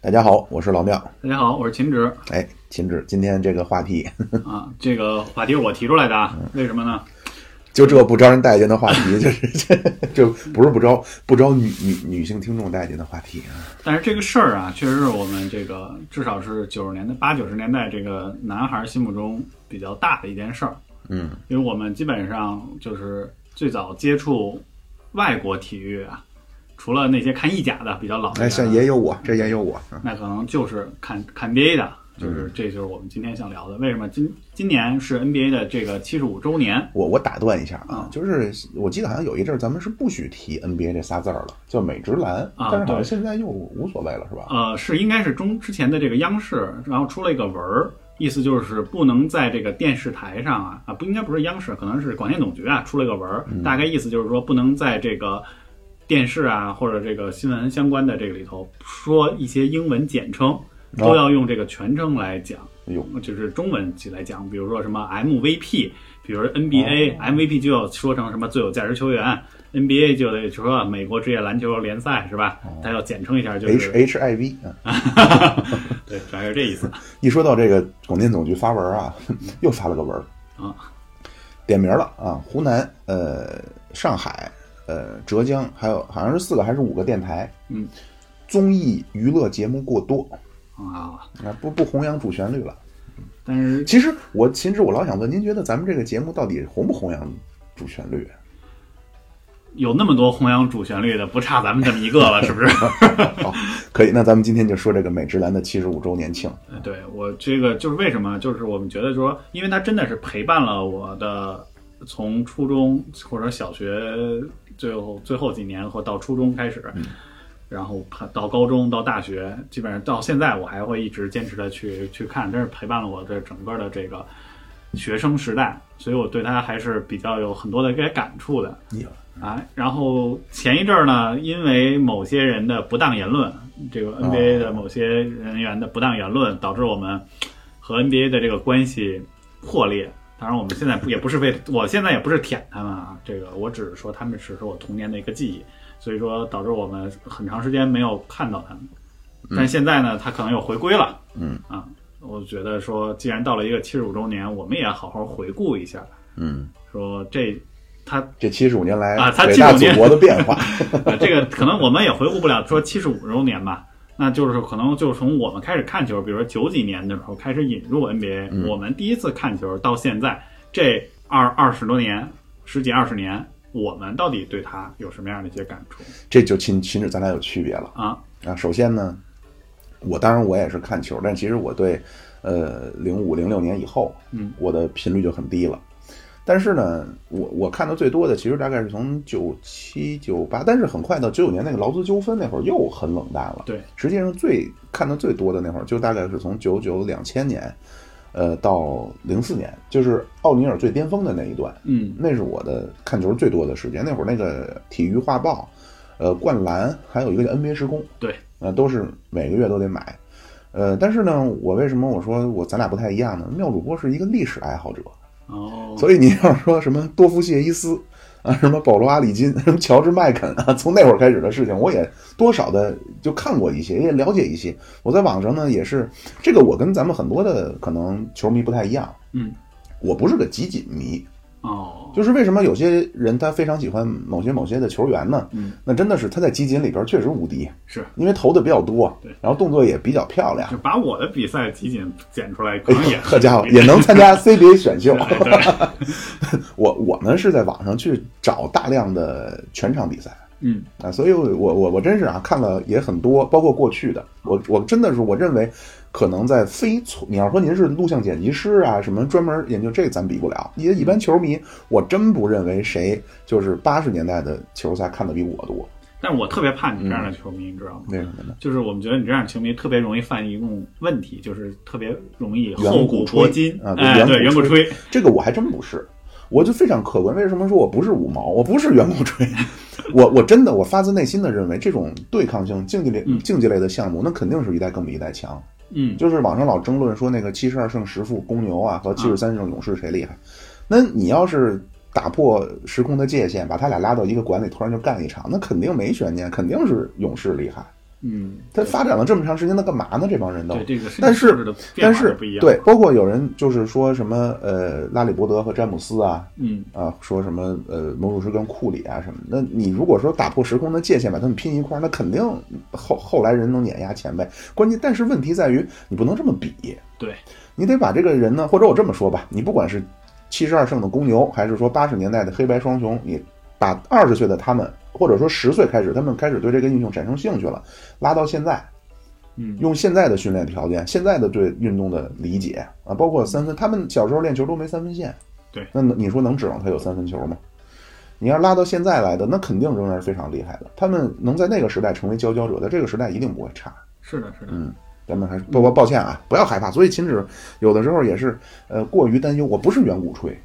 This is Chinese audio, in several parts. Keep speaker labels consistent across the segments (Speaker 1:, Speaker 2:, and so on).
Speaker 1: 大家好，我是老庙。
Speaker 2: 大家好，我是 秦直
Speaker 1: 哎，秦志，今天这个话题，
Speaker 2: 啊。这个话题我提出来的啊，为什么呢？
Speaker 1: 就这不招人待见的话题，就是 这这不是不招不招女女女性听众待见的话题啊。
Speaker 2: 但是这个事儿啊，确实是我们这个至少是九十年代八九十年代这个男孩心目中比较大的一件事儿。
Speaker 1: 嗯，
Speaker 2: 因为我们基本上就是最早接触外国体育啊，除了那些看意甲的比较老的
Speaker 1: 哎，像也有我，这也有我啊。
Speaker 2: 那可能就是看看 NBA 的，就是这就是我们今天想聊的。为什么今今年是 NBA 的这个七十五周年？
Speaker 1: 我我打断一下啊
Speaker 2: 啊，
Speaker 1: 就是我记得好像有一阵儿咱们是不许提 NBA 这仨字儿了，叫美职篮，
Speaker 2: 啊
Speaker 1: 但是好像
Speaker 2: 对
Speaker 1: 现在又无所谓了，是吧？
Speaker 2: 呃，是应该是中之前的这个央视，然后出了一个文儿，意思就是不能在这个电视台上啊啊，不应该不是央视，可能是广电总局啊出了一个文儿，大概意思就是说不能在这个电视啊或者这个新闻相关的这个里头说一些英文简称，都要用这个全称来讲。
Speaker 1: 哎呦，
Speaker 2: 就是中文起来讲，比如说什么哎 MVP，比如 NBA、MVP 就要说成什么最有价值球员，NBA 就得说美国职业篮球联赛是吧？它要简称一下，就
Speaker 1: H
Speaker 2: 是
Speaker 1: H I V 啊！
Speaker 2: 对，主要是这意思
Speaker 1: 一说到这个广电总局发文啊，又发了个文儿，
Speaker 2: 啊。
Speaker 1: 点名了啊，湖南、呃、上海、呃、浙江，还有好像是四个还是五个电台，
Speaker 2: 嗯，
Speaker 1: 综艺娱乐节目过多
Speaker 2: 啊，
Speaker 1: 啊，不不弘扬主旋律了。
Speaker 2: 但是
Speaker 1: 其实我秦志，我老想问，您觉得咱们这个节目到底弘不弘扬主旋律？啊
Speaker 2: 有那么多弘扬主旋律的，不差咱们这么一个了， 是不是？
Speaker 1: 好，可以，那咱们今天就说这个美职篮的七十五周年庆。
Speaker 2: 呃对我这个就是为什么，就是我们觉得说，因为它真的是陪伴了我的从初中或者小学最后最后几年或到初中开始，然后到高中到大学，基本上到现在我还会一直坚持的去去看，真是陪伴了我的整个的这个学生时代，所以我对它还是比较有很多的一个感触的。啊，然后前一阵儿呢，因为某些人的不当言论，这个 NBA 的某些人员的不当言论，导致我们和 NBA 的这个关系破裂。当然，我们现在不也不是为，我现在也不是舔他们啊，这个我只是说他们只是我童年的一个记忆，所以说导致我们很长时间没有看到他们。但现在呢，他可能又回归了。
Speaker 1: 嗯
Speaker 2: 啊，我觉得说，既然到了一个七十五周年，我们也好好回顾一下，
Speaker 1: 嗯，
Speaker 2: 说这他
Speaker 1: 这七十五年来
Speaker 2: 啊他
Speaker 1: 伟大
Speaker 2: 75
Speaker 1: 祖
Speaker 2: 年
Speaker 1: 国的变化，
Speaker 2: 呃，这个可能我们也回顾不了，说七十五周年吧，那就是可能就是从我们开始看球，比如说九几年的时候开始引入 NBA，、我
Speaker 1: 嗯
Speaker 2: 们第一次看球到现在这二二十多年，十几二十年，我们到底对它有什么样的一些感触
Speaker 1: 这就秦秦志咱俩有区别了。
Speaker 2: 啊？
Speaker 1: 啊，首先呢，我当然我也是看球，但其实我对，呃，零五零六年以后，
Speaker 2: 嗯，
Speaker 1: 我的频率就很低了。但是呢，我我看的最多的其实大概是从九七九八，但是很快到九九年那个劳资纠纷那会儿又很冷淡了。
Speaker 2: 对，
Speaker 1: 实际上最看的最多的那会儿就大概是从九九两千年，呃，到零四年，就是奥尼尔最巅峰的那一段。
Speaker 2: 嗯
Speaker 1: 那是我的看球最多的时间。那会儿那个体育画报，呃，灌篮，还有一个叫 NBA 时空，
Speaker 2: 对，
Speaker 1: 呃，都是每个月都得买。呃，但是呢，我为什么我说我咱俩不太一样呢？妙主播是一个历史爱好者，
Speaker 2: 哦，
Speaker 1: 所以你要说什么多夫谢伊斯啊，什么保罗阿里金，什么乔治麦肯啊，从那会儿开始的事情，我也多少的就看过一些，也了解一些。我在网上呢也是，这个我跟咱们很多的可能球迷不太一样，
Speaker 2: 嗯，
Speaker 1: 我不是个集锦迷，
Speaker 2: 哦，
Speaker 1: 就是为什么有些人他非常喜欢某些某些的球员呢？
Speaker 2: 嗯，
Speaker 1: 那真的是他在集锦里边确实无敌，
Speaker 2: 是。
Speaker 1: 因为投的比较多
Speaker 2: 对，
Speaker 1: 然后动作也比较漂亮
Speaker 2: 就。把我的比赛集锦剪出来，可
Speaker 1: 哎
Speaker 2: 能也
Speaker 1: 呦，好家 伙，也能参加 CBA 选秀。
Speaker 2: 对，
Speaker 1: 我我们是在网上去找大量的全场比赛
Speaker 2: 嗯
Speaker 1: 啊，所以我我我真是啊看了也很多，包括过去的。我我真的是我认为，可能在非从你要说您是录像剪辑师啊，什么专门研究这个咱比不了。也一般球迷，我真不认为谁就是八十年代的球赛看的比我多。
Speaker 2: 但是我特别怕你这样的球迷，你知道吗？
Speaker 1: 为什么呢？
Speaker 2: 就是我们觉得你这样球迷特别容易犯一种问题，就是特别容易
Speaker 1: 远
Speaker 2: 厚
Speaker 1: 古
Speaker 2: 古
Speaker 1: 吹
Speaker 2: 薄今
Speaker 1: 啊对
Speaker 2: 哎，对，
Speaker 1: 远
Speaker 2: 远
Speaker 1: 古
Speaker 2: 古
Speaker 1: 吹
Speaker 2: 吹，
Speaker 1: 这个我还真不是，我就非常客观。为什么说我不是五毛，我不是圆鼓槌？ 我我真的我发自内心的认为，这种对抗性竞技类
Speaker 2: 嗯
Speaker 1: 竞技类的项目，那肯定是一代更比一代强。
Speaker 2: 嗯，
Speaker 1: 就是网上老争论说那个七十二胜十负公牛啊和七十三胜勇士谁厉害，那你要是。打破时空的界限，把他俩拉到一个馆里，突然就干一场，那肯定没悬念，肯定是勇士厉害。
Speaker 2: 嗯，
Speaker 1: 他发展了这么长时间，他干嘛呢？这帮人都
Speaker 2: 对，这个世界
Speaker 1: 但
Speaker 2: 素质
Speaker 1: 是
Speaker 2: 的变
Speaker 1: 但
Speaker 2: 化
Speaker 1: 是
Speaker 2: 都不一样。，
Speaker 1: 对，包括有人就是说什么呃，拉里伯德和詹姆斯啊，
Speaker 2: 嗯，
Speaker 1: 啊，说什么呃，魔术师跟库里啊什么的。那你如果说打破时空的界限，把他们拼一块儿，那肯定后后来人能碾压前辈。关键，但是问题在于你不能这么比，
Speaker 2: 对，
Speaker 1: 你得把这个人呢，或者我这么说吧，你不管是七十二胜的公牛，还是说八十年代的黑白双雄，你把二十岁的他们，或者说十岁开始，他们开始对这个运动产生兴趣了，拉到现在，
Speaker 2: 嗯
Speaker 1: 用现在的训练条件、现在的对运动的理解啊，包括三分，他们小时候练球都没三分线，
Speaker 2: 对
Speaker 1: 那你说能指望他有三分球吗？你要拉到现在来的，那肯定仍然是非常厉害的。他们能在那个时代成为佼佼者，在这个时代一定不会差。
Speaker 2: 是的，是的，
Speaker 1: 嗯，咱们还是不不抱歉啊，不要害怕。所以秦止有的时候也是呃过于担忧，我不是远古吹，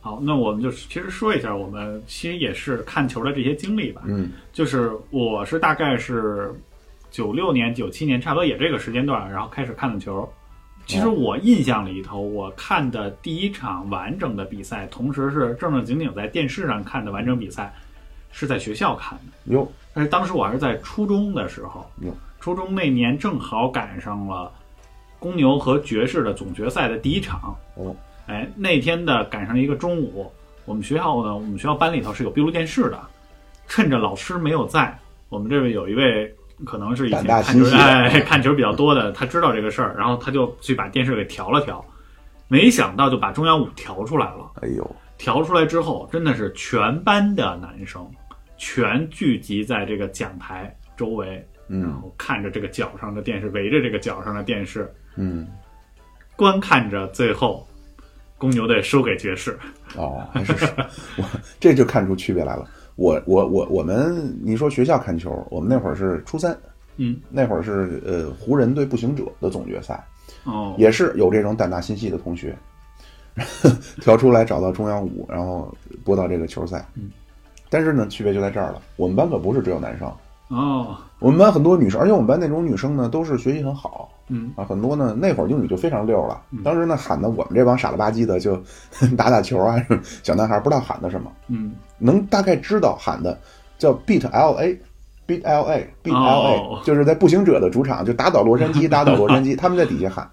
Speaker 2: 好，那我们就其实说一下我们其实也是看球的这些经历吧。
Speaker 1: 嗯
Speaker 2: 就是我是大概是九六年、九七年，差不多也这个时间段，然后开始看的球。其实我印象里头，我看的第一场完整的比赛，同时是正正经经在电视上看的完整比赛，是在学校看的。
Speaker 1: 哟，
Speaker 2: 但是当时我还是在初中的时候
Speaker 1: 哟，
Speaker 2: 初中那年正好赶上了公牛和爵士的总决赛的第一场。
Speaker 1: 哦，
Speaker 2: 哎，那天的赶上一个中午，我们学校呢，我们学校班里头是有闭路电视的，趁着老师没有在，我们这位有一位可能是以前
Speaker 1: 胆大
Speaker 2: 看球
Speaker 1: 心细
Speaker 2: 哎看球比较多的，他知道这个事儿，然后他就去把电视给调了调，没想到就把中央五调出来了。
Speaker 1: 哎呦，
Speaker 2: 调出来之后，真的是全班的男生全聚集在这个讲台周围，然
Speaker 1: 嗯
Speaker 2: 后看着这个角上的电视，围着这个角上的电视，
Speaker 1: 嗯，
Speaker 2: 观看着最后公牛队输给爵士。
Speaker 1: 哦，还是我这就看出区别来了。我我我我们，你说学校看球，我们那会儿是初三，
Speaker 2: 嗯，
Speaker 1: 那会儿是呃湖人对步行者的总决赛，
Speaker 2: 哦，
Speaker 1: 也是有这种胆大心细的同学，调出来找到中央五，然后播到这个球赛。
Speaker 2: 嗯，
Speaker 1: 但是呢，区别就在这儿了。我们班可不是只有男生，
Speaker 2: 哦，
Speaker 1: 我们班很多女生，而且我们班那种女生呢，都是学习很好
Speaker 2: 嗯，
Speaker 1: 啊，很多呢那会儿英语就非常溜了。当时呢喊的我们这帮傻了吧唧的就 打打球啊，小男孩不知道喊的什么，
Speaker 2: 嗯，
Speaker 1: 能大概知道喊的叫 beat L A。beat L A beat L A，、
Speaker 2: 哦
Speaker 1: 就是在步行者的主场就打倒洛杉矶，打倒洛杉矶，他们在底下喊，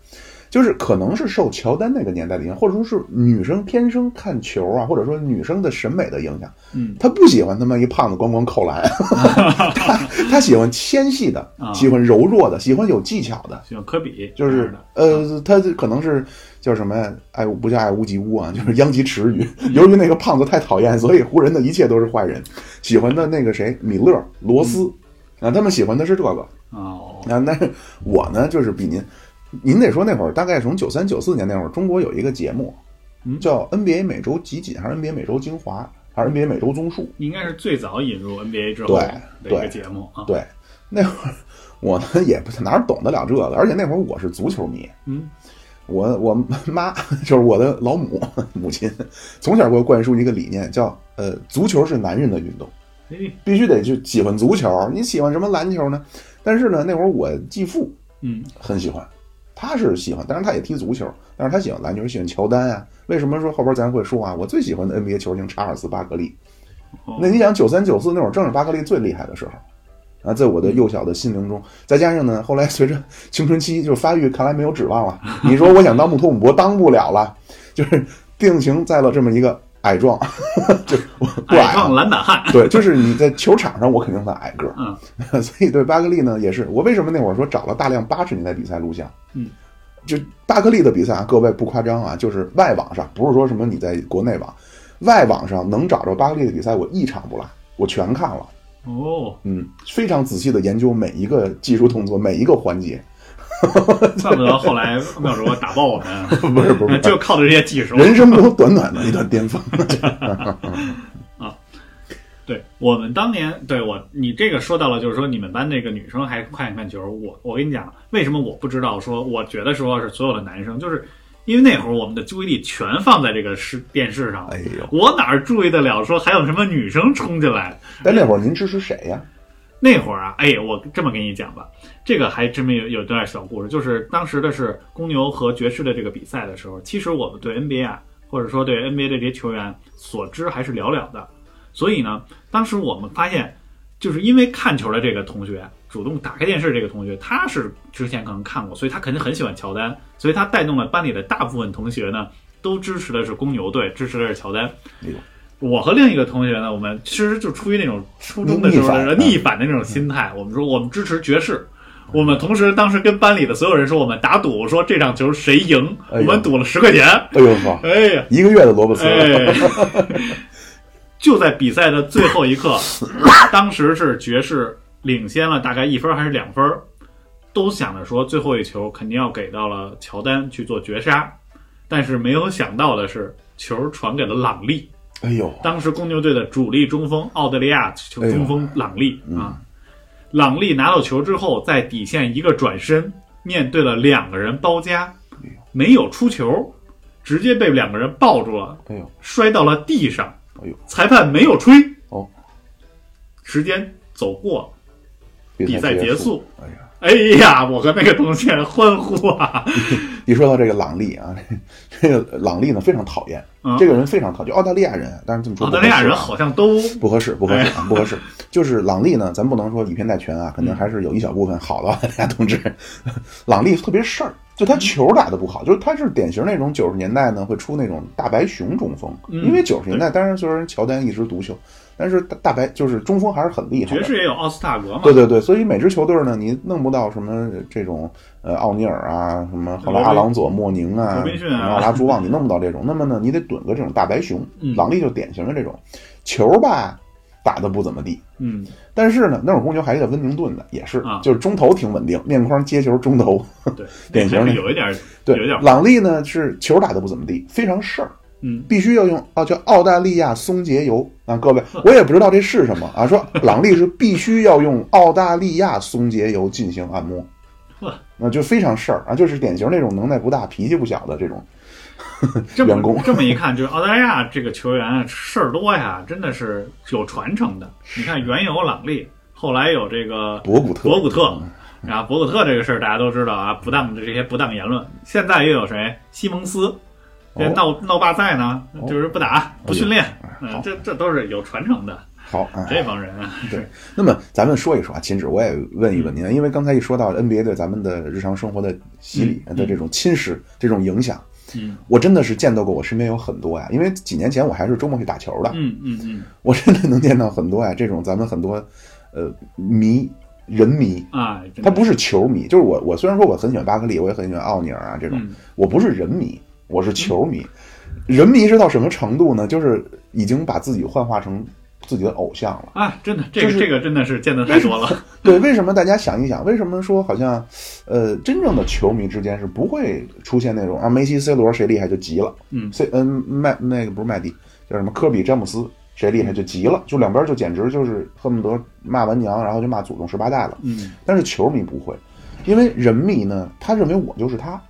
Speaker 1: 就是可能是受乔丹那个年代的影响，或者说是女生天生看球啊，或者说女生的审美的影响，
Speaker 2: 嗯，
Speaker 1: 他不喜欢他妈一胖子咣咣扣篮， 他他喜欢纤细的
Speaker 2: 啊，
Speaker 1: 喜欢柔弱的，喜欢有技巧的，
Speaker 2: 喜欢科比，
Speaker 1: 就是
Speaker 2: 的，
Speaker 1: 呃，他可能是叫什么呀？爱屋不叫爱屋及乌啊，就是殃及池鱼。由于那个胖子太讨厌，所以湖人的一切都是坏人。喜欢的那个谁，米勒、罗斯啊，他们喜欢的是这个。
Speaker 2: 哦，
Speaker 1: 啊，那我呢，就是比您，您得说那会儿大概从九三九四年那会儿，中国有一个节目
Speaker 2: 嗯
Speaker 1: 叫 NBA 每周集锦，还是 NBA 每周精华，还是 NBA 每周综述。
Speaker 2: 应该是最早引入 NBA 之后
Speaker 1: 对
Speaker 2: 的一个
Speaker 1: 对
Speaker 2: 节目啊，
Speaker 1: 对，那会儿我呢 也不哪懂得了这个，而且那会儿我是足球迷，
Speaker 2: 嗯，
Speaker 1: 我我妈 就是我的老母母亲，从小给我灌输一个理念，叫呃，足球是男人的运动，
Speaker 2: 哎，
Speaker 1: 必须得去喜欢足球。你喜欢什么篮球呢？但是呢，那会儿我继父
Speaker 2: 嗯，
Speaker 1: 很喜欢，他是喜欢，当然他也踢足球，但是他喜欢篮球，喜欢乔丹啊。为什么说后边咱会说啊？我最喜欢的 NBA 球星查尔斯巴格利，
Speaker 2: 哦
Speaker 1: 那你想九三九四那会儿正是巴克利最厉害的时候，啊，在我的
Speaker 2: 嗯
Speaker 1: 幼小的心灵中，再加上呢，后来随着青春期就是发育，看来没有指望了。你说我想当穆托姆博，当不了了，就是定型在了这么一个矮壮， 就是我不
Speaker 2: 矮
Speaker 1: 矮
Speaker 2: 壮
Speaker 1: 啊。
Speaker 2: 篮板汉，
Speaker 1: 对，就是你在球场上，我肯定算矮个
Speaker 2: 嗯
Speaker 1: 儿， 所以对巴克利呢也是。我为什么那会儿说找了大量八十年代比赛录像？
Speaker 2: 嗯，
Speaker 1: 就巴克利的比赛啊，各位不夸张啊，就是外网上，不是说什么你在国内网，外网上能找着巴克利的比赛，我一场不落，我全看了。
Speaker 2: 哦，
Speaker 1: 嗯，非常仔细的研究每一个技术动作，每一个环节。
Speaker 2: 怪不得后来妙主播打爆我们，啊
Speaker 1: 不是不是，
Speaker 2: 就靠着这些技 术。
Speaker 1: 人生中短短的一段巅峰。
Speaker 2: 嗯对我们当年，对我你这个说到了，就是说你们班那个女生还看看球，我我跟你讲，为什么我不知道说，我觉得说是所有的男生，就是因为那会儿我们的注意力全放在这个视电视上，
Speaker 1: 哎呦，
Speaker 2: 我哪儿注意得了说还有什么女生冲进来？
Speaker 1: 但那会儿您支持谁呀？
Speaker 2: 那会儿啊，哎，我这么跟你讲吧，这个还真没有有段小故事，就是当时的是公牛和爵士的这个比赛的时候，其实我们对 NBA 啊，或者说对 NBA 的这些球员所知还是寥寥的，所以呢，当时我们发现，就是因为看球的这个同学，主动打开电视这个同学，他是之前可能看过，所以他肯定很喜欢乔丹，所以他带动了班里的大部分同学呢，都支持的是公牛队，支持的是乔丹。
Speaker 1: 哎呦
Speaker 2: 我和另一个同学呢，我们其实就出于那种初中的
Speaker 1: 逆
Speaker 2: 时候
Speaker 1: 反
Speaker 2: 的
Speaker 1: 啊
Speaker 2: 逆反的那种心态，我们说我们支持爵士。我们同时当时跟班里的所有人说，我们打赌说这场球谁赢，
Speaker 1: 哎呦
Speaker 2: 我们赌了十块钱。
Speaker 1: 哎呦呵，
Speaker 2: 哎呀，
Speaker 1: 一个月的萝卜丝，
Speaker 2: 哎，就在比赛的最后一刻，当时是爵士领先了大概一分还是两分儿，都想着说最后一球肯定要给到了乔丹去做绝杀，但是没有想到的是。球传给了朗利，
Speaker 1: 哎呦，
Speaker 2: 当时公牛队的主力中锋澳大利亚球
Speaker 1: 哎呦
Speaker 2: 中锋朗利、
Speaker 1: 嗯
Speaker 2: 啊，朗利拿到球之后，在底线一个转身，面对了两个人包夹，没有出球，直接被两个人抱住了，
Speaker 1: 哎呦，
Speaker 2: 摔到了地上。
Speaker 1: 哎呦，
Speaker 2: 裁判没有吹。
Speaker 1: 哦，
Speaker 2: 时间走过，
Speaker 1: 比
Speaker 2: 比赛
Speaker 1: 结
Speaker 2: 结。束。
Speaker 1: 哎呀，
Speaker 2: 哎呀，我和那个同学欢呼 啊！
Speaker 1: 一说到这个朗利啊，这个朗利呢非常讨厌，
Speaker 2: 嗯
Speaker 1: 这个人非常讨厌，就澳大利亚人，但是这么说
Speaker 2: 澳
Speaker 1: 不合
Speaker 2: 大
Speaker 1: 适
Speaker 2: 利
Speaker 1: 啊
Speaker 2: 亚人好哎像 都
Speaker 1: 不合适，不合适，啊，不合适。就是朗利呢，咱不能说以偏概全啊，
Speaker 2: 嗯
Speaker 1: 肯定还是有一小部分好的澳 大利亚同志。朗利特别事儿，就
Speaker 2: 嗯
Speaker 1: 他球打得不好，就是他是典型那种九十年代呢会出那种大白熊中锋，
Speaker 2: 嗯
Speaker 1: 因为九十年代当然虽然乔丹一枝独秀，但是大大白就是中锋还是很厉害
Speaker 2: 爵
Speaker 1: 的。
Speaker 2: 士也有奥斯塔格嘛，
Speaker 1: 对对对，所以每支球队呢，你弄不到什么这种呃奥尼尔啊，什么后来
Speaker 2: 罗宾
Speaker 1: 阿朗佐、莫宁啊
Speaker 2: 罗，宾逊啊
Speaker 1: 然后阿拉朱旺，你弄不到这种。那么呢，你得蹲个这种大白熊，
Speaker 2: 嗯
Speaker 1: 朗利就典型的这种球吧，打得不怎么地。
Speaker 2: 嗯，
Speaker 1: 但是呢，那会儿公牛还有一个温宁顿的，也是，
Speaker 2: 啊
Speaker 1: 就是中投挺稳定，面框接球中投。
Speaker 2: 对，
Speaker 1: 典型的
Speaker 2: 还是有一点，
Speaker 1: 对
Speaker 2: 有点，
Speaker 1: 朗利呢是球打得不怎么地，非常事儿，
Speaker 2: 嗯，
Speaker 1: 必须要用啊叫澳大利亚松节油啊， 各位，我也不知道这是什么啊，说 朗利是必须要用澳大利亚松节油进行按 摩
Speaker 2: 呵，
Speaker 1: 那就非常事儿啊，就是典型那种能耐不大、脾气不小的这种。
Speaker 2: 这
Speaker 1: 员
Speaker 2: 么
Speaker 1: 工
Speaker 2: 这么一看，就是澳大利亚这个球员啊事儿多呀，真的是有传承的。你看，原有朗利，后来有这个
Speaker 1: 博古特嗯
Speaker 2: 博古特。啊，博古特这个事儿大家都知道啊，不当的这些不当言论。现在又有谁？西蒙斯，这
Speaker 1: 哦哎
Speaker 2: 闹、闹罢赛呢，就是不打不训练，嗯、
Speaker 1: 好
Speaker 2: 这这都是有传承的
Speaker 1: 好啊，
Speaker 2: 这帮人啊。
Speaker 1: 对，那么咱们说一说啊，秦止，我也问一问您，因为刚才一说到 NBA 对咱们的日常生活的洗礼
Speaker 2: 嗯
Speaker 1: 的这种侵蚀、这种影响，
Speaker 2: 嗯
Speaker 1: 我真的是见到过，我身边有很多啊呀。因为几年前我还是周末去打球的，
Speaker 2: 嗯嗯嗯
Speaker 1: 我真的能见到很多呀，啊这种咱们很多呃迷人迷，
Speaker 2: 啊，真的
Speaker 1: 他不是球迷，就是我我虽然说我很喜欢巴克利，我也很喜欢奥尼尔啊这种，
Speaker 2: 嗯
Speaker 1: 我不是人迷，我是球迷。人迷是到什么程度呢？就是已经把自己幻化成自己的偶像了。
Speaker 2: 啊，真的这个、
Speaker 1: 就是哎
Speaker 2: 这个真的是见的太多了。
Speaker 1: 对，为什么大家想一想，为什么说好像，呃，真正的球迷之间是不会出现那种啊，梅西、C 罗谁厉害就急了，
Speaker 2: 嗯
Speaker 1: ，C 嗯麦那个不是麦迪，叫什么科比、詹姆斯谁厉害就急
Speaker 2: 嗯
Speaker 1: 了，就两边就简直就是恨不得骂完娘，然后就骂祖宗十八代了。
Speaker 2: 嗯
Speaker 1: 但是球迷不会，因为人迷呢，他认为我就是他，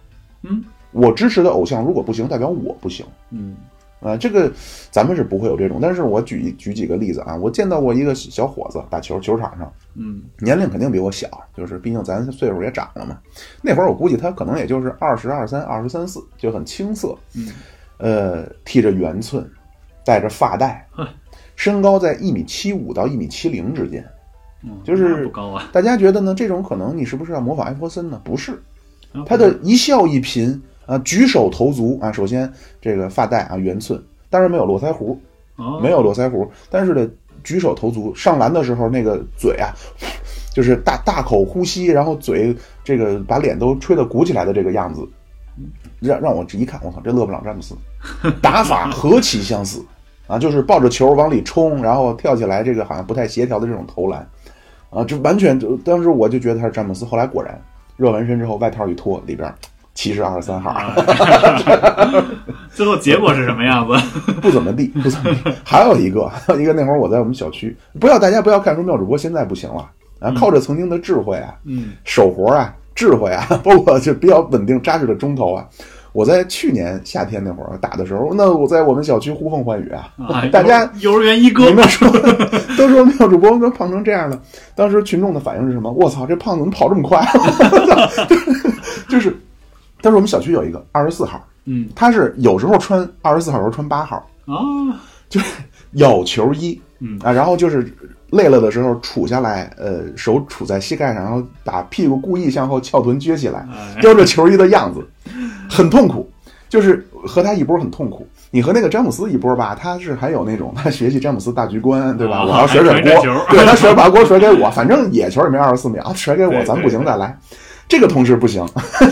Speaker 2: 嗯
Speaker 1: 我支持的偶像如果不行，代表我不行。
Speaker 2: 嗯
Speaker 1: 啊，这个咱们是不会有这种，但是我举举几个例子啊，我见到过一个小伙子打球，球场上，
Speaker 2: 嗯
Speaker 1: 年龄肯定比我小，就是毕竟咱岁数也长了嘛。那会儿我估计他可能也就是二十二三、二十三四，就很青涩，
Speaker 2: 嗯
Speaker 1: 呃，剃着圆寸，戴着发带
Speaker 2: 呵，
Speaker 1: 身高在一米七五到一米七零之间。
Speaker 2: 嗯，
Speaker 1: 就是
Speaker 2: 那不高啊。
Speaker 1: 大家觉得呢？这种可能你是不是要模仿艾弗森呢？不是，
Speaker 2: 然后
Speaker 1: 他的一笑一颦啊，举手投足啊，首先这个发带啊圆寸，当然没有络腮胡，
Speaker 2: 哦
Speaker 1: 没有络腮胡，但是呢，举手投足上篮的时候那个嘴啊， 就是大大口呼吸，然后嘴这个把脸都吹得鼓起来的这个样子，让让我这一看，我操，这勒布朗詹姆斯打法何其相似啊！就是抱着球往里冲，然后跳起来，这个好像不太协调的这种投篮啊，这完全就当时我就觉得他是詹姆斯，后来果然热完身之后外套一脱，里边七十二十三号。
Speaker 2: 啊最后结果是什么样子？
Speaker 1: 不怎么地，不怎么地。还有一个，还有一个，那会儿我在我们小区，不要大家不要看说妙主播现在不行了啊，靠着曾经的智慧啊、
Speaker 2: 嗯
Speaker 1: 手活啊、智慧啊，包括就比较稳定扎实的中投啊。我在去年夏天那会儿打的时候，那我在我们小区呼风唤雨啊，
Speaker 2: 啊，
Speaker 1: 大家
Speaker 2: 幼幼儿园一哥
Speaker 1: 你们说都说妙主播怎么胖成这样了？当时群众的反应是什么？我操，这胖子怎么跑这么快？就是，但是我们小区有一个二十四号，
Speaker 2: 嗯
Speaker 1: 他是有时候穿二十四号，有时候穿八号。
Speaker 2: 啊，
Speaker 1: 就是有球衣，
Speaker 2: 嗯
Speaker 1: 啊，然后就是累了的时候杵下来，呃，手杵在膝盖上，然后把屁股故意向后翘臀撅起来，
Speaker 2: 哎
Speaker 1: 叼着球衣的样子，很痛苦。就是和他一波很痛苦，你和那个詹姆斯一波吧，他是还有那种他学习詹姆斯大局观，对吧？
Speaker 2: 啊
Speaker 1: 我要甩甩
Speaker 2: 还
Speaker 1: 锅
Speaker 2: 传这球，
Speaker 1: 对他甩把锅甩给我，反正野球也没二十四秒，甩给我，
Speaker 2: 对
Speaker 1: 咱
Speaker 2: 对
Speaker 1: 不行再来。这个同志不行，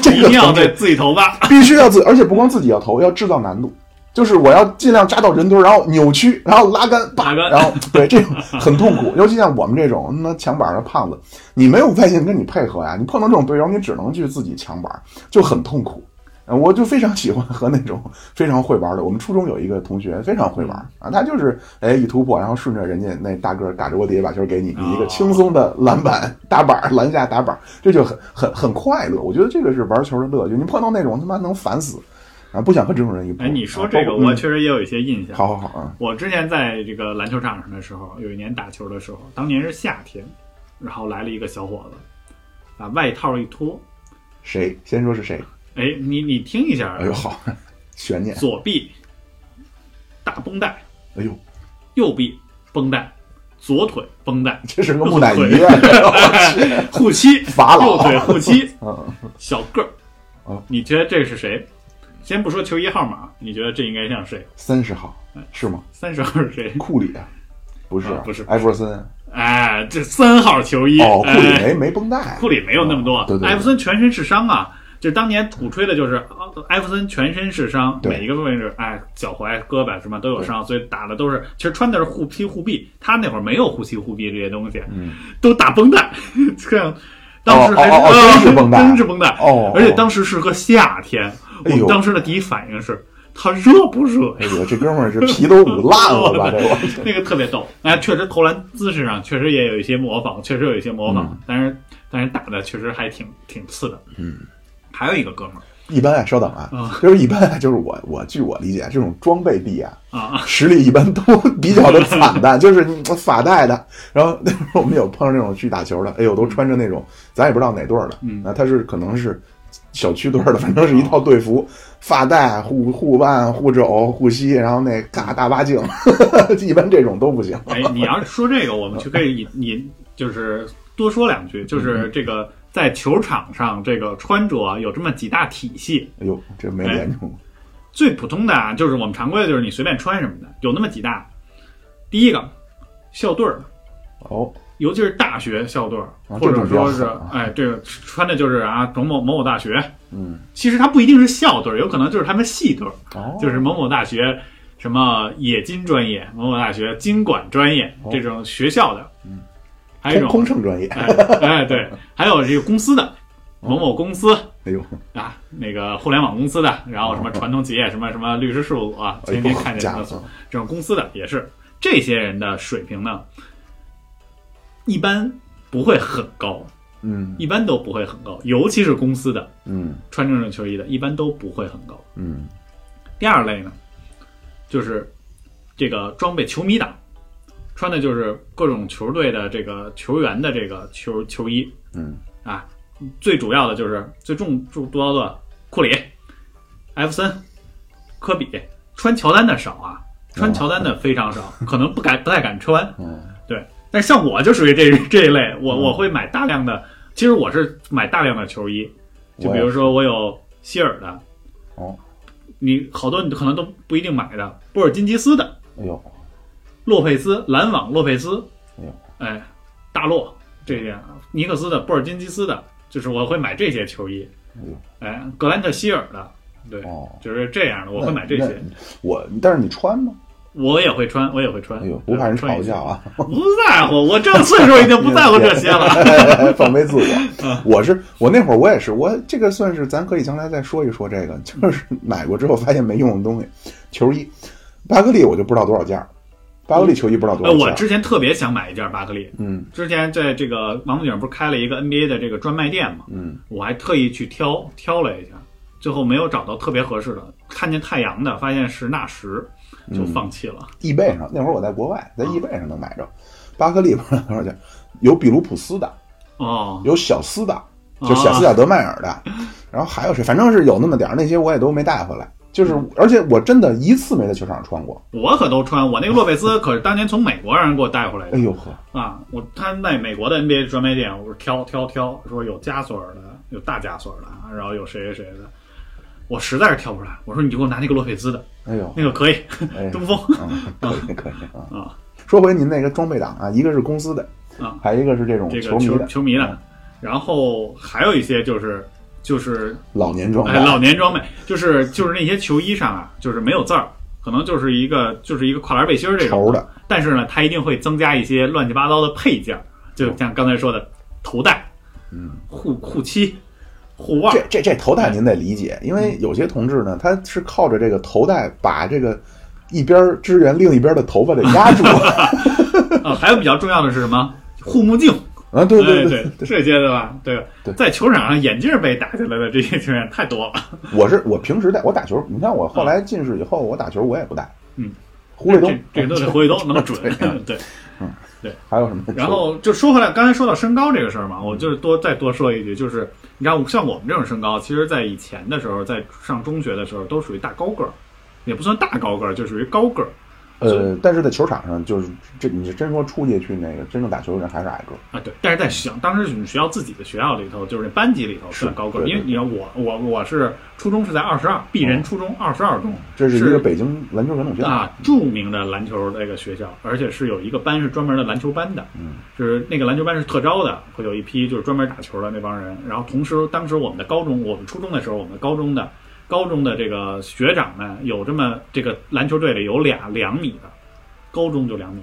Speaker 1: 这
Speaker 2: 一
Speaker 1: 个
Speaker 2: 定要
Speaker 1: 同志
Speaker 2: 对自己投吧。
Speaker 1: 必须要自，而且不光自己要投，要制造难度，就是我要尽量扎到人堆，然后扭曲，然后拉杆，叭，
Speaker 2: 拉杆
Speaker 1: 然后对这种很痛苦， 尤其像我们这种那抢板的胖子，你没有外线跟你配合呀，你碰到这种队友，你只能去自己抢板，就很痛苦。呃我就非常喜欢和那种 非常会玩的，我们初中有一个同学非常会玩
Speaker 2: 嗯
Speaker 1: 啊，他就是哎一突破，然后顺着人家那大个儿打着我底下把球给你，你一个
Speaker 2: 哦
Speaker 1: 轻松的篮板 打板篮下打板，这就很很很快乐。我觉得这个是玩球的乐趣。你碰到那种他妈能烦死，啊不想和这种人一波。
Speaker 2: 哎，你
Speaker 1: 啊
Speaker 2: 说
Speaker 1: 包
Speaker 2: 这个，
Speaker 1: 括
Speaker 2: 我
Speaker 1: 嗯
Speaker 2: 确实也有一些印象。
Speaker 1: 好好好啊，
Speaker 2: 我之前在这个篮球场上的时候，有一年打球的时候，当年是夏天，然后来了一个小伙子，把外套一脱，
Speaker 1: 谁先说是谁？
Speaker 2: 哎，你你听一下，
Speaker 1: 哎呦好，悬念，
Speaker 2: 左臂大绷带，
Speaker 1: 哎呦
Speaker 2: 右臂绷带，左腿绷带，
Speaker 1: 这是个木乃伊啊！
Speaker 2: 护膝，
Speaker 1: 法老
Speaker 2: 右 腿护膝，
Speaker 1: 嗯
Speaker 2: 小个儿。
Speaker 1: 哦
Speaker 2: 你觉得这是谁？先不说球衣号码，你觉得这应该像谁？
Speaker 1: 三十号是吗？
Speaker 2: 三十号是谁？
Speaker 1: 库里啊？不是
Speaker 2: 啊不是
Speaker 1: 艾弗森
Speaker 2: 哎，这三号球衣，
Speaker 1: 哦，库里
Speaker 2: 哎
Speaker 1: 没没绷带，
Speaker 2: 库里没有那么多啊
Speaker 1: 哦对，对对
Speaker 2: 艾弗森全身是伤啊。就是当年鼓吹的就是哦艾弗森全身是伤，
Speaker 1: 对
Speaker 2: 每一个位置，哎，脚踝、胳膊什么都有伤，所以打的都是，其实穿的是护膝护臂，他那会儿没有护膝护臂这些东西，啊
Speaker 1: 嗯
Speaker 2: 都打绷带， 这样，当时还是
Speaker 1: 哦哦哦
Speaker 2: 呃
Speaker 1: 真是绷带
Speaker 2: 真是绷带，
Speaker 1: 哦，
Speaker 2: 而且当时是个夏天，我
Speaker 1: 哎呦
Speaker 2: 们当时的第一反应是，他热不热
Speaker 1: 哎
Speaker 2: 呀？
Speaker 1: 呦这哥们儿这皮都捂烂了 吧？这个
Speaker 2: 那个特别逗，哎，确实投篮姿势上确实也有一些模仿，确实有一些模仿，但是但是打的确实还挺挺次的。
Speaker 1: 嗯，
Speaker 2: 还有一个哥们儿
Speaker 1: 一般啊，稍等啊
Speaker 2: 啊，
Speaker 1: 就是一般啊就是我我据我理解，这种装备地啊，
Speaker 2: 啊，
Speaker 1: 实力一般都 比较的惨
Speaker 2: 嗯
Speaker 1: 淡，就是你法带的。然后那时候我们有碰上那种去打球的，哎呦，都穿着那种咱也不知道哪队儿的，
Speaker 2: 嗯
Speaker 1: 啊，他是可能是小区队儿的， 反正是一套队服，发带、护护腕、护肘、护膝，然后那嘎大八镜， 一般这种都不行。
Speaker 2: 哎，你要是说这个，我们就可以你就是多说两句，就是这个在球场上这个穿着啊有这么几大体系，
Speaker 1: 哎呦，这没研究过，
Speaker 2: 最普通的啊，就是我们常规的就是你随便穿什么的，有那么几大，第一个校队儿。哎
Speaker 1: 哦，
Speaker 2: 尤其是大学校队儿，
Speaker 1: 啊
Speaker 2: 或
Speaker 1: 这
Speaker 2: 者
Speaker 1: 种比较
Speaker 2: 说是
Speaker 1: 狠啊
Speaker 2: 哎，这个穿的就是啊，某某某某大学，
Speaker 1: 嗯，
Speaker 2: 其实它不一定是校队儿，有可能就是他们系队儿，
Speaker 1: 哦，
Speaker 2: 就是某某大学什么冶金专业、某某大学经管专业这种学校的，嗯， 还有一
Speaker 1: 哦空空哦
Speaker 2: 种
Speaker 1: 乘专业，
Speaker 2: 哎哎 对，还有这个公司的某某公司
Speaker 1: 哎呦，
Speaker 2: 啊，那个互联网公司的，然后什么传统企业、什么什么律师事务所啊，
Speaker 1: 哎呦
Speaker 2: 天天看见
Speaker 1: 家
Speaker 2: 什么
Speaker 1: 伙，
Speaker 2: 这种公司的也是这些人的水平呢，一般不会很高，
Speaker 1: 嗯
Speaker 2: 一般都不会很高，尤其是公司的
Speaker 1: 嗯
Speaker 2: 穿这种球衣的，一般都不会很高。
Speaker 1: 嗯，
Speaker 2: 第二类呢，就是这个装备球迷党，穿的就是各种球队的这个球员的这个球球衣，
Speaker 1: 嗯
Speaker 2: 啊，最主要的就是最重重多到的库里、艾弗森、科比，穿乔丹的少啊，穿乔丹的非常少，可能不敢不太敢穿，
Speaker 1: 嗯，
Speaker 2: 对，但是像我就属于这 这一类，我我会买大量的，其实我是买大量的球衣，就比如说我有希尔的，
Speaker 1: 哦，
Speaker 2: 你好多你可能都不一定买的，波尔津吉斯的、
Speaker 1: 哎呦，
Speaker 2: 洛佩斯、篮网洛佩斯
Speaker 1: 哎呦，
Speaker 2: 哎，大洛这些，尼克斯的、波尔津吉斯的，就是我会买这些球衣，哎，格兰特希尔的，对，
Speaker 1: 哦
Speaker 2: 就是这样的，我会买这些，
Speaker 1: 那我但是你穿吗？
Speaker 2: 我也会穿，我也会穿，
Speaker 1: 哎呦，不怕人
Speaker 2: 穿
Speaker 1: 嘲
Speaker 2: 一下
Speaker 1: 笑，啊！
Speaker 2: 不在乎，我这个岁数已经不在乎这些了。
Speaker 1: 放飞自我。我是我那会儿我也是，我这个算是咱可以将来再说一说这个，就是买过之后发现没用的东西。球衣，巴克利我就不知道多少件儿，巴克利球衣不知道多
Speaker 2: 呃，我
Speaker 1: 少件儿。
Speaker 2: 之前特别想买一件巴克利，
Speaker 1: 嗯
Speaker 2: 之前在这个王府井不是开了一个 NBA 的这个专卖店嘛，
Speaker 1: 嗯，
Speaker 2: 我还特意去挑挑了一下，最后没有找到特别合适的，看见太阳的，发现是纳什，
Speaker 1: 嗯
Speaker 2: 就放弃了。
Speaker 1: 易贝上那会儿我在国外，在易贝上能买着。巴克利不知道多少件儿，有比卢普斯的，
Speaker 2: 哦，
Speaker 1: 有小斯的，就小斯亚德迈尔的，然后还有谁，反正是有那么点儿，那些我也都没带回来。就是而且我真的一次没在球场上穿过。
Speaker 2: 我可都穿，我那个洛佩斯可是当年从美国让人给我带回来
Speaker 1: 哎
Speaker 2: 的
Speaker 1: 呦呵，
Speaker 2: 啊！我他那美国的 NBA 专卖店，我说挑挑挑，说有加索尔的，有大加索尔的，啊然后有谁谁谁的，我实在是挑不出来。我说你就给我拿那个洛佩兹的，
Speaker 1: 哎呦，
Speaker 2: 那个可以，
Speaker 1: 哎，
Speaker 2: 中锋
Speaker 1: 嗯，可以可以啊。
Speaker 2: 啊
Speaker 1: 说回您那个装备党啊，一个是公司的，
Speaker 2: 啊，
Speaker 1: 还有一个是这种
Speaker 2: 这
Speaker 1: 球
Speaker 2: 个
Speaker 1: 迷
Speaker 2: 球
Speaker 1: 的
Speaker 2: 球迷的，然后还有一些就是就是
Speaker 1: 老年装备
Speaker 2: 哎，。老年装备就是就是那些球衣上啊，就是没有字儿，可能就是一个就是一个跨栏背心儿这种啊
Speaker 1: 头的。
Speaker 2: 但是呢，它一定会增加一些乱七八糟的配件儿，就像刚才说的头带、
Speaker 1: 哦嗯，
Speaker 2: 护护膝、护腕
Speaker 1: 这
Speaker 2: 儿。
Speaker 1: 这这头带您得理解，因
Speaker 2: 嗯
Speaker 1: 为有些同志呢，他是靠着这个头带把这个一边儿支援另一边儿的头发给压 住。
Speaker 2: 啊，还有比较重要的是什么？护目镜，
Speaker 1: 啊，对
Speaker 2: 哎
Speaker 1: 对
Speaker 2: 对，这些对吧？对
Speaker 1: 对，
Speaker 2: 在球场上眼镜儿被打下来的这些球员太多了。
Speaker 1: 我是我平时戴，我打球，你看我后来近视以后，我打球我也不戴。
Speaker 2: 嗯，
Speaker 1: 胡卫东
Speaker 2: 这这都得胡卫东那么准，对。
Speaker 1: 还有什么？
Speaker 2: 然后就说回来，刚才说到身高这个事儿嘛，我就是多再多说一句，就是你看，像我们这种身高，其实在以前的时候，在上中学的时候，都属于大高个儿，也不算大高个儿，就属于高个儿
Speaker 1: 呃，但是在球场上，就是这你是真说出去去那个真正打球的人还是矮个儿。
Speaker 2: 啊。对，但是在想当时你们学校自己的学校里头，就是班级里头算高个儿，
Speaker 1: 对对哦
Speaker 2: 因为你看我我我是初中是在二十二，鄙人初中二十二中，
Speaker 1: 这是一个北京篮球传统学校，
Speaker 2: 啊，著名的篮球这个学校，而且是有一个班是专门的篮球班的，
Speaker 1: 嗯，
Speaker 2: 就是那个篮球班是特招的，会有一批就是专门打球的那帮人。然后同时，当时我们的高中，我们初中的时候，我们高中的高中的这个学长们有这么这个篮球队里有俩两米的，高中就两米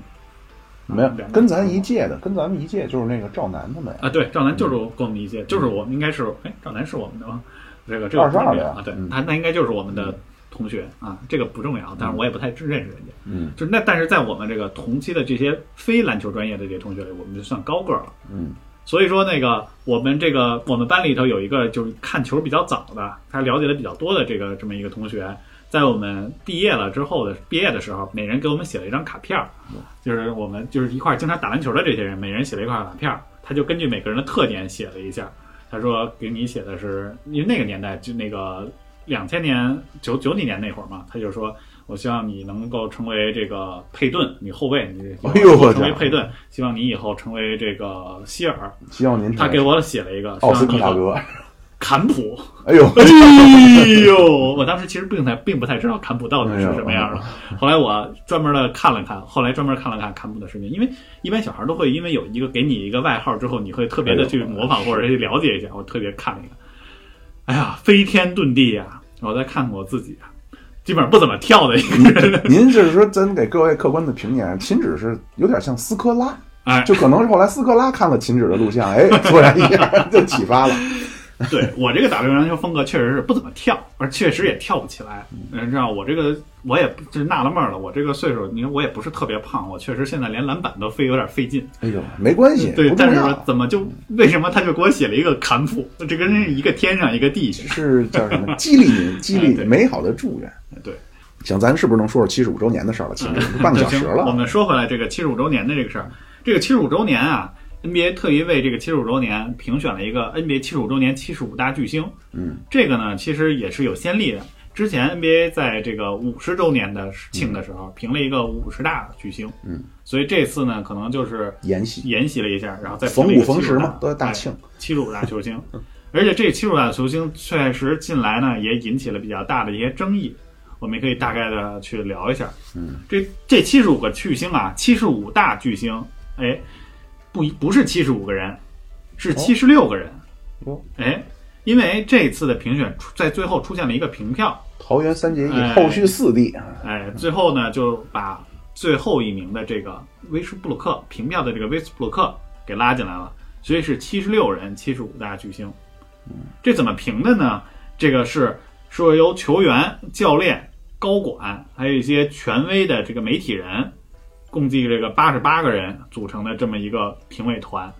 Speaker 1: 没有
Speaker 2: 啊两个
Speaker 1: 跟咱一届的，跟咱们一届就是那个赵楠他们呀。
Speaker 2: 啊，对，赵楠就是
Speaker 1: 嗯
Speaker 2: 跟我们一届，就是我们应该是哎，赵楠是我们的吗？这个这个
Speaker 1: 二十二的呀
Speaker 2: 啊，对
Speaker 1: 嗯，
Speaker 2: 他那应该就是我们的同学啊，这个不重要，但是我也不太认识人家。
Speaker 1: 嗯
Speaker 2: 就是那，但是在我们这个同期的这些非篮球专业的这些同学里，我们就算高个儿了。
Speaker 1: 嗯，
Speaker 2: 所以说，那个我们这个我们班里头有一个就是看球比较早的，他了解的比较多的这个这么一个同学，在我们毕业了之后的毕业的时候，每人给我们写了一张卡片儿，
Speaker 1: 嗯
Speaker 2: 就是我们就是一块儿经常打篮球的这些人，每人写了一块卡片儿，他就根据每个人的特点写了一下。他说给你写的是，因为那个年代就那个两千年九九几年那会儿嘛，他就说我希望你能够成为这个佩顿，你后卫，你
Speaker 1: 哎呦我
Speaker 2: 成为
Speaker 1: 天
Speaker 2: 佩顿，希望你以后成为这个希尔。
Speaker 1: 希望您
Speaker 2: 他给我写了一个，希
Speaker 1: 嗯奥斯
Speaker 2: 望你
Speaker 1: 克
Speaker 2: 以
Speaker 1: 大
Speaker 2: 后
Speaker 1: 哥。
Speaker 2: 坎普。
Speaker 1: 哎呦，
Speaker 2: 哎呦， 我当时其实并太并不太知道坎普到底是什么样的。后来我专门的看了看，后来专门看了看坎普的视频，因为一般小孩都会因为有一个给你一个外号之后，你会特别的去模仿或者去了解一下。我特别看了一个，哎呀，飞天遁地呀、我再看看我自己啊，基本上不怎么跳的一 个人。
Speaker 1: 您就是说，咱给各位客观的评点，秦止是有点像斯科拉，
Speaker 2: 哎
Speaker 1: 就可能是后来斯科拉看了秦止的录像，哎，突然一下就启发了。
Speaker 2: 对我这个打流篮球风格确实是不怎么跳，而确实也跳不起来。嗯，知道我这个我也不就是纳了闷儿了，我这个岁数，你看我也不是特别胖，我确实现在连篮板都非有点费劲。
Speaker 1: 哎呦，没关系，
Speaker 2: 对
Speaker 1: 不，重
Speaker 2: 但是
Speaker 1: 要
Speaker 2: 我怎么就为什么他就给我写了一个坎普？这跟人一个天上一个地下。
Speaker 1: 是叫什么？激励您，激励
Speaker 2: 哎对
Speaker 1: 美好的祝愿。
Speaker 2: 对，
Speaker 1: 行，咱是不是能说说七十五周年的事儿了？秦止半 个小时
Speaker 2: 嗯行我
Speaker 1: 了，
Speaker 2: 们说回来这个七十五周年的这个事儿，这个七十五周年啊，NBA 特意为这个七十五周年评选了一个 NBA 七十五周年七十五大巨星。
Speaker 1: 嗯，
Speaker 2: 这个呢其实也是有先例的。之前 NBA 在这个五十周年的庆的时候，评了一个五十大巨星。
Speaker 1: 嗯，
Speaker 2: 所以这次呢，可能就是
Speaker 1: 延禧
Speaker 2: 沿袭了一下，然后再
Speaker 1: 逢
Speaker 2: 评了一
Speaker 1: 古
Speaker 2: 个
Speaker 1: 逢时
Speaker 2: 75
Speaker 1: 嘛，都是大
Speaker 2: 哎
Speaker 1: 庆。
Speaker 2: 七十五大球星，而且这七十五大球星确实近来呢也引起了比较大的一些争议，我们也可以大概的去聊一下。
Speaker 1: 嗯，
Speaker 2: 这这七十五个巨星啊，七十五大巨星，哎，不一不是七十五个人，是七十六个人
Speaker 1: 哟。
Speaker 2: 哎，因为这次的评选出在最后出现了一个平票，
Speaker 1: 桃园三结义，
Speaker 2: 哎
Speaker 1: 后续四啊帝，
Speaker 2: 哎，最后呢，就把最后一名的这个威斯布鲁克平票的这个威斯布鲁克给拉进来了，所以是七十六人，七十五大巨星。这怎么评的呢？这个是说由球员、教练、高管，还有一些权威的这个媒体人，共计这个八十八个人组成的这么一个评委团。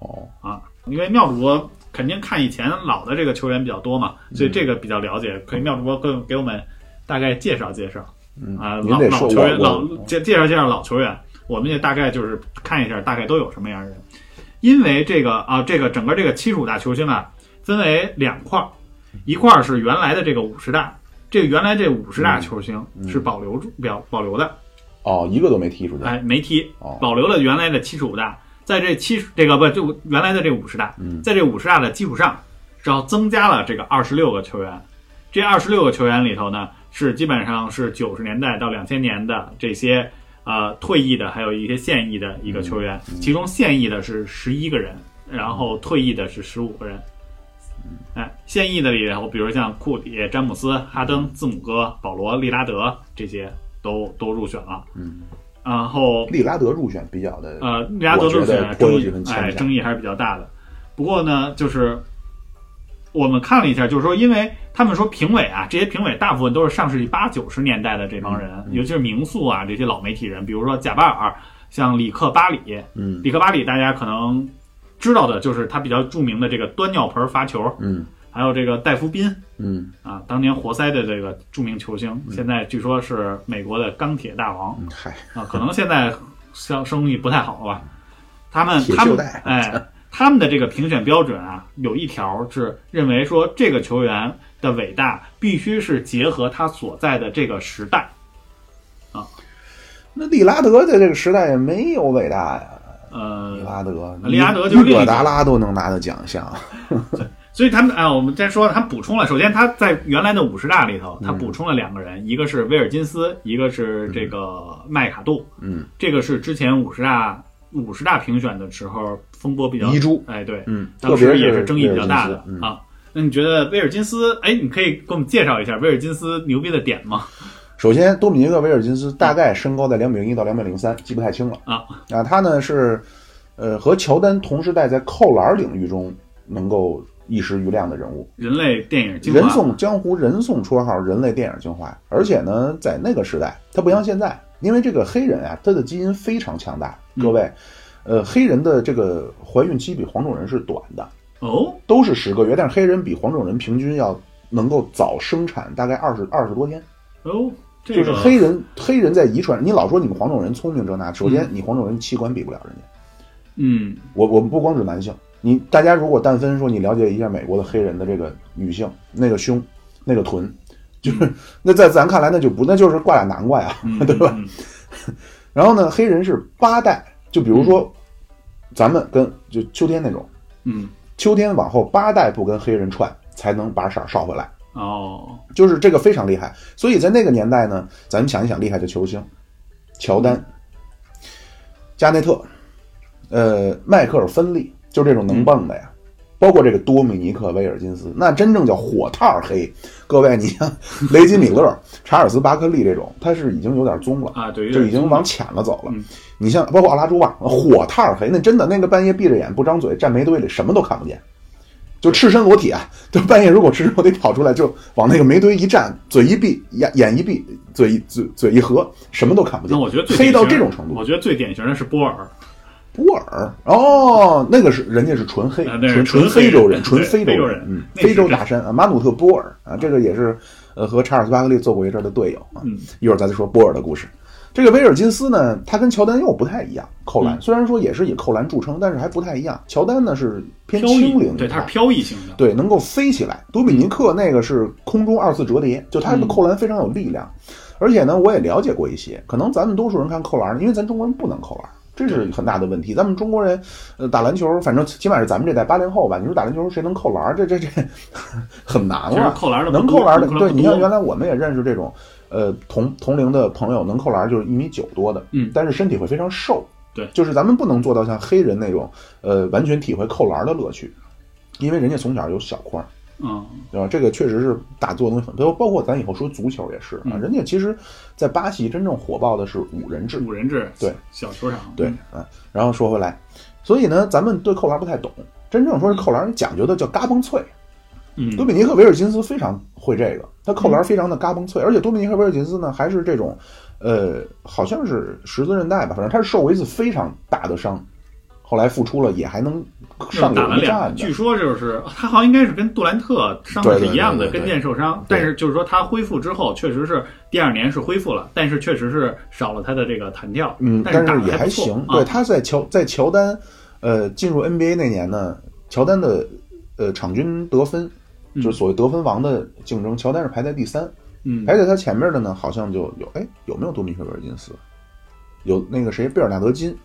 Speaker 1: 哦，
Speaker 2: 啊，因为妙主播肯定看以前老的这个球员比较多嘛，所
Speaker 1: 嗯
Speaker 2: 以这个比较了解，可以妙主播更给我们大概介绍介绍。啊，
Speaker 1: 嗯您
Speaker 2: 老
Speaker 1: 得
Speaker 2: 老
Speaker 1: 说
Speaker 2: 球员
Speaker 1: 我
Speaker 2: 老
Speaker 1: 我
Speaker 2: 介介绍介绍老球员，我们也大概就是看一下大概都有什么样的人。因为这个啊，这个整个这个七十五大球星啊，分为两块儿，一块儿是原来的这个五十大，这原来这五十
Speaker 1: 嗯
Speaker 2: 大球星是保留住表保留的，
Speaker 1: 哦，一个都没踢出去。
Speaker 2: 哎，没踢
Speaker 1: 哦，
Speaker 2: 保留了原来的七十五大，在这七十这个不就原来的这五十大，在这五十大的基础上，然后增加了这个二十六个球员，这二十六个球员里头呢，是基本上是九十年代到两千年的这些呃退役的，还有一些现役的一个球员，其中现役的是十一个人，然后退役的是十五个人。哎，现役的里头，比如像库里、詹姆斯、哈登、字母哥、保罗、利拉德这些都都入选了。嗯，然后
Speaker 1: 利拉德入选比较的，
Speaker 2: 呃，利拉德
Speaker 1: 我觉
Speaker 2: 入
Speaker 1: 得
Speaker 2: 选
Speaker 1: 颇
Speaker 2: 争
Speaker 1: 有
Speaker 2: 议
Speaker 1: 这份，牵
Speaker 2: 哎，
Speaker 1: 强
Speaker 2: 争议还是比较大的。不过呢，就是我们看了一下，就是说，因为他们说评委啊，这些评委大部分都是上世纪八九十年代的这帮人，
Speaker 1: 嗯
Speaker 2: 尤其是名宿啊，这些老媒体人，比如说贾巴尔，像里克巴里，
Speaker 1: 嗯
Speaker 2: 里克巴里大家可能知道的就是他比较著名的这个端尿盆罚球，
Speaker 1: 嗯
Speaker 2: 还有这个戴夫宾，
Speaker 1: 嗯，
Speaker 2: 啊，当年活塞的这个著名球星，现在据说是美国的钢铁大王
Speaker 1: 嗯嗨，
Speaker 2: 啊，可能现在生生意不太好了吧？他们
Speaker 1: 铁
Speaker 2: 他
Speaker 1: 锈
Speaker 2: 们
Speaker 1: 带
Speaker 2: 哎，他们的这个评选标准啊，有一条是认为说这个球员的伟大必须是结合他所在的这个时代，
Speaker 1: 那利拉德在这个时代也没有伟大呀。利
Speaker 2: 呃，
Speaker 1: 拉德，
Speaker 2: 利拉德就是
Speaker 1: 利
Speaker 2: 另一
Speaker 1: 戈
Speaker 2: 个
Speaker 1: 达拉都能拿到奖项，
Speaker 2: 所以他们啊，我们再说他补充了，首先他在原来的五十大里头，他
Speaker 1: 嗯
Speaker 2: 补充了两个人，一个是威尔金斯，一个是这个麦卡杜，
Speaker 1: 嗯，
Speaker 2: 这个是之前五十大五十大评选的时候风波比较
Speaker 1: 遗珠
Speaker 2: 哎，对，
Speaker 1: 嗯，特
Speaker 2: 当
Speaker 1: 别
Speaker 2: 时也是争议
Speaker 1: 威
Speaker 2: 比
Speaker 1: 尔
Speaker 2: 较
Speaker 1: 金
Speaker 2: 大
Speaker 1: 斯
Speaker 2: 的、
Speaker 1: 嗯，
Speaker 2: 啊。那你觉得威尔金斯？哎，你可以给我们介绍一下威尔金斯牛逼的点吗？
Speaker 1: 首先，多米尼克·威尔金斯大概身高在两米零一到两米零三，记不太清了
Speaker 2: 啊。
Speaker 1: 啊，他呢是，呃，和乔丹同时代在扣篮领域中能够一时瑜亮的人物，
Speaker 2: 人类电影精华，
Speaker 1: 人送江湖，人送绰号“人类电影精华”。而且呢，在那个时代，他不像现在，因为这个黑人啊，他的基因非常强大。
Speaker 2: 嗯
Speaker 1: 各位，呃，黑人的这个怀孕期比黄种人是短的，
Speaker 2: 哦，
Speaker 1: 都是十个月，但是黑人比黄种人平均要能够早生产大概二十二十多天。
Speaker 2: 哦，这
Speaker 1: 就
Speaker 2: 个
Speaker 1: 是黑人，黑人在遗传，你老说你们黄种人聪明这那，首先你黄种人器官比不了人家。
Speaker 2: 嗯
Speaker 1: 我我们不光指男性，你大家如果但分说你了解一下美国的黑人的这个女性，那个胸，那个臀，就是 那在咱看来那就不那就是挂俩南瓜呀，
Speaker 2: 嗯，
Speaker 1: 对吧？
Speaker 2: 嗯
Speaker 1: 然后呢，黑人是八代，就比如说咱们跟就秋天那种，
Speaker 2: 嗯，
Speaker 1: 秋天往后八代不跟黑人串，才能把色儿捎回来。
Speaker 2: 哦，
Speaker 1: 就是这个非常厉害。所以在那个年代呢，咱们想一想厉害的球星，乔丹、加内特，呃，迈克尔·芬利，就这种能蹦的呀。包括这个多米尼克·威尔金斯，那真正叫火炭黑。各位，你像 雷吉·米勒、查尔斯·巴克利这种，他是已经有点棕了，
Speaker 2: 啊，对，
Speaker 1: 就已经往浅了走了
Speaker 2: 嗯。
Speaker 1: 你像包括奥拉朱旺，火炭黑，那真的那个半夜闭着眼不张嘴站煤堆里什么都看不见，就赤身裸体啊！就半夜如果赤身裸体跑出来，就往那个煤堆一站，嘴一闭，眼眼一闭，嘴一嘴嘴一合，什么都看不见。
Speaker 2: 那我觉得最
Speaker 1: 黑
Speaker 2: 典
Speaker 1: 到
Speaker 2: 型
Speaker 1: 这种程度，
Speaker 2: 我觉得最典型的是波尔，
Speaker 1: 波尔哦，那个是人家是纯黑，
Speaker 2: 啊那是
Speaker 1: 纯
Speaker 2: 纯
Speaker 1: 非洲人，
Speaker 2: 黑
Speaker 1: 纯
Speaker 2: 对
Speaker 1: 非
Speaker 2: 非洲
Speaker 1: 人
Speaker 2: 人，
Speaker 1: 嗯，
Speaker 2: 那是
Speaker 1: 非洲大山啊，马努特波尔啊，这个也是呃和查尔斯巴克利做过一阵的队友啊。
Speaker 2: 嗯
Speaker 1: 一会儿咱再说波尔的故事。这个威尔金斯呢，他跟乔丹又不太一样，扣篮、
Speaker 2: 嗯
Speaker 1: 虽然说也是以扣篮著称，但是还不太一样。乔丹呢是偏
Speaker 2: 飘
Speaker 1: 轻灵啊
Speaker 2: 逸，
Speaker 1: 一
Speaker 2: 对，
Speaker 1: 派
Speaker 2: 他是飘逸型的，嗯
Speaker 1: 对，能够飞起来。多米尼克那个是空中二次折叠，就他的扣篮非常有力量。而且呢，我也了解过一些，可能咱们多数人看扣篮，因为咱中国人不能扣篮，这是很大的问题。咱们中国人，呃，打篮球，反正起码是咱们这代八零后吧，你说打篮球谁能扣篮？这这这 很难
Speaker 2: 其实
Speaker 1: 了。
Speaker 2: 扣篮的
Speaker 1: 啊能
Speaker 2: 不多
Speaker 1: 扣篮的，
Speaker 2: 不
Speaker 1: 对你
Speaker 2: 多
Speaker 1: 像原来我们也认识这种，呃，同同龄的朋友能扣篮就是一米九多的，
Speaker 2: 嗯
Speaker 1: 但是身体会非常瘦，
Speaker 2: 对
Speaker 1: 就是咱们不能做到像黑人那种，呃，完全体会扣篮的乐趣，因为人家从小有小框，
Speaker 2: 嗯
Speaker 1: 对吧？这个确实是打坐的东西很，包包括咱以后说足球也是啊，
Speaker 2: 嗯
Speaker 1: 人家其实，在巴西真正火爆的是五人制，
Speaker 2: 五人制，
Speaker 1: 对
Speaker 2: 小球场，
Speaker 1: 对啊。然后说回来，所以呢，咱们对扣篮不太懂，真正说是扣篮讲究的叫嘎嘣脆，
Speaker 2: 嗯，
Speaker 1: 多米尼克·维尔金斯非常会这个，他扣篮非常的嘎嘣
Speaker 2: 嗯
Speaker 1: 脆，而且多米尼克·维尔金斯呢还是这种，呃，好像是十字韧带吧，反正他是受过一次非常大的伤，后来复出了也还能上
Speaker 2: 嗯打了
Speaker 1: 有一
Speaker 2: 两，
Speaker 1: 战的
Speaker 2: 据。说就是他好像应该是跟杜兰特伤的是一样的，
Speaker 1: 对对对对
Speaker 2: 跟腱受伤，
Speaker 1: 对
Speaker 2: 但是就是说他恢复之后，确实是第二年是恢复了，但是确实是少了他的这个弹跳，
Speaker 1: 嗯，
Speaker 2: 但是打
Speaker 1: 是
Speaker 2: 得
Speaker 1: 也
Speaker 2: 还不错
Speaker 1: 行。
Speaker 2: 啊
Speaker 1: 对，他在乔在乔丹，呃，进入 NBA 那年呢，乔丹的呃场均得分，就是所谓得分王的竞争，乔丹是排在第三，
Speaker 2: 嗯，
Speaker 1: 排在他前面的呢，好像就有哎，有没有多米克维尔金斯？有那个谁，贝尔纳德金，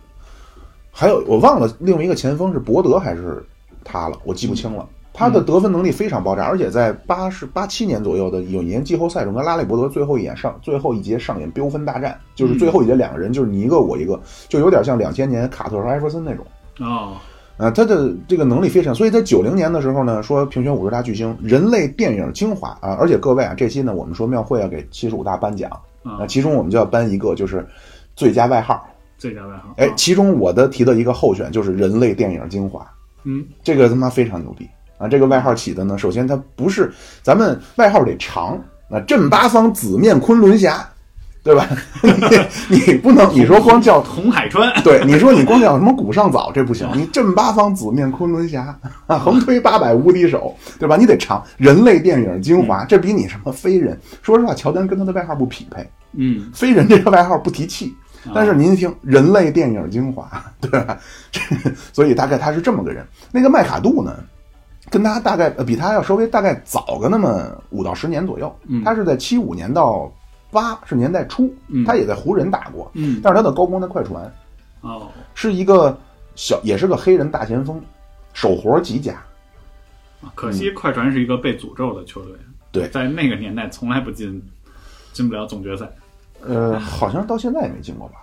Speaker 1: 还有我忘了另一个前锋是博德还是他了，我记不清了。他的得分能力非常爆炸，而且在八十八七年左右的有一年季后赛中，跟拉里伯德最后一演上最后一节上演飙分大战，就是最后一节两个人就是你一个我一个，就有点像两千年卡特和艾弗森那种。
Speaker 2: 哦，
Speaker 1: 啊，他的这个能力非常，所以在九零年的时候呢，说评选五十大巨星，人类电影精华啊，而且各位啊，这期呢我们说庙会要给七十五大颁奖啊，
Speaker 2: 啊，
Speaker 1: 其中我们就要颁一个就是最佳外号，
Speaker 2: 最佳外号，
Speaker 1: 哎
Speaker 2: 啊，
Speaker 1: 其中我的提的一个候选就是人类电影精华，
Speaker 2: 嗯，
Speaker 1: 这个他妈非常牛逼啊！这个外号起的呢，首先它不是咱们外号得长，那镇八方紫面昆仑侠，对吧？ 你你不能你说光叫
Speaker 2: 哦红海川，
Speaker 1: 对，你说你光讲什么古上早，这不行。你镇八方紫面昆仑侠， 啊，横推八百无敌手，对吧？你得尝人类电影精
Speaker 2: 嗯
Speaker 1: 华，这比你什么飞人，说实话，乔丹跟他的外号不匹配，
Speaker 2: 嗯，哦
Speaker 1: 飞人这个外号不提气。
Speaker 2: 啊
Speaker 1: 但是您一听人类电影精华，对吧？ 这所以大概他是这么个人。那个麦卡杜呢，跟他大概呃比他要稍微大概早个那么五到十年左右，
Speaker 2: 嗯
Speaker 1: 他是在七五年到八十年代初，
Speaker 2: 嗯
Speaker 1: 他也在湖人打过，
Speaker 2: 嗯，
Speaker 1: 但是他的高光在快船。
Speaker 2: 哦，
Speaker 1: 是一个小，也是个黑人大前锋，手活极佳。
Speaker 2: 可惜快船是一个被诅咒的球队，
Speaker 1: 对
Speaker 2: 在那个年代从来不进，进不了总决赛， 嗯
Speaker 1: 呃，好像到现在也没进过吧？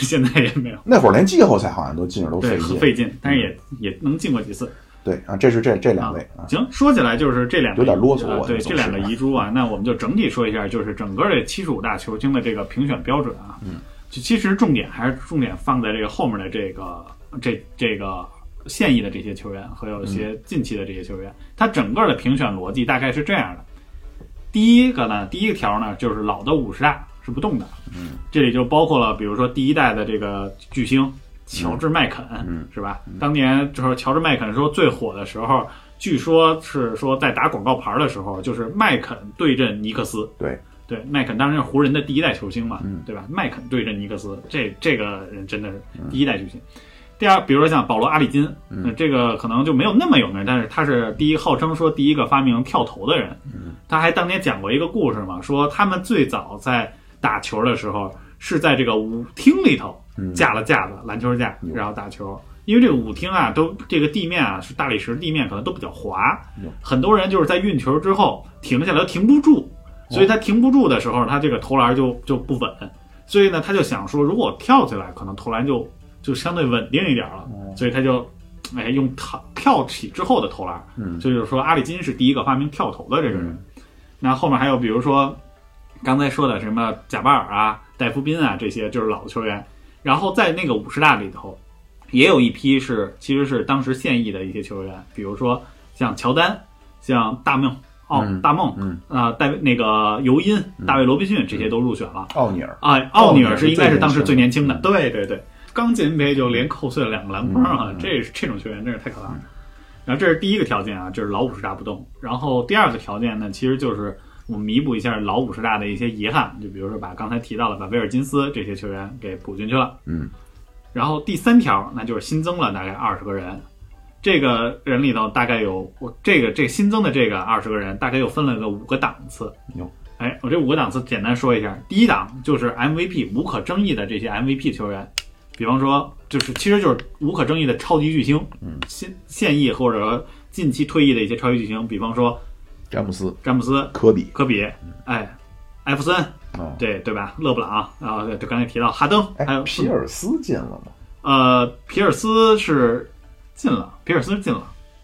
Speaker 2: 现在也没有，
Speaker 1: 那会儿连季后赛好像都进着都
Speaker 2: 对，
Speaker 1: 费
Speaker 2: 很
Speaker 1: 劲。嗯
Speaker 2: 费劲，但是也也能进过几次。
Speaker 1: 对啊，这是这这两位啊，
Speaker 2: 行，说起来就是这两个
Speaker 1: 有点啰嗦
Speaker 2: 啊
Speaker 1: 我
Speaker 2: 对
Speaker 1: 总
Speaker 2: 这
Speaker 1: 是
Speaker 2: 两个遗珠啊，那我们就整体说一下，就是整个这七十五大球星的这个评选标准啊，嗯，就其实重点还是重点放在这个后面的这个这这个现役的这些球员和有一
Speaker 1: 嗯
Speaker 2: 些近期的这些球员，他整个的评选逻辑大概是这样的：第一个呢，第一条呢就是老的五十大是不动的，嗯，这里就包括了比如说第一代的这个巨星。乔治麦肯，
Speaker 1: 嗯
Speaker 2: 是吧？当年就是乔治麦肯说最火的时候，据说是说在打广告牌的时候，就是麦肯对阵尼克斯。
Speaker 1: 对
Speaker 2: 对，麦肯当然是湖人的第一代球星嘛，
Speaker 1: 嗯
Speaker 2: 对吧？麦肯对阵尼克斯，这这个人真的是第一代巨星。
Speaker 1: 嗯
Speaker 2: 第二，比如说像保罗·阿里金，那这个可能就没有那么有名，但是他是第一，号称说第一个发明跳投的人。嗯他还当年讲过一个故事嘛，说他们最早在打球的时候是在这个舞厅里头架了架子，篮球架，然后打球。因为这个舞厅啊，都这个地面啊是大理石地面，可能都比较滑
Speaker 1: 嗯，
Speaker 2: 很多人就是在运球之后停下来都停不住，所以他停不住的时候，他这个投篮就就不稳，所以呢，他就想说，如果我跳起来，可能投篮就就相对稳定一点了，
Speaker 1: 哦
Speaker 2: 所以他就哎用跳跳起之后的投篮，
Speaker 1: 嗯
Speaker 2: 这就是说阿里金是第一个发明跳投的这个人。那后面还有比如说刚才说的什么贾巴尔啊、戴夫宾啊这些，就是老球员。然后在那个五十大里头，也有一批是其实是当时现役的一些球员，比如说像乔丹、像大梦、奥、
Speaker 1: 嗯
Speaker 2: 大梦
Speaker 1: 嗯
Speaker 2: 啊、戴维那个尤因、大卫罗宾逊这些都入选了。
Speaker 1: 奥尼尔。
Speaker 2: 啊，
Speaker 1: 奥
Speaker 2: 奥
Speaker 1: 尼
Speaker 2: 尼
Speaker 1: 尔
Speaker 2: 尔
Speaker 1: 是
Speaker 2: 是应该是当时
Speaker 1: 最
Speaker 2: 最
Speaker 1: 年
Speaker 2: 年
Speaker 1: 轻
Speaker 2: 轻
Speaker 1: 的嗯
Speaker 2: 的，对对对，刚进 NBA 就连扣碎了两个篮筐啊，这这种球员真是太可怕
Speaker 1: 嗯
Speaker 2: 了。然后这是第一个条件啊，就是老五十大不动。然后第二个条件呢，其实就是我们弥补一下老五十大的一些遗憾，就比如说把刚才提到的把威尔金斯这些球员给补进去了。
Speaker 1: 嗯。
Speaker 2: 然后第三条，那就是新增了大概二十个人，这个人里头大概有我这个这个新增的这个二十个人，大概又分了个五个档次。
Speaker 1: 哟
Speaker 2: 哎，我这五个档次简单说一下，第一档就是 MVP 无可争议的这些 MVP 球员，比方说就是其实就是无可争议的超级巨星，
Speaker 1: 嗯，
Speaker 2: 现现役或者说近期退役的一些超级巨星，比方说
Speaker 1: 詹姆斯、
Speaker 2: 詹姆斯、
Speaker 1: 科比
Speaker 2: 科比，
Speaker 1: 嗯
Speaker 2: 哎，艾弗森，
Speaker 1: 啊，
Speaker 2: 对对吧？勒布朗，啊，嗯对，就刚才提到哈登，还
Speaker 1: 哎，
Speaker 2: 有
Speaker 1: 皮尔斯进了吗？
Speaker 2: 呃，皮尔斯是进了，皮尔斯进了，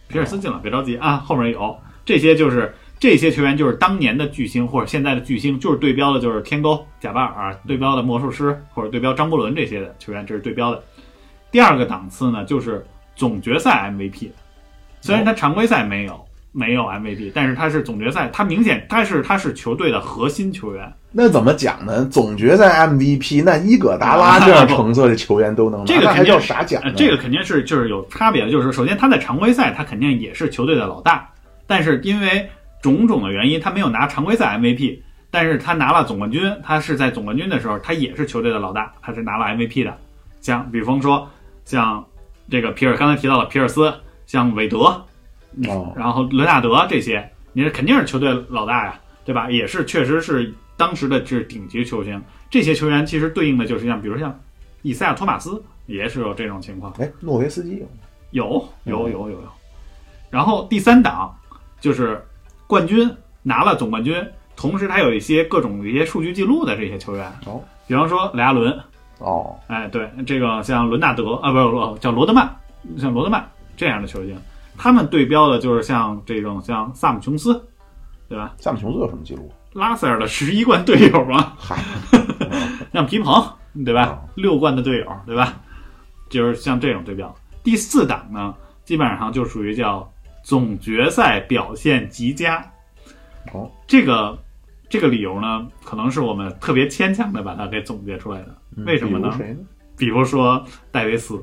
Speaker 2: 皮尔斯进了，别着急啊，后面有这些就是这些球员就是当年的巨星或者现在的巨星，就是对标的就是天勾、贾巴尔，对标的魔术师或者对标张伯伦这些的球员，这是对标的。第二个档次呢，就是总决赛 MVP，虽然他常规赛没有没有 MVP，但是他是总决赛，他明显他是他是球队的核心球员，
Speaker 1: 那怎么讲呢？总决赛 MVP，那伊戈达拉这样成色的球员都能拿，
Speaker 2: 这个
Speaker 1: 那还
Speaker 2: 肯定
Speaker 1: 叫啥奖
Speaker 2: 呃
Speaker 1: 呢？
Speaker 2: 这个肯定是就是有差别的，就是首先他在常规赛他肯定也是球队的老大，但是因为种种的原因，他没有拿常规赛 MVP，但是他拿了总冠军，他是在总冠军的时候，他也是球队的老大，他是拿了 MVP 的。像比方说像这个皮尔刚才提到了皮尔斯，像韦德，
Speaker 1: 哦，
Speaker 2: 然后伦纳德这些，你是肯定是球队老大呀。对吧？也是确实是当时的是顶级球星。这些球员其实对应的就是像，比如像以赛亚·托马斯也是有这种情况，
Speaker 1: 哎，诺维斯基有
Speaker 2: 有有有有有。然后第三档就是冠军拿了总冠军，同时他有一些各种的一些数据记录的这些球员，
Speaker 1: 哦
Speaker 2: 比方说雷阿伦，
Speaker 1: 哦，
Speaker 2: 哎，对，这个像伦纳德啊，不是罗叫罗德曼，像罗德曼这样的球星，他们对标的就是像这种像萨姆琼斯，对吧？
Speaker 1: 萨姆琼斯有什么记录？
Speaker 2: 拉塞尔的十一冠队友嘛，
Speaker 1: 嗨， 啊
Speaker 2: 像皮蓬，对吧？六冠的队友，对吧？就是像这种对标。第四档呢，基本上就属于叫总决赛表现极佳。
Speaker 1: 哦，
Speaker 2: 这个这个理由呢，可能是我们特别牵强的把它给总结出来的。
Speaker 1: 嗯
Speaker 2: 为什么呢
Speaker 1: 比如谁呢？
Speaker 2: 比如说戴维斯，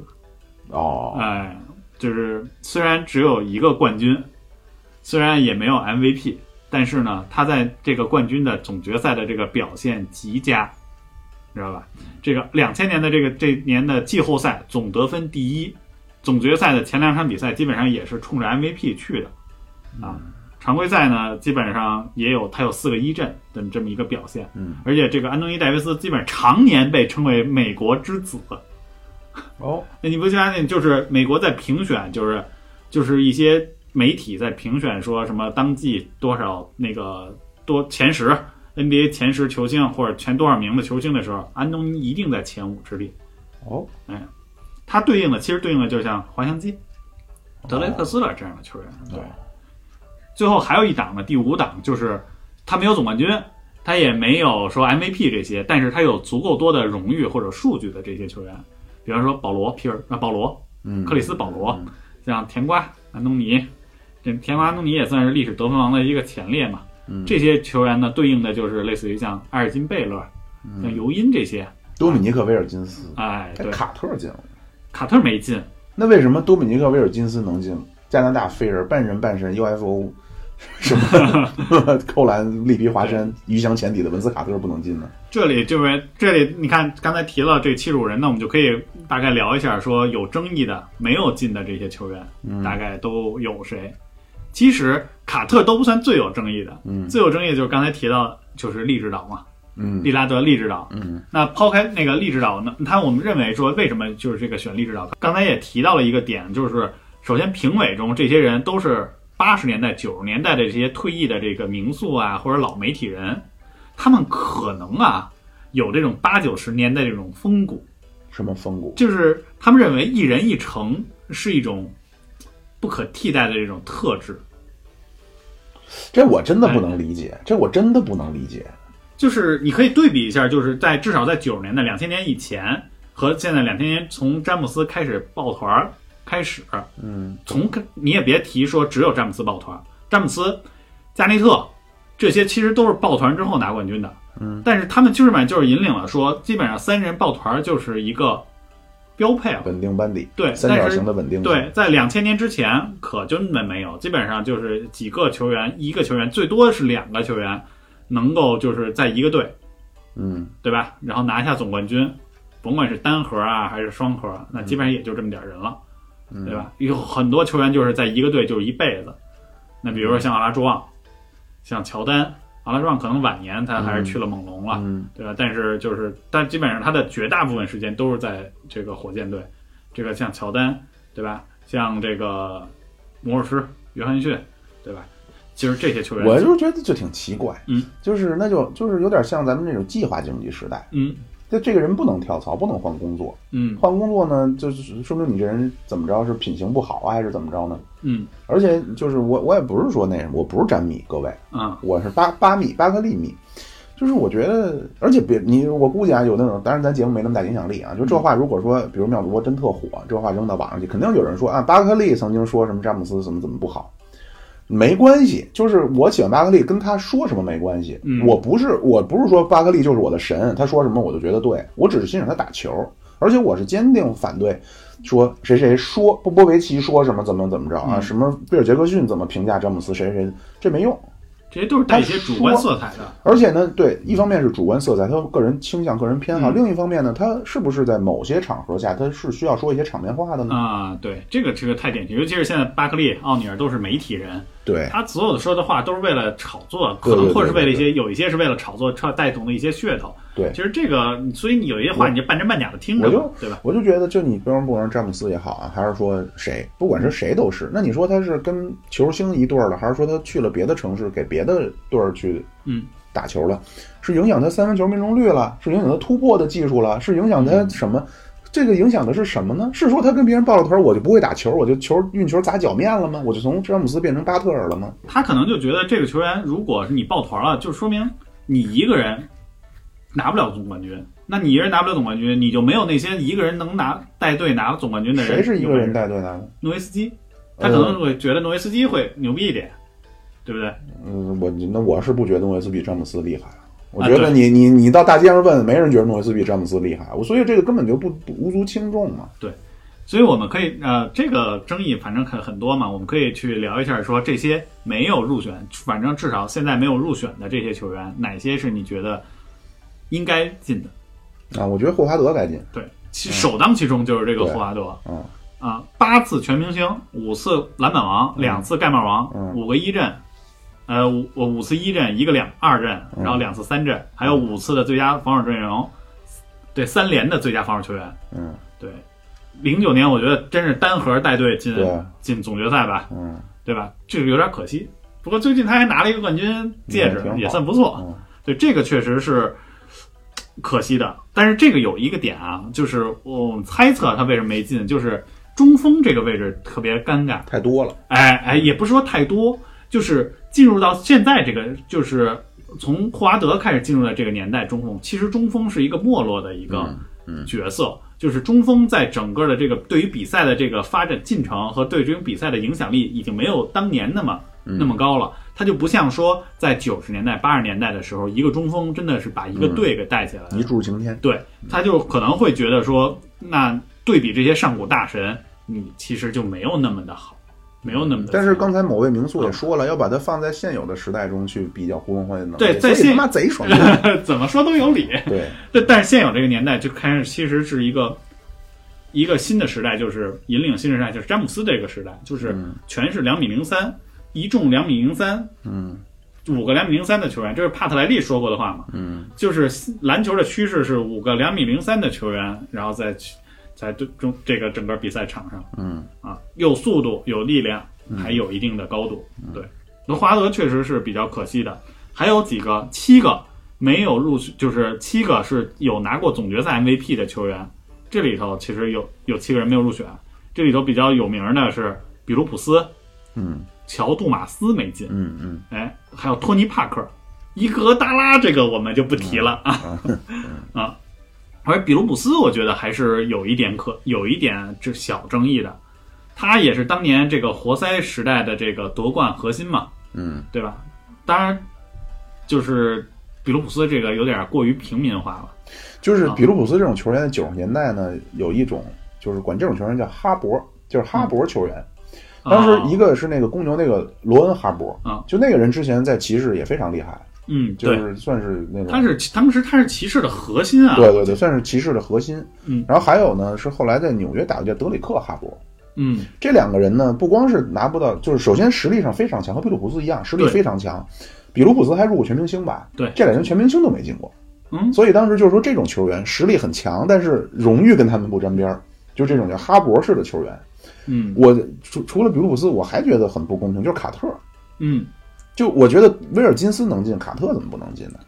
Speaker 1: 哦，
Speaker 2: 哎，就是虽然只有一个冠军，虽然也没有 MVP，但是呢，他在这个冠军的总决赛的这个表现极佳，你知道吧？这个两千年的这个这年的季后赛总得分第一，总决赛的前两场比赛基本上也是冲着 MVP 去的，
Speaker 1: 嗯
Speaker 2: 啊，常规赛呢基本上也有他有四个一阵的这么一个表现，
Speaker 1: 嗯，
Speaker 2: 而且这个安东尼戴维斯基本上常年被称为美国之子，
Speaker 1: 哦，
Speaker 2: 那你不相信？就是美国在评选，就是就是一些媒体在评选说什么当季多少那个多前十 NBA 前十球星或者前多少名的球星的时候，安东尼一定在前五之列。
Speaker 1: 哦，
Speaker 2: 他对应的其实对应的就像滑翔机、德雷克斯勒这样的球员。对，最后还有一档呢，第五档就是他没有总冠军，他也没有说 MVP 这些，但是他有足够多的荣誉或者数据的这些球员，比方说保罗、皮尔啊，保罗、
Speaker 1: 嗯，
Speaker 2: 克里斯保罗，像甜瓜安东尼，这甜瓜安东尼也算是历史得分王的一个前列嘛。
Speaker 1: 嗯
Speaker 2: 这些球员呢，对应的就是类似于像阿尔金贝勒、像尤因这些。
Speaker 1: 多米尼克·威尔金斯，嗯
Speaker 2: 哎，
Speaker 1: 哎
Speaker 2: 对，
Speaker 1: 卡特进了。
Speaker 2: 卡特没进，
Speaker 1: 那为什么多米尼克·威尔金斯能进？加拿大飞人半人半神 UFO，什 么 扣篮力皮华山鱼翔潜底的文斯卡特不能进呢？
Speaker 2: 这里就是这里，你看刚才提了这七十五人，那我们就可以大概聊一下，说有争议的、没有进的这些球员，
Speaker 1: 嗯
Speaker 2: 大概都有谁？其实卡特都不算最有争议的，
Speaker 1: 嗯
Speaker 2: 最有争议的就是刚才提到就是利指导嘛，
Speaker 1: 嗯
Speaker 2: 利拉德利指导。
Speaker 1: 嗯，
Speaker 2: 那抛开那个利指导，那他我们认为说为什么就是这个选利指导？刚才也提到了一个点，就是首先评委中这些人都是八十年代、九十年代的这些退役的这个名宿啊，或者老媒体人，他们可能啊有这种八九十年代这种风骨，
Speaker 1: 什么风骨？
Speaker 2: 就是他们认为一人一城是一种不可替代的这种特质。
Speaker 1: 这我真的不
Speaker 2: 哎
Speaker 1: 能理解，这我真的不能理解。
Speaker 2: 就是你可以对比一下，就是在至少在九十年代、两千年以前和现在两千年从詹姆斯开始抱团儿开始，
Speaker 1: 嗯，
Speaker 2: 从你也别提说只有詹姆斯抱团，詹姆斯、加内特这些其实都是抱团之后拿冠军的，嗯，但是他们基本上就是引领了说，基本上三人抱团就是一个标配了。
Speaker 1: 稳定班底，
Speaker 2: 对
Speaker 1: 三角
Speaker 2: 但是
Speaker 1: 形的稳定性
Speaker 2: 对，，在两千年之前可根本没有，基本上就是几个球员，一个球员最多是两个球员能够就是在一个队，
Speaker 1: 嗯，
Speaker 2: 对吧？然后拿下总冠军，甭管是单核啊还是双核，那基本上也就这么点人了，
Speaker 1: 嗯
Speaker 2: 对吧？有很多球员就是在一个队就是一辈子，那比
Speaker 1: 嗯
Speaker 2: 如说像阿拉朱旺，像乔丹，阿拉朱旺可能晚年他还是去了猛龙了，
Speaker 1: 嗯
Speaker 2: 对吧？但是就是，但基本上他的绝大部分时间都是在这个火箭队，这个像乔丹，对吧？像这个魔术师约翰逊，对吧？其实这些球员，
Speaker 1: 我就觉得就挺奇怪，
Speaker 2: 嗯，
Speaker 1: 就是那就就是有点像咱们那种计划经济时代，
Speaker 2: 嗯
Speaker 1: 就这个人不能跳槽，不能换工作，
Speaker 2: 嗯
Speaker 1: 换工作呢，就是说明你这人怎么着是品行不好啊，还是怎么着呢？
Speaker 2: 嗯
Speaker 1: 而且就是我我也不是说那什么，我不是詹米，各位，
Speaker 2: 啊
Speaker 1: 我是巴巴米巴克利米，就是我觉得，而且别你我估计啊，有那种，当然咱节目没那么大影响力啊，就
Speaker 2: 嗯
Speaker 1: 这话如果说，比如妙主播真特火，这话扔到网上去，肯定有人说啊，巴克利曾经说什么詹姆斯怎么怎么不好。没关系，就是我喜欢巴克利，跟他说什么没关系。
Speaker 2: 嗯
Speaker 1: 我不是我不是说巴克利就是我的神，他说什么我就觉得对，我只是欣赏他打球，而且我是坚定反对说谁谁说波波维奇说什么怎么怎么着啊，
Speaker 2: 嗯
Speaker 1: 什么比尔杰克逊怎么评价詹姆斯谁谁，这没用。
Speaker 2: 这些都是带一些主观色彩的。
Speaker 1: 而且呢，对，一方面是主观色彩，他个人倾向、个人偏
Speaker 2: 嗯
Speaker 1: 好；另一方面呢，他是不是在某些场合下，他是需要说一些场面话的呢？
Speaker 2: 啊，对，这个这个太典型，尤其是现在巴克利、奥尼尔都是媒体人，
Speaker 1: 对，
Speaker 2: 他所有的说的话都是为了炒作，
Speaker 1: 对
Speaker 2: 可能
Speaker 1: 对
Speaker 2: 或者是
Speaker 1: 对
Speaker 2: 为了一
Speaker 1: 对
Speaker 2: 些有一些是为了炒作炒带动的一些噱头。
Speaker 1: 对
Speaker 2: 其实这个，所以你有一些话你就半真半假的听着
Speaker 1: 我就
Speaker 2: 嘛，对吧？
Speaker 1: 我就觉得，就你不管不管是詹姆斯也好啊，还是说谁，不管是谁都是。那你说他是跟球星一队儿了，还是说他去了别的城市给别的队儿去
Speaker 2: 嗯
Speaker 1: 打球了，是影响他三分球命中率了，是影响他突破的技术了，是影响他什
Speaker 2: 嗯
Speaker 1: 么？这个影响的是什么呢？是说他跟别人抱了团儿，我就不会打球，我就球运球砸脚面了吗？我就从詹姆斯变成巴特尔了吗？
Speaker 2: 他可能就觉得这个球员，如果是你抱团了，就说明你一个人拿不了总冠军。那你一个人拿不了总冠军，你就没有那些一个人能拿带队拿总冠军的人。
Speaker 1: 谁是一个人？带队呢？
Speaker 2: 诺维斯基，他可能会觉得诺维斯基会牛逼一点，对不对？
Speaker 1: 嗯，我那我是不觉得诺维斯比詹姆斯厉害。我
Speaker 2: 啊
Speaker 1: 觉得
Speaker 2: 对
Speaker 1: 你、你你到大街上问，没人觉得诺维斯比詹姆斯厉害。我所以这个根本就不不无足轻重嘛。
Speaker 2: 所以我们可以呃，这个争议反正很很多嘛，我们可以去聊一下，说这些没有入选，反正至少现在没有入选的这些球员，哪些是你觉得应该进的？
Speaker 1: 啊，我觉得霍华德该进。
Speaker 2: 对，其首当其冲就是这
Speaker 1: 嗯
Speaker 2: 个
Speaker 1: 对
Speaker 2: 霍华德，
Speaker 1: 嗯
Speaker 2: 啊，八次全明星，五次篮板王，两次盖帽王，
Speaker 1: 嗯
Speaker 2: 五个一阵，呃，五我五次一阵，一个两二阵，
Speaker 1: 嗯
Speaker 2: 然后两次三阵，还有五次的最佳防守阵容，对，三连的最佳防守球员，
Speaker 1: 嗯
Speaker 2: 对，零九年我觉得真是单核带队进
Speaker 1: 对
Speaker 2: 进总决赛吧，
Speaker 1: 嗯，
Speaker 2: 对吧？这个有点可惜。不过最近他还拿了一个冠军戒指
Speaker 1: 也挺，好
Speaker 2: 也算不错。
Speaker 1: 嗯
Speaker 2: 对，这个确实是嘖可惜的。但是这个有一个点啊，就是我们猜测他为什么没进，就是中锋这个位置特别尴尬。
Speaker 1: 太多了。
Speaker 2: 哎哎，也不是说太多，就是进入到现在这个，就是从霍华德开始进入的这个年代，中锋其实中锋是一个没落的一个角色，就是中锋在整个的这个对于比赛的这个发展进程和对这种比赛的影响力，已经没有当年那么。那么高了，他就不像说在九十年代、八十年代的时候，一个中锋真的是把一个队给带起来了。
Speaker 1: 一柱擎天。
Speaker 2: 对，他就可能会觉得说，那对比这些上古大神，你其实就没有那么的好，没有那么的强。
Speaker 1: 嗯
Speaker 2: 嗯
Speaker 1: 但是刚才某位名宿也说了，要把它放在现有的时代中去比较呼风唤雨能力，
Speaker 2: 对在
Speaker 1: 所以
Speaker 2: 现
Speaker 1: 他妈 贼爽。
Speaker 2: 怎么说都有理。
Speaker 1: 对，
Speaker 2: 对，但是现有这个年代就开始，其实是一个一个新的时代，就是引领新时代，就是詹姆斯这个时代，就是全是两米零三，一中两米零三，
Speaker 1: 嗯，
Speaker 2: 五个两米零三的球员，这是帕特莱利说过的话嘛，
Speaker 1: 嗯，
Speaker 2: 就是篮球的趋势是五个两米零三的球员，然后再去在这中这个整个比赛场上，
Speaker 1: 嗯
Speaker 2: 啊，有速度，有力量，还有一定的高度，对。那华德确实是比较可惜的，还有几个七个没有入选，就是七个是有拿过总决赛 MVP 的球员，这里头其实有有七个人没有入选，这里头比较有名的是比卢普斯、
Speaker 1: 嗯
Speaker 2: 乔杜马斯没进，
Speaker 1: 嗯嗯，
Speaker 2: 哎，还有托尼·帕克、伊戈达拉，这个我们就不提了啊
Speaker 1: 嗯
Speaker 2: 啊。而比卢普斯，我觉得还是有一点可有一点这小争议的，他也是当年这个活塞时代的这个夺冠核心嘛，
Speaker 1: 嗯，
Speaker 2: 对吧？当然，就是比卢普斯这个有点过于平民化了。啊
Speaker 1: 就是比卢普斯这种球员，在九十年代呢，有一种就是管这种球员叫哈勃，就是哈勃球员。当时一
Speaker 2: 啊
Speaker 1: 个是那个公牛那个罗恩哈勃，
Speaker 2: 啊
Speaker 1: 就那个人之前在骑士也非常厉害，
Speaker 2: 嗯，
Speaker 1: 就
Speaker 2: 对，
Speaker 1: 是算是那种
Speaker 2: 他是当时他是骑士的核心啊，
Speaker 1: 对对对，算是骑士的核心。
Speaker 2: 嗯
Speaker 1: 然后还有呢是后来在纽约打的叫德里克哈勃，
Speaker 2: 嗯，
Speaker 1: 这两个人呢，不光是拿不到，就是首先实力上非常强，和比卢普斯一样，实力
Speaker 2: 对
Speaker 1: 非常强。比卢普斯还入过全明星吧？
Speaker 2: 对
Speaker 1: 这俩人全明星都没进过。
Speaker 2: 嗯
Speaker 1: 所以当时就是说，这种球员实力很强，但是荣誉跟他们不沾边儿，就这种叫哈勃式的球员。
Speaker 2: 嗯
Speaker 1: 我除除了比卢普斯，我还觉得很不公平，就是卡特。
Speaker 2: 嗯，
Speaker 1: 就我觉得威尔金斯能进，卡特怎么不能进呢？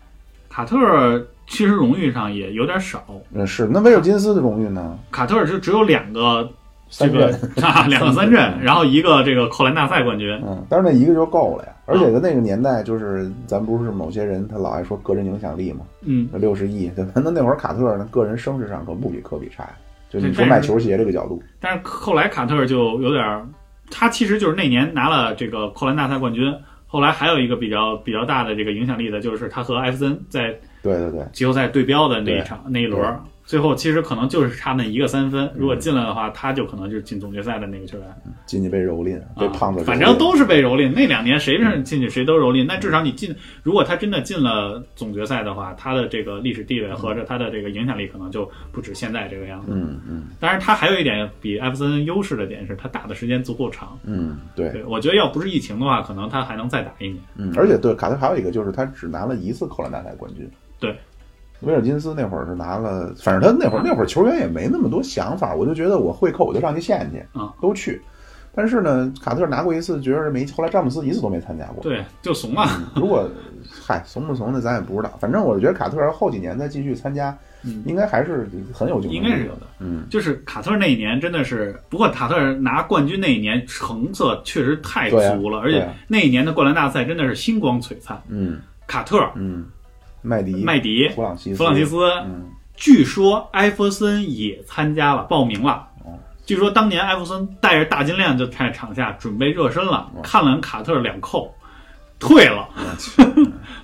Speaker 2: 卡特尔其实荣誉上也有点少，
Speaker 1: 嗯，是那威尔金斯的荣誉呢？
Speaker 2: 卡特尔就只有两个这
Speaker 1: 三
Speaker 2: 个
Speaker 1: 振，
Speaker 2: 啊，两个三振，然后一个这个扣篮大赛冠军。
Speaker 1: 嗯，但是那一个就够了呀。而且
Speaker 2: 嗯
Speaker 1: 在那个年代，就是咱不是某些人他老爱说个人影响力嘛，
Speaker 2: 嗯，
Speaker 1: 六十亿，对吧？那那会儿卡特那个人声势上可不比科比差呀。就你
Speaker 2: 对
Speaker 1: 说
Speaker 2: 但
Speaker 1: 卖
Speaker 2: 是
Speaker 1: 球鞋这个角度，
Speaker 2: 但是后来卡特尔就有点儿，他其实就是那年拿了这个扣篮大赛冠军。后来还有一个比较比较大的这个影响力的，就是他和艾弗森在
Speaker 1: 对对对，
Speaker 2: 季后赛对标的那一场那一轮儿，嗯最后其实可能就是差那一个三分，如果进了的话，他就可能就是进总决赛的那个球员。
Speaker 1: 进去被蹂躏，被胖子蹂躏、
Speaker 2: 啊，反正都是被蹂躏。那两年谁是进去谁都蹂躏，那至少你进，如果他真的进了总决赛的话，他的这个历史地位和着他的这个影响力可能就不止现在这个样子。
Speaker 1: 嗯嗯
Speaker 2: 当然，他还有一点比艾弗森优势的点是，他打的时间足够长。
Speaker 1: 嗯，对，
Speaker 2: 对，我觉得要不是疫情的话，可能他还能再打一年。
Speaker 1: 嗯，而且对卡特还有一个就是他只拿了一次扣篮大赛冠军。
Speaker 2: 对，
Speaker 1: 威尔金斯那会儿是拿了，反正他那会儿那会儿球员也没那么多想法，我就觉得我会扣我就上去献去，
Speaker 2: 啊
Speaker 1: 都去。但是呢，卡特拿过一次，觉得没，后来詹姆斯一次都没参加过。
Speaker 2: 对，就怂了。
Speaker 1: 如果嗨怂不怂的咱也不知道，反正我是觉得卡特尔后几年再继续参加，
Speaker 2: 嗯
Speaker 1: 应该还是很有竞争力，
Speaker 2: 应该是有的。
Speaker 1: 嗯，
Speaker 2: 就是卡特那一年真的是，不过卡特拿冠军那一年成色确实太足了，而
Speaker 1: 对啊
Speaker 2: 且那一年的灌篮大赛真的是星光璀璨。
Speaker 1: 嗯
Speaker 2: 卡特、
Speaker 1: 嗯，麦迪、
Speaker 2: 麦迪、
Speaker 1: 弗朗西斯、
Speaker 2: 弗朗西斯，
Speaker 1: 嗯
Speaker 2: 据说艾弗森也参加了，报名了。
Speaker 1: 哦
Speaker 2: 据说当年艾弗森带着大金链就在场下准备热身了，
Speaker 1: 哦
Speaker 2: 看了卡特两扣，退了。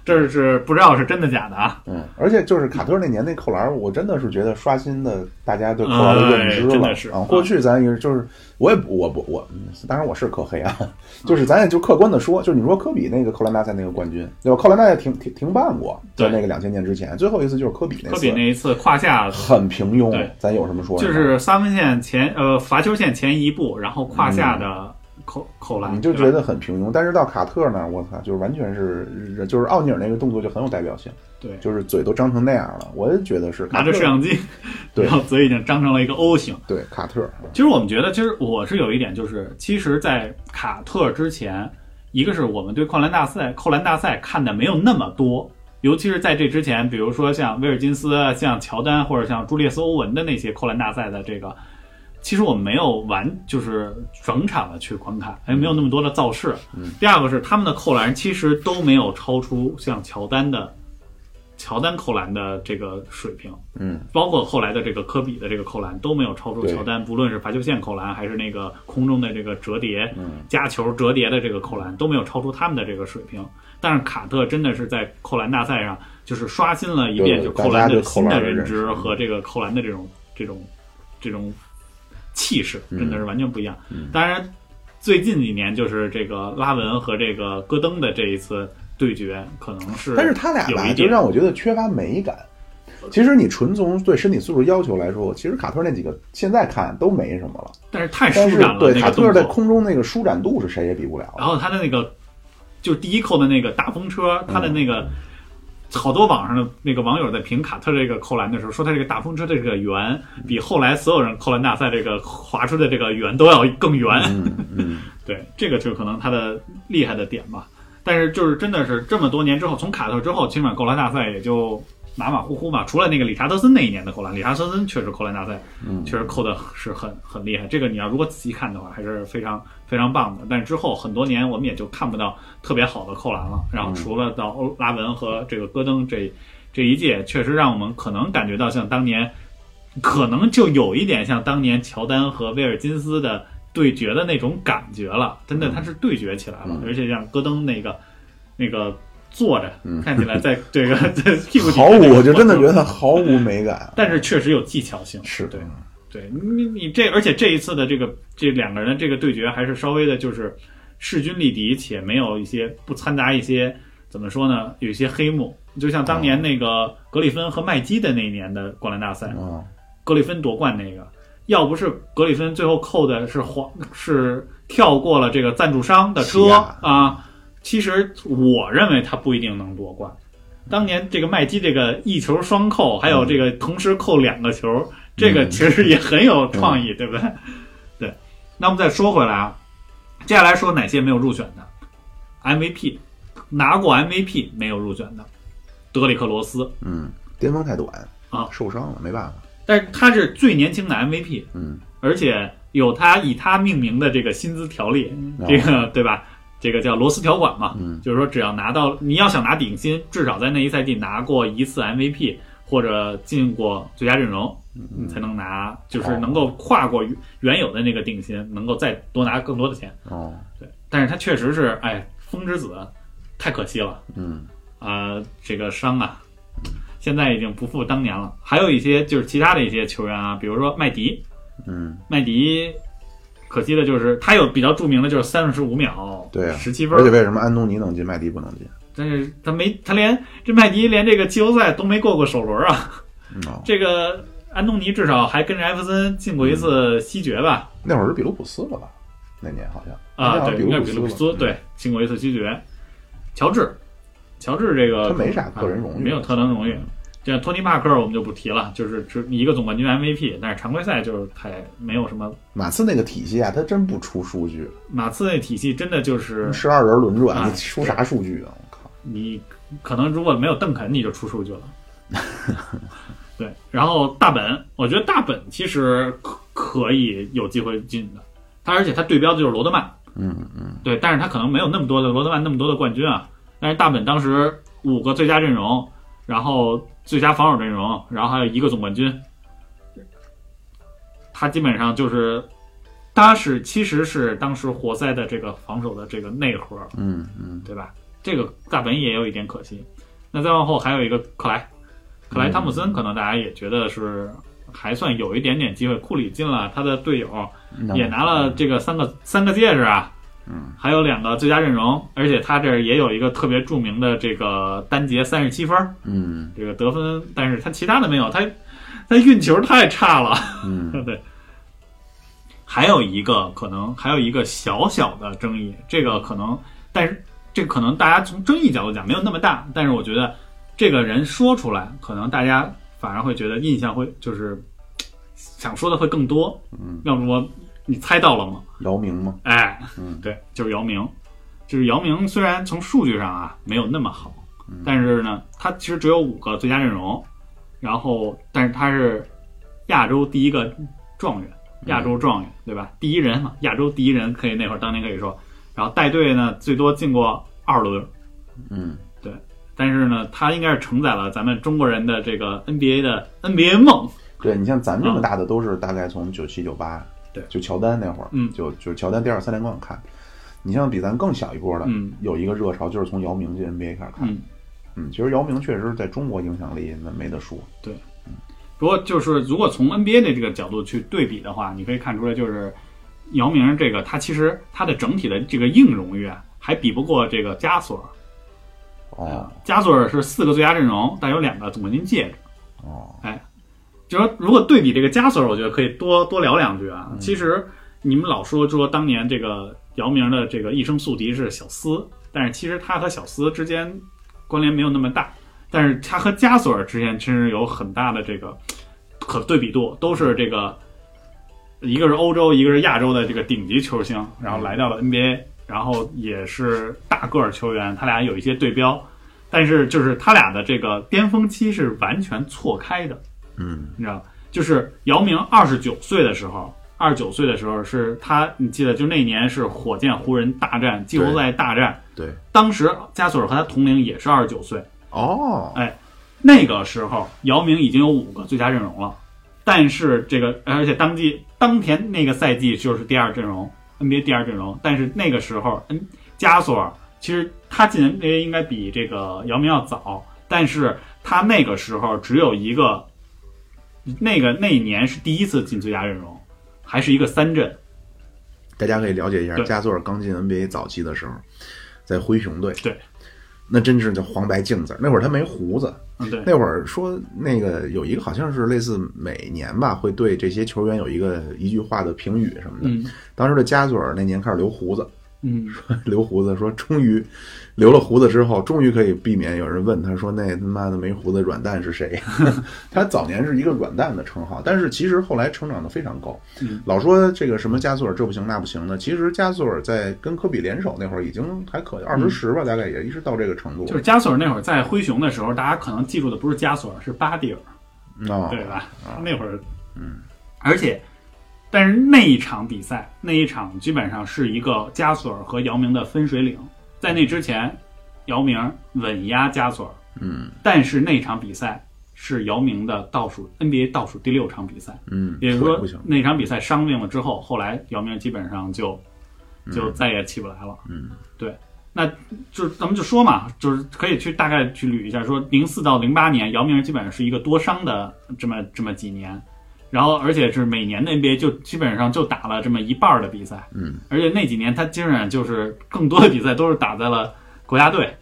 Speaker 2: 这是不知道是真的假的啊？
Speaker 1: 嗯，而且就是卡特那年那扣篮儿，我真的是觉得刷新的大家对扣篮的认知
Speaker 2: 哎真
Speaker 1: 了。
Speaker 2: 的是
Speaker 1: 啊，过去咱也是就是我也不我不我，嗯当然我是科黑啊，就是咱也就客观的说，就是你说科比那个扣篮大赛那个冠军，对吧？扣篮大赛停停停办过，在
Speaker 2: 对
Speaker 1: 那个两千年之前，最后一次就是科比那次，
Speaker 2: 科比那一次胯下
Speaker 1: 很平庸
Speaker 2: 对，
Speaker 1: 咱有什么说什
Speaker 2: 就
Speaker 1: 么？
Speaker 2: 是三分线前呃罚球线前一步，然后胯下的扣扣篮，
Speaker 1: 嗯你就
Speaker 2: 对吧
Speaker 1: 觉得很平庸，但是到卡特那儿，我操，就是完全是就是奥尼尔那个动作就很有代表性，
Speaker 2: 对，
Speaker 1: 就是嘴都张成那样了，我也觉得是卡
Speaker 2: 拿
Speaker 1: 特
Speaker 2: 着摄像机，
Speaker 1: 对
Speaker 2: 然后嘴已经张成了一个 O 型。
Speaker 1: 对卡特，
Speaker 2: 其实我们觉得，其实我是有一点，就是其实，在卡特之前，一个是我们对扣篮大赛、扣篮大赛看的没有那么多，尤其是在这之前，比如说像威尔金斯、啊、像乔丹或者像朱列斯·欧文的那些扣篮大赛的这个，其实我们没有完就是整场的去观看，哎，没有那么多的造势。
Speaker 1: 嗯
Speaker 2: 第二个是他们的扣篮其实都没有超出像乔丹的乔丹扣篮的这个水平。
Speaker 1: 嗯，
Speaker 2: 包括后来的这个科比的这个扣篮都没有超出
Speaker 1: 对
Speaker 2: 乔丹，不论是罚球线扣篮还是那个空中的这个折叠、
Speaker 1: 嗯
Speaker 2: 夹球折叠的这个扣篮都没有超出他们的这个水平。但是卡特真的是在扣篮大赛上就是刷新了一遍，
Speaker 1: 对
Speaker 2: 就扣
Speaker 1: 大
Speaker 2: 篮
Speaker 1: 家对
Speaker 2: 的
Speaker 1: 扣
Speaker 2: 新
Speaker 1: 篮的
Speaker 2: 的认
Speaker 1: 认
Speaker 2: 知
Speaker 1: 识嗯
Speaker 2: 和这个扣篮的这种这种这种气势，
Speaker 1: 嗯
Speaker 2: 真的是完全不一样。当然，最近几年就是这个拉文和这个戈登的这一次对决，可能是
Speaker 1: 但是他俩
Speaker 2: 有
Speaker 1: 吧，
Speaker 2: 一
Speaker 1: 就
Speaker 2: 点
Speaker 1: 让我觉得缺乏美感。其实你纯从对身体素质要求来说，其实卡特那几个现在看都没什么了，
Speaker 2: 但是太舒
Speaker 1: 但是
Speaker 2: 展了
Speaker 1: 对
Speaker 2: 那
Speaker 1: 卡
Speaker 2: 个
Speaker 1: 特
Speaker 2: 动
Speaker 1: 在
Speaker 2: 作。啊
Speaker 1: 空中那个舒展度是谁也比不了的。
Speaker 2: 然后他的那个就是第一扣的那个大风车，他的那
Speaker 1: 嗯
Speaker 2: 个好多网上的那个网友在评卡特这个扣篮的时候，说他这个大风车这个圆比后来所有人扣篮大赛这个划出的这个圆都要更圆。
Speaker 1: 嗯 嗯，
Speaker 2: 对，这个就是可能他的厉害的点吧。但是就是真的是这么多年之后，从卡特之后，今晚扣篮大赛也就马马虎虎嘛。除了那个理查德森那一年的扣篮，理查德森确实扣篮大赛，确实扣的是很很厉害。这个你要如果仔细看的话，还是非常非常棒的。但是之后很多年我们也就看不到特别好的扣篮了。然后除了到欧拉文和这个戈登
Speaker 1: 嗯
Speaker 2: 这这一届，确实让我们可能感觉到像当年，可能就有一点像当年乔丹和威尔金斯的对决的那种感觉了。真的，他是对决起来
Speaker 1: 嗯
Speaker 2: 了，而且像戈登那个那个坐着，看起来在这个在屁股底下
Speaker 1: 嗯 毫
Speaker 2: 那
Speaker 1: 无，
Speaker 2: 个
Speaker 1: 我就真的
Speaker 2: 活动
Speaker 1: 觉得毫无美感。
Speaker 2: 但是确实有技巧性，
Speaker 1: 是
Speaker 2: 对，对你你这，而且这一次的这个这两个人的这个对决还是稍微的，就是势均力敌，且没有一些不掺杂一些怎么说呢，有一些黑幕。就像当年那个格里芬和麦基的那一年的灌篮大赛，
Speaker 1: 嗯，
Speaker 2: 格里芬夺冠那个，要不是格里芬最后扣的是黄，是跳过了这个赞助商的
Speaker 1: 是
Speaker 2: 车
Speaker 1: 啊
Speaker 2: 啊，其实我认为他不一定能夺冠。当年这个麦基这个一球双扣，还有这个同时扣两个球，这个其实也很有创意，对不对？对。那我们再说回来啊，接下来说哪些没有入选的？MVP 拿过 MVP 没有入选的，德里克罗斯，
Speaker 1: 嗯，巅峰太短
Speaker 2: 啊
Speaker 1: 受伤了没办法。
Speaker 2: 但是他是最年轻的 MVP，
Speaker 1: 嗯，
Speaker 2: 而且有他以他命名的这个薪资条例，
Speaker 1: 哦
Speaker 2: 这个对吧？这个叫罗斯条款嘛，
Speaker 1: 嗯
Speaker 2: 就是说只要拿到你要想拿顶薪，至少在那一赛季拿过一次 MVP 或者进过最佳阵容，你才能拿，就是能够跨过原有的那个顶薪，能够再多拿更多的钱。
Speaker 1: 哦，
Speaker 2: 对，但是他确实是，哎，风之子太可惜了。
Speaker 1: 嗯，
Speaker 2: 啊，这个伤啊，现在已经不复当年了。还有一些就是其他的一些球员啊，比如说麦迪，
Speaker 1: 嗯，
Speaker 2: 麦迪，可惜的就是他有比较著名的就是三十五秒，
Speaker 1: 对啊
Speaker 2: 十七分
Speaker 1: 而且，为什么安东尼能进，麦迪不能进？
Speaker 2: 但是他没他连这麦迪连这个季后赛都没过过首轮啊。
Speaker 1: 嗯哦，
Speaker 2: 这个安东尼至少还跟着艾弗森进过一
Speaker 1: 嗯
Speaker 2: 次西决吧？
Speaker 1: 那会儿是比卢普斯了吧？那年好像那
Speaker 2: 啊，
Speaker 1: 好
Speaker 2: 对，
Speaker 1: 像
Speaker 2: 应该
Speaker 1: 比
Speaker 2: 比
Speaker 1: 卢
Speaker 2: 卢
Speaker 1: 普
Speaker 2: 普斯
Speaker 1: 了，
Speaker 2: 对进过一次西决。乔治，乔治这个
Speaker 1: 他没啥个人荣誉嗯
Speaker 2: 啊没有特能荣誉。这托尼帕克我们就不提了，就是只一个总冠军 MVP，但是常规赛就是太没有什么。
Speaker 1: 马刺那个体系啊，他真不出数据，
Speaker 2: 马刺那体系真的就是
Speaker 1: 十二人轮转，
Speaker 2: 啊
Speaker 1: 你出啥数据啊？我靠！
Speaker 2: 你可能如果没有邓肯，你就出 数据了。对，然后大本，我觉得大本其实可可以有机会进的，他而且他对标的就是罗德曼，
Speaker 1: 嗯嗯，
Speaker 2: 对，但是他可能没有那么多的罗德曼那么多的冠军啊。但是大本当时五个最佳阵容，然后最佳防守阵容，然后还有一个总冠军，他基本上就是，他是其实是当时活塞的这个防守的这个内核，
Speaker 1: 嗯嗯，
Speaker 2: 对吧？这个大本也有一点可惜。那再往后还有一个克莱，克莱汤普森可能大家也觉得是还算有一点点机会。库里进了，他的队友
Speaker 1: 嗯那
Speaker 2: 也拿了这个三个三个戒指啊，
Speaker 1: 嗯，
Speaker 2: 还有两个最佳阵容，而且他这儿也有一个特别著名的这个单节三十七分儿，
Speaker 1: 嗯
Speaker 2: 这个得分，但是他其他的没有，他他运球太差了。
Speaker 1: 嗯，
Speaker 2: 对。还有一个可能，还有一个小小的争议，这个可能，但是这个可能大家从争议角度讲没有那么大，但是我觉得这个人说出来，可能大家反而会觉得印象会就是嘖想说的会更多。
Speaker 1: 嗯，
Speaker 2: 要不我你猜到了吗？
Speaker 1: 姚明吗？
Speaker 2: 哎，
Speaker 1: 嗯
Speaker 2: 对，就是姚明，就是姚明虽然从数据上啊没有那么好，但是呢，他其实只有五个最佳阵容，然后但是他是亚洲第一个状元，亚洲状元、对吧？第一人嘛，亚洲第一人可以那会儿当年可以说，然后带队呢最多进过二轮，
Speaker 1: 嗯，
Speaker 2: 但是呢，他应该是承载了咱们中国人的这个 NBA 的 NBA 梦，
Speaker 1: 对你像咱们这么大的，都是大概从九七九八，
Speaker 2: 对
Speaker 1: 就乔丹那会儿，
Speaker 2: 嗯
Speaker 1: 就就是乔丹第二三连冠看。你像比咱更小一波的，
Speaker 2: 嗯
Speaker 1: 有一个热潮就是从姚明进 NBA 开始看。
Speaker 2: 嗯。
Speaker 1: 嗯，其实姚明确实在中国影响力那没得说。
Speaker 2: 不过就是如果从 NBA 的这个角度去对比的话，你可以看出来，就是姚明这个他其实他的整体的这个硬荣誉啊，还比不过这个加索尔
Speaker 1: 哦。
Speaker 2: 加索尔是四个最佳阵容，但有两个总冠军戒指。哎
Speaker 1: 哦，
Speaker 2: 就说如果对比这个加索尔，我觉得可以多多聊两句啊。其实你们老说说当年这个姚明的这个一生宿敌是小斯，但是其实他和小斯之间关联没有那么大，但是他和加索尔之间其实有很大的这个可对比度，都是这个一个是欧洲，一个是亚洲的这个顶级球星，然后来到了 NBA，然后也是大个儿球员，他俩有一些对标。但是就是他俩的这个巅峰期是完全错开的，
Speaker 1: 嗯
Speaker 2: 你知道，就是姚明二十九岁的时候，二十九岁的时候是他，你记得就那年是火箭湖人大战季后赛大战，
Speaker 1: 对，
Speaker 2: 当时加索尔和他同龄也是二十九岁，
Speaker 1: 哦，
Speaker 2: 那个时候姚明已经有五个最佳阵容了，但是这个而且当季当天那个赛季就是第二阵容 NBA 第二阵容，但是那个时候嗯加索尔其实他进 NBA 应该比这个姚明要早，但是他那个时候只有一个，那个那一年是第一次进最佳阵容，还是一个三阵，
Speaker 1: 大家可以了解一下，
Speaker 2: 对
Speaker 1: 加索尔刚进 NBA 早期的时候，在灰熊队，
Speaker 2: 对，
Speaker 1: 那真是叫黄白镜子儿。那会儿他没胡子，
Speaker 2: 嗯对，
Speaker 1: 那会儿说那个有一个好像是类似每年吧，会对这些球员有一个一句话的评语什么的。
Speaker 2: 嗯
Speaker 1: 当时的加索尔那年开始留胡子，
Speaker 2: 嗯
Speaker 1: 留胡子说终于留了胡子之后，终于可以避免有人问他说那他妈的没胡子软蛋是谁？ 他早年是一个软蛋的称号，但是其实后来成长的非常高。
Speaker 2: 嗯
Speaker 1: 老说这个什么加索尔这不行那不行的，其实加索尔在跟科比联手那会儿已经还可以，二十十吧，大概也一直到这个程度了。
Speaker 2: 嗯就是加索尔那会儿在灰熊的时候，大家可能记住的不是加索尔，是巴蒂尔。
Speaker 1: 哦
Speaker 2: 对吧？那会儿，嗯，而且，但是那一场比赛，那一场基本上是一个加索尔和姚明的分水岭。在那之前，姚明稳压加索尔，
Speaker 1: 嗯
Speaker 2: 但是那场比赛是姚明的倒数 NBA 倒数第六场比赛，
Speaker 1: 嗯，
Speaker 2: 也就是
Speaker 1: 腿不行
Speaker 2: 说，那场比赛伤病了之后，后来姚明基本上就就再也起不来了。
Speaker 1: 嗯，
Speaker 2: 对。那就咱们就说嘛，就是可以去大概去捋一下，说零四到零八年，姚明基本上是一个多伤的这么这么几年，然后而且是每年的 NBA 就基本上就打了这么一半儿的比赛，
Speaker 1: 嗯，
Speaker 2: 而且那几年他基本上就是更多的比赛都是打在了国家队，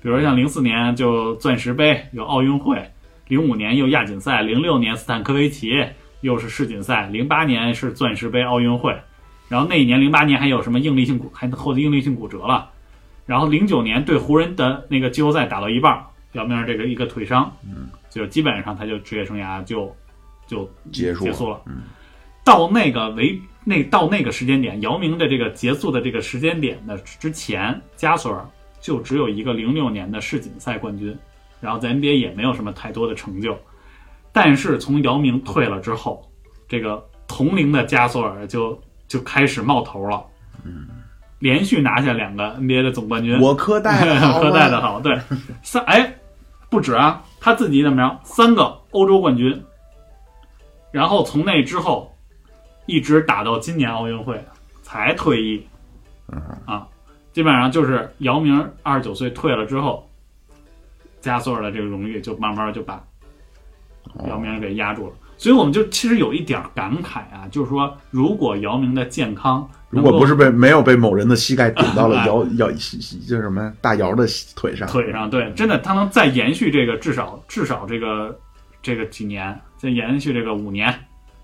Speaker 2: 比如像零四年就钻石杯有奥运会，零五年又亚锦赛，零六年斯坦科维奇又是世锦赛，零八年是钻石杯奥运会，然后那一年零八年还有什么应力性骨还后的应力性骨折了，然后零九年对湖人的那个季后赛打到一半儿，姚明这个一个腿伤，
Speaker 1: 嗯，
Speaker 2: 就基本上他就职业生涯就就
Speaker 1: 结束
Speaker 2: 结束了。
Speaker 1: 嗯，
Speaker 2: 到那个为那到那个时间点，姚明的这个结束的这个时间点的之前，加索尔就只有一个零六年的世锦赛冠军，然后在 NBA 也没有什么太多的成就。但是从姚明退了之后，这个同龄的加索尔就就开始冒头了，嗯，连续拿下两个 NBA 的总冠军，
Speaker 1: 我科 带好啊
Speaker 2: 科带的
Speaker 1: 吗
Speaker 2: 好，对，三哎不止啊，他自己怎么着，三个欧洲冠军，然后从那之后一直打到今年奥运会才退役，
Speaker 1: 嗯
Speaker 2: 啊，基本上就是姚明二十九岁退了之后，加索尔的这个荣誉就慢慢就把
Speaker 1: 哦
Speaker 2: 姚明给压住了。所以我们就其实有一点感慨啊，就是说，如果姚明的健康
Speaker 1: 如果
Speaker 2: 能够
Speaker 1: 不是被没有被某人的膝盖顶到了 姚姚叫什么大姚的腿上，
Speaker 2: 腿上，对，真的，他能再延续这个至少至少这个这个几年，再延续这个五年，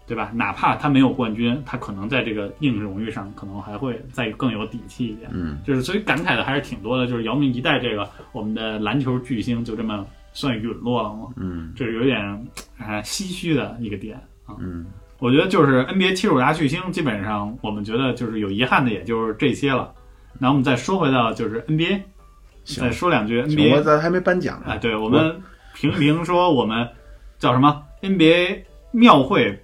Speaker 2: 对吧？哪怕他没有冠军，他可能在这个硬荣誉上，可能还会再更有底气一点。
Speaker 1: 嗯，
Speaker 2: 就是所以感慨的还是挺多的，就是姚明一代这个我们的篮球巨星就这么算陨落了吗？
Speaker 1: 嗯
Speaker 2: 这是有点哎唏嘘的一个点啊。
Speaker 1: 嗯，
Speaker 2: 我觉得就是 NBA 七十五大巨星，基本上我们觉得就是有遗憾的，也就是这些了。那我们再说回到就是 NBA，
Speaker 1: 行
Speaker 2: 再说两句
Speaker 1: 行，我
Speaker 2: NBA
Speaker 1: 咱还没颁奖
Speaker 2: 啊，
Speaker 1: 呢，
Speaker 2: 对我们评一评说我们叫什么 NBA 庙会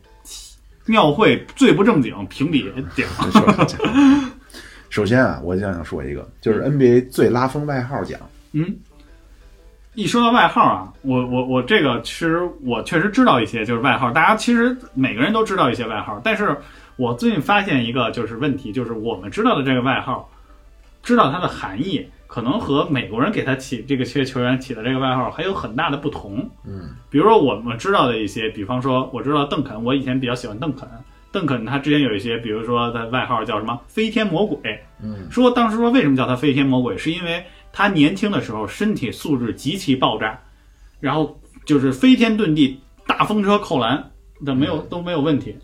Speaker 2: 庙会最不正经评比点，
Speaker 1: 首先啊，我想想说一个，就是 NBA 最拉风外号奖，
Speaker 2: 嗯。一说到外号啊，我我我这个其实我确实知道一些，就是外号，大家其实每个人都知道一些外号，但是我最近发现一个就是问题，就是我们知道的这个外号，知道它的含义，可能和美国人给他起这个这些球员起的这个外号还有很大的不同。
Speaker 1: 嗯，
Speaker 2: 比如说我们知道的一些，比方说我知道呃邓肯，我以前比较喜欢邓肯。邓肯他之前有一些，比如说他外号叫什么“飞天魔鬼”，
Speaker 1: 嗯，
Speaker 2: 说当时说为什么叫他飞天魔鬼，是因为他年轻的时候身体素质极其爆炸，然后就是飞天遁地、大风车扣篮的没
Speaker 1: 嗯
Speaker 2: 有都没有问题。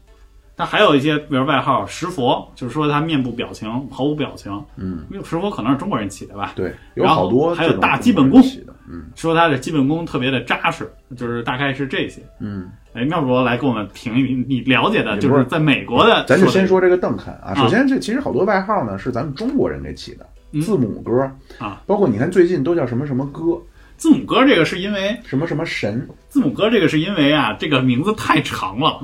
Speaker 2: 他还有一些，比如外号“石佛”，就是说他面部表情毫无表情。
Speaker 1: 嗯，
Speaker 2: 因为石佛可能是中国人起的吧？
Speaker 1: 对，有
Speaker 2: 然后
Speaker 1: 好多
Speaker 2: 还有
Speaker 1: 这种
Speaker 2: 大基本功
Speaker 1: 起的，嗯
Speaker 2: 说他的基本功特别的扎实，就是大概是这些。
Speaker 1: 嗯，
Speaker 2: 哎，妙卓来给我们评一评，你了解的
Speaker 1: 也
Speaker 2: 就
Speaker 1: 不
Speaker 2: 是
Speaker 1: 是
Speaker 2: 在美国的，
Speaker 1: 咱就先
Speaker 2: 说
Speaker 1: 说这个邓肯啊。
Speaker 2: 啊
Speaker 1: 首先，这其实好多外号呢是咱们中国人给起的，
Speaker 2: 嗯
Speaker 1: 字母哥
Speaker 2: 啊，
Speaker 1: 包括你看最近都叫什么什么哥，
Speaker 2: 的字母哥这个是因为
Speaker 1: 什么什么神，
Speaker 2: 字母哥这个是因为啊，这个名字太长了，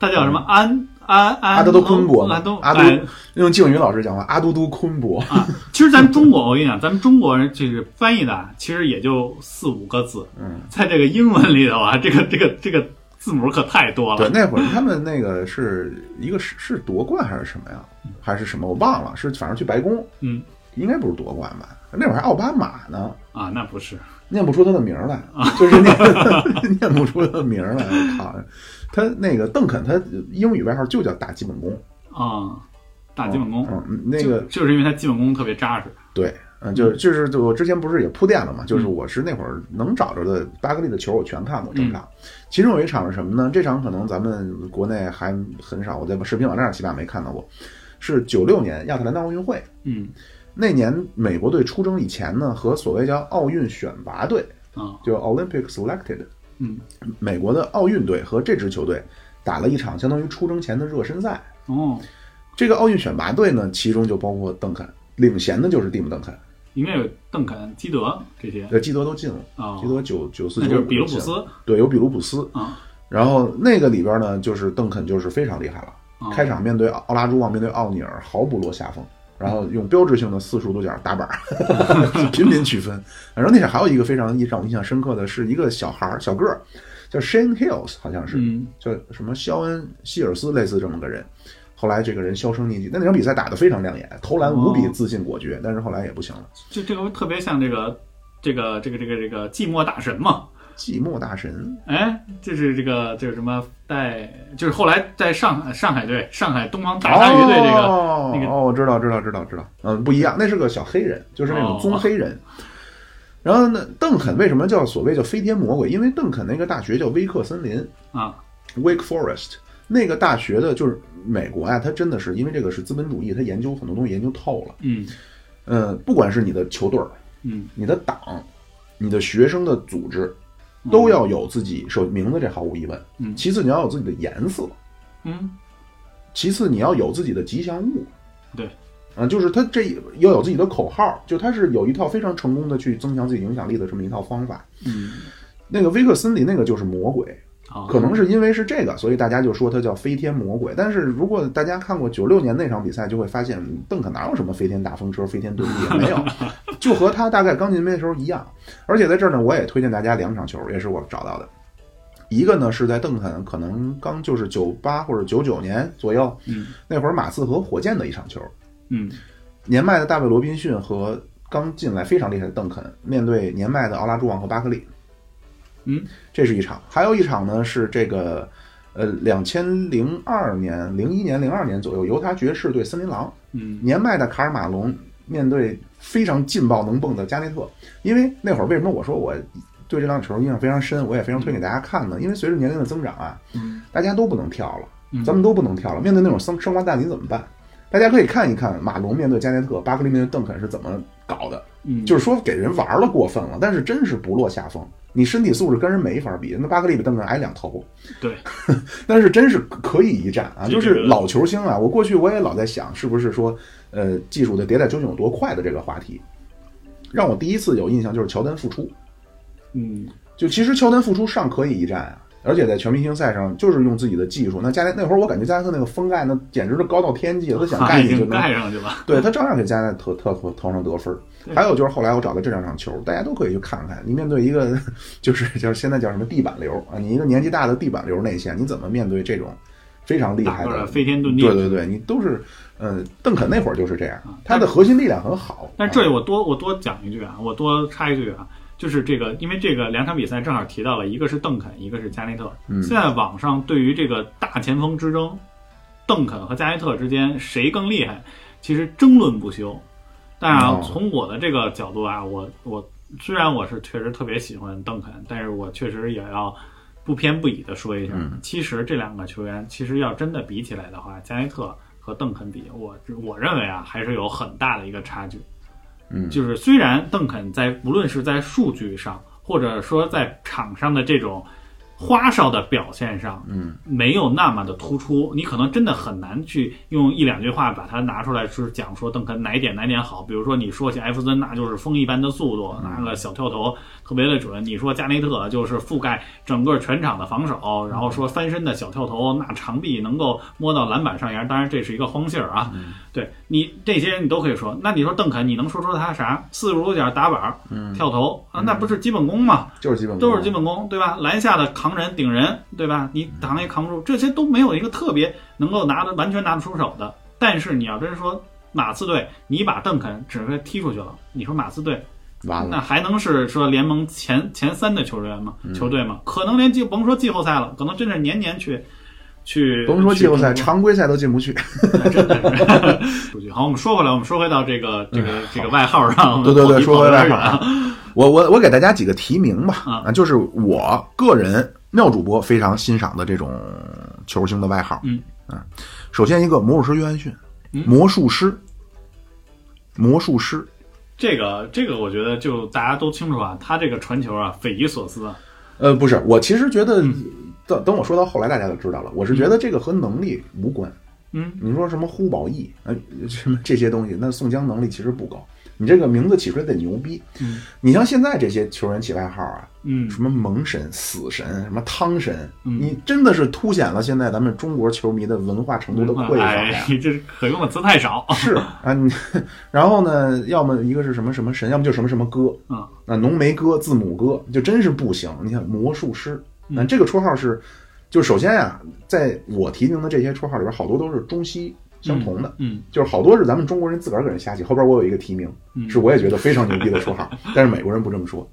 Speaker 2: 他叫什么安安安
Speaker 1: 嗯阿德都昆博嘛
Speaker 2: 安东
Speaker 1: 阿都
Speaker 2: 啊哎
Speaker 1: 用敬语老师讲话，阿嘟嘟昆博，
Speaker 2: 啊。其实咱中国，我跟你讲，咱们中国人这个翻译的啊，其实也就四五个字，
Speaker 1: 嗯，
Speaker 2: 在这个英文里头啊，这个这个这个字母可太多
Speaker 1: 对，
Speaker 2: 了。
Speaker 1: 那会儿他们那个是一个是是夺冠还是什么呀？还是什么？我忘了，是反正去白宫，
Speaker 2: 嗯，
Speaker 1: 应该不是夺冠吧？那会儿还奥巴马呢，
Speaker 2: 啊，那不是，
Speaker 1: 念不出他的名儿来，
Speaker 2: 啊
Speaker 1: 就是念念 不出他的名儿来。我靠，他那个邓肯，他英语外号就叫大基本功，
Speaker 2: 啊，大基本功，
Speaker 1: 嗯，嗯那个
Speaker 2: 就就是因为他基本功特别扎实。
Speaker 1: 对。嗯，就是就是我之前不是也铺垫了嘛，就是我是那会儿能找着的巴克利的球我全看过整场，其中有一场是什么呢？这场可能咱们国内还很少，我在视频网站上起码没看到过，是九六年亚特兰大奥运会，
Speaker 2: 嗯
Speaker 1: 那年美国队出征以前呢，和所谓叫奥运选拔队，
Speaker 2: 啊
Speaker 1: 就 Olympic Selected，
Speaker 2: 嗯
Speaker 1: 美国的奥运队和这支球队打了一场相当于出征前的热身赛。
Speaker 2: 哦，
Speaker 1: 这个奥运选拔队呢，其中就包括邓肯，领衔的就是蒂姆·邓肯，
Speaker 2: 应该有邓肯、基德这些
Speaker 1: 呃，基德都进了，
Speaker 2: 啊
Speaker 1: 基。德九九四
Speaker 2: 那
Speaker 1: 九
Speaker 2: 就是
Speaker 1: 五
Speaker 2: 比卢普斯
Speaker 1: 对，有比卢普斯。
Speaker 2: 啊，
Speaker 1: 然后那个里边呢，就是邓肯就是非常厉害了，
Speaker 2: 啊
Speaker 1: 开场面对奥拉朱旺，面对奥尼尔，毫不落下风。然后用标志性的四十度角打板儿， 频频取分。然后那场还有一个非常让我印象深刻的是一个小孩儿小个儿，叫 Shane Hills，好像是，
Speaker 2: 嗯
Speaker 1: 叫什么肖恩希尔斯，类似这么个人，后来这个人销声匿迹。那那场比赛打得非常亮眼，投篮无比
Speaker 2: 哦
Speaker 1: 自信果决，但是后来也不行了。
Speaker 2: 这这个特别像这个这个这个这个这个寂寞大神嘛，
Speaker 1: 寂寞大神，
Speaker 2: 哎，就是这个这个什么带，就是后来在上上海队、上海东方大鲨
Speaker 1: 鲨
Speaker 2: 鱼队这个，
Speaker 1: 哦
Speaker 2: 那个
Speaker 1: 哦，我知道，知道，知道，知道。嗯，不一样，那是个小黑人，就是那种
Speaker 2: 哦
Speaker 1: 棕黑人。然后呢，邓肯为什么叫所谓叫飞天魔鬼？因为邓肯那个大学叫威克森林，
Speaker 2: 啊
Speaker 1: Wake Forest 那个大学的，就是美国啊，它真的是因为这个是资本主义，它研究很多东西研究透了。
Speaker 2: 嗯
Speaker 1: 嗯，不管是你的球队儿、
Speaker 2: 嗯
Speaker 1: 你的党、你的学生的组织，都要有自己首名字，这毫无疑问。
Speaker 2: 嗯
Speaker 1: 其次你要有自己的颜色，
Speaker 2: 嗯，
Speaker 1: 其次你要有自己的吉祥物。
Speaker 2: 对，
Speaker 1: 啊，就是它这要有自己的口号，就它是有一套非常成功的去增强自己影响力的这么一套方法。
Speaker 2: 嗯，
Speaker 1: 那个威克森林那个就是魔鬼，
Speaker 2: 好，
Speaker 1: 可能是因为是这个，所以大家就说他叫飞天魔鬼。但是如果大家看过九六年那场比赛，就会发现邓肯哪有什么飞天大风车、飞天遁地，没有，就和他大概刚进杯的时候一样。而且在这儿呢，我也推荐大家两场球，也是我找到的。一个呢是在邓肯可能刚就是九八或者九九年左右、
Speaker 2: 嗯
Speaker 1: 那会儿，马刺和火箭的一场球，
Speaker 2: 嗯
Speaker 1: 年迈的大卫·罗宾逊和刚进来非常厉害的邓肯面对年迈的奥拉朱旺和巴克利，
Speaker 2: 嗯
Speaker 1: 这是一场，还有一场呢是这个，呃，两千零二年、零一年、零二年左右，犹他爵士对森林狼，
Speaker 2: 嗯
Speaker 1: 年迈的卡尔马龙面对非常劲爆能蹦的加内特，因为那会儿为什么我说我对这两场球印象非常深，我也非常推给大家看呢？因为随着年龄的增长啊，
Speaker 2: 嗯
Speaker 1: 大家都不能跳了，
Speaker 2: 嗯
Speaker 1: 咱们都不能跳了，面对那种生生瓜蛋你怎么办？大家可以看一看马龙面对加内特，巴克利面对邓肯是怎么搞的。
Speaker 2: 嗯，
Speaker 1: 就是是说给人玩了过分了，但是真是不落下风。你身体素质跟人没法比，那巴克利比邓肯矮两头，
Speaker 2: 对，
Speaker 1: 但是真是可以一战啊！
Speaker 2: 这
Speaker 1: 就
Speaker 2: 个
Speaker 1: 是老球星啊，我过去我也老在想，是不是说，呃，技术的迭代究竟有多快的这个话题，让我第一次有印象就是乔丹复出，
Speaker 2: 嗯
Speaker 1: 就其实乔丹复出尚可以一战啊，而且在全明星赛上就是用自己的技术。那加内那会儿我感觉加内特那个封盖那简直都高到天际了，他想盖
Speaker 2: 啊已
Speaker 1: 你就
Speaker 2: 经
Speaker 1: 能
Speaker 2: 盖上去了，
Speaker 1: 对他照样给加拿大头头头头上得分儿。
Speaker 2: 对
Speaker 1: 还有就是后来我找的这两场球，大家都可以去看看。你面对一个 就是就是现在叫什么地板流啊，你一个年纪大的地板流内线，你怎么面对这种非常厉害
Speaker 2: 打个
Speaker 1: 的
Speaker 2: 飞天遁地
Speaker 1: 对对对，你都是嗯，邓肯那会儿就是这样
Speaker 2: 啊，
Speaker 1: 他的核心力量很好。
Speaker 2: 但是这里
Speaker 1: 啊
Speaker 2: 我多我多讲一句啊，我多插一句啊，就是这个，因为这个两场比赛正好提到了，一个是邓肯，一个是加内特。
Speaker 1: 嗯
Speaker 2: 现在网上对于这个大前锋之争，邓肯和加内特之间谁更厉害，其实争论不休。但是啊
Speaker 1: 哦，
Speaker 2: 从我的这个角度啊，我我虽然我是确实特别喜欢邓肯，但是我确实也要不偏不倚的说一下，
Speaker 1: 嗯
Speaker 2: 其实这两个球员其实要真的比起来的话，加内特和邓肯比，我我认为啊，还是有很大的一个差距。
Speaker 1: 嗯
Speaker 2: 就是虽然邓肯在无论是在数据上，或者说在场上的这种花哨的表现上，
Speaker 1: 嗯，
Speaker 2: 没有那么的突出，你可能真的很难去用一两句话把它拿出来，是讲说邓肯哪一点哪一点好。比如说你说起艾弗森，那就是风一般的速度，那个小跳投特别的准；你说加内特就是覆盖整个全场的防守，然后说翻身的小跳投，那长臂能够摸到篮板上沿，当然这是一个荒信儿啊。对你这些你都可以说，那你说邓肯，你能说出他啥？四十五脚打板儿，跳投啊，那不是基本功吗？
Speaker 1: 就是基本
Speaker 2: 都是基
Speaker 1: 功。
Speaker 2: 本功，对吧？篮下的扛人、顶人，对吧？你挡也扛不住，这些都没有一个特别能够拿得完全拿得出手的。但是你要真说马刺队，你把邓肯只给踢出去了，你说马刺队
Speaker 1: 完了，
Speaker 2: 那还能是说联盟前前三的球员吗？
Speaker 1: 嗯
Speaker 2: 球队吗？可能连季甭说季后赛了，可能真是年年去去
Speaker 1: 甭说季后赛，
Speaker 2: 去
Speaker 1: 常规赛都进不去。
Speaker 2: 真的是出去。好，我们说回来，我们说回到这个这个这个外号 上，
Speaker 1: 对对对，说回来
Speaker 2: 了
Speaker 1: 啊， 我我我给大家几个提名吧
Speaker 2: 啊
Speaker 1: 啊，就是我个人妙主播非常欣赏的这种球星的外号。啊
Speaker 2: 嗯
Speaker 1: 首先一个魔术师约翰逊
Speaker 2: 嗯，
Speaker 1: 魔术师，魔术师，
Speaker 2: 这个这个，我觉得就大家都清楚啊，他这个传球啊，匪夷所思啊。
Speaker 1: 呃，不是，我其实觉
Speaker 2: 嗯
Speaker 1: 得，等等我说到后来，大家就知道了。我是觉得这个和能力无关。
Speaker 2: 嗯，
Speaker 1: 你说什么呼保义，呃，什么这些东西，那宋江能力其实不高。你这个名字起出来得牛逼。
Speaker 2: 嗯
Speaker 1: 你像现在这些球员起外号啊，
Speaker 2: 嗯
Speaker 1: 什么蒙神、死神、什么汤神，
Speaker 2: 嗯
Speaker 1: 你真的是凸显了现在咱们中国球迷的文化程度的匮乏呀。
Speaker 2: 哎， 这可用的词太少。
Speaker 1: 是啊，你然后呢，要么一个是什么什么神，要么就什么什么哥，啊
Speaker 2: 嗯，
Speaker 1: 啊
Speaker 2: 嗯
Speaker 1: 那浓眉哥、字母哥，就真是不行。你看魔术师，那这个绰号是就首先呀、在我提名的这些绰号里边，好多都是中西相同的，
Speaker 2: 嗯
Speaker 1: 就是好多是咱们中国人自个儿给人瞎起。后边我有一个提名，
Speaker 2: 嗯，
Speaker 1: 是我也觉得非常牛逼的绰号，但是美国人不这么说。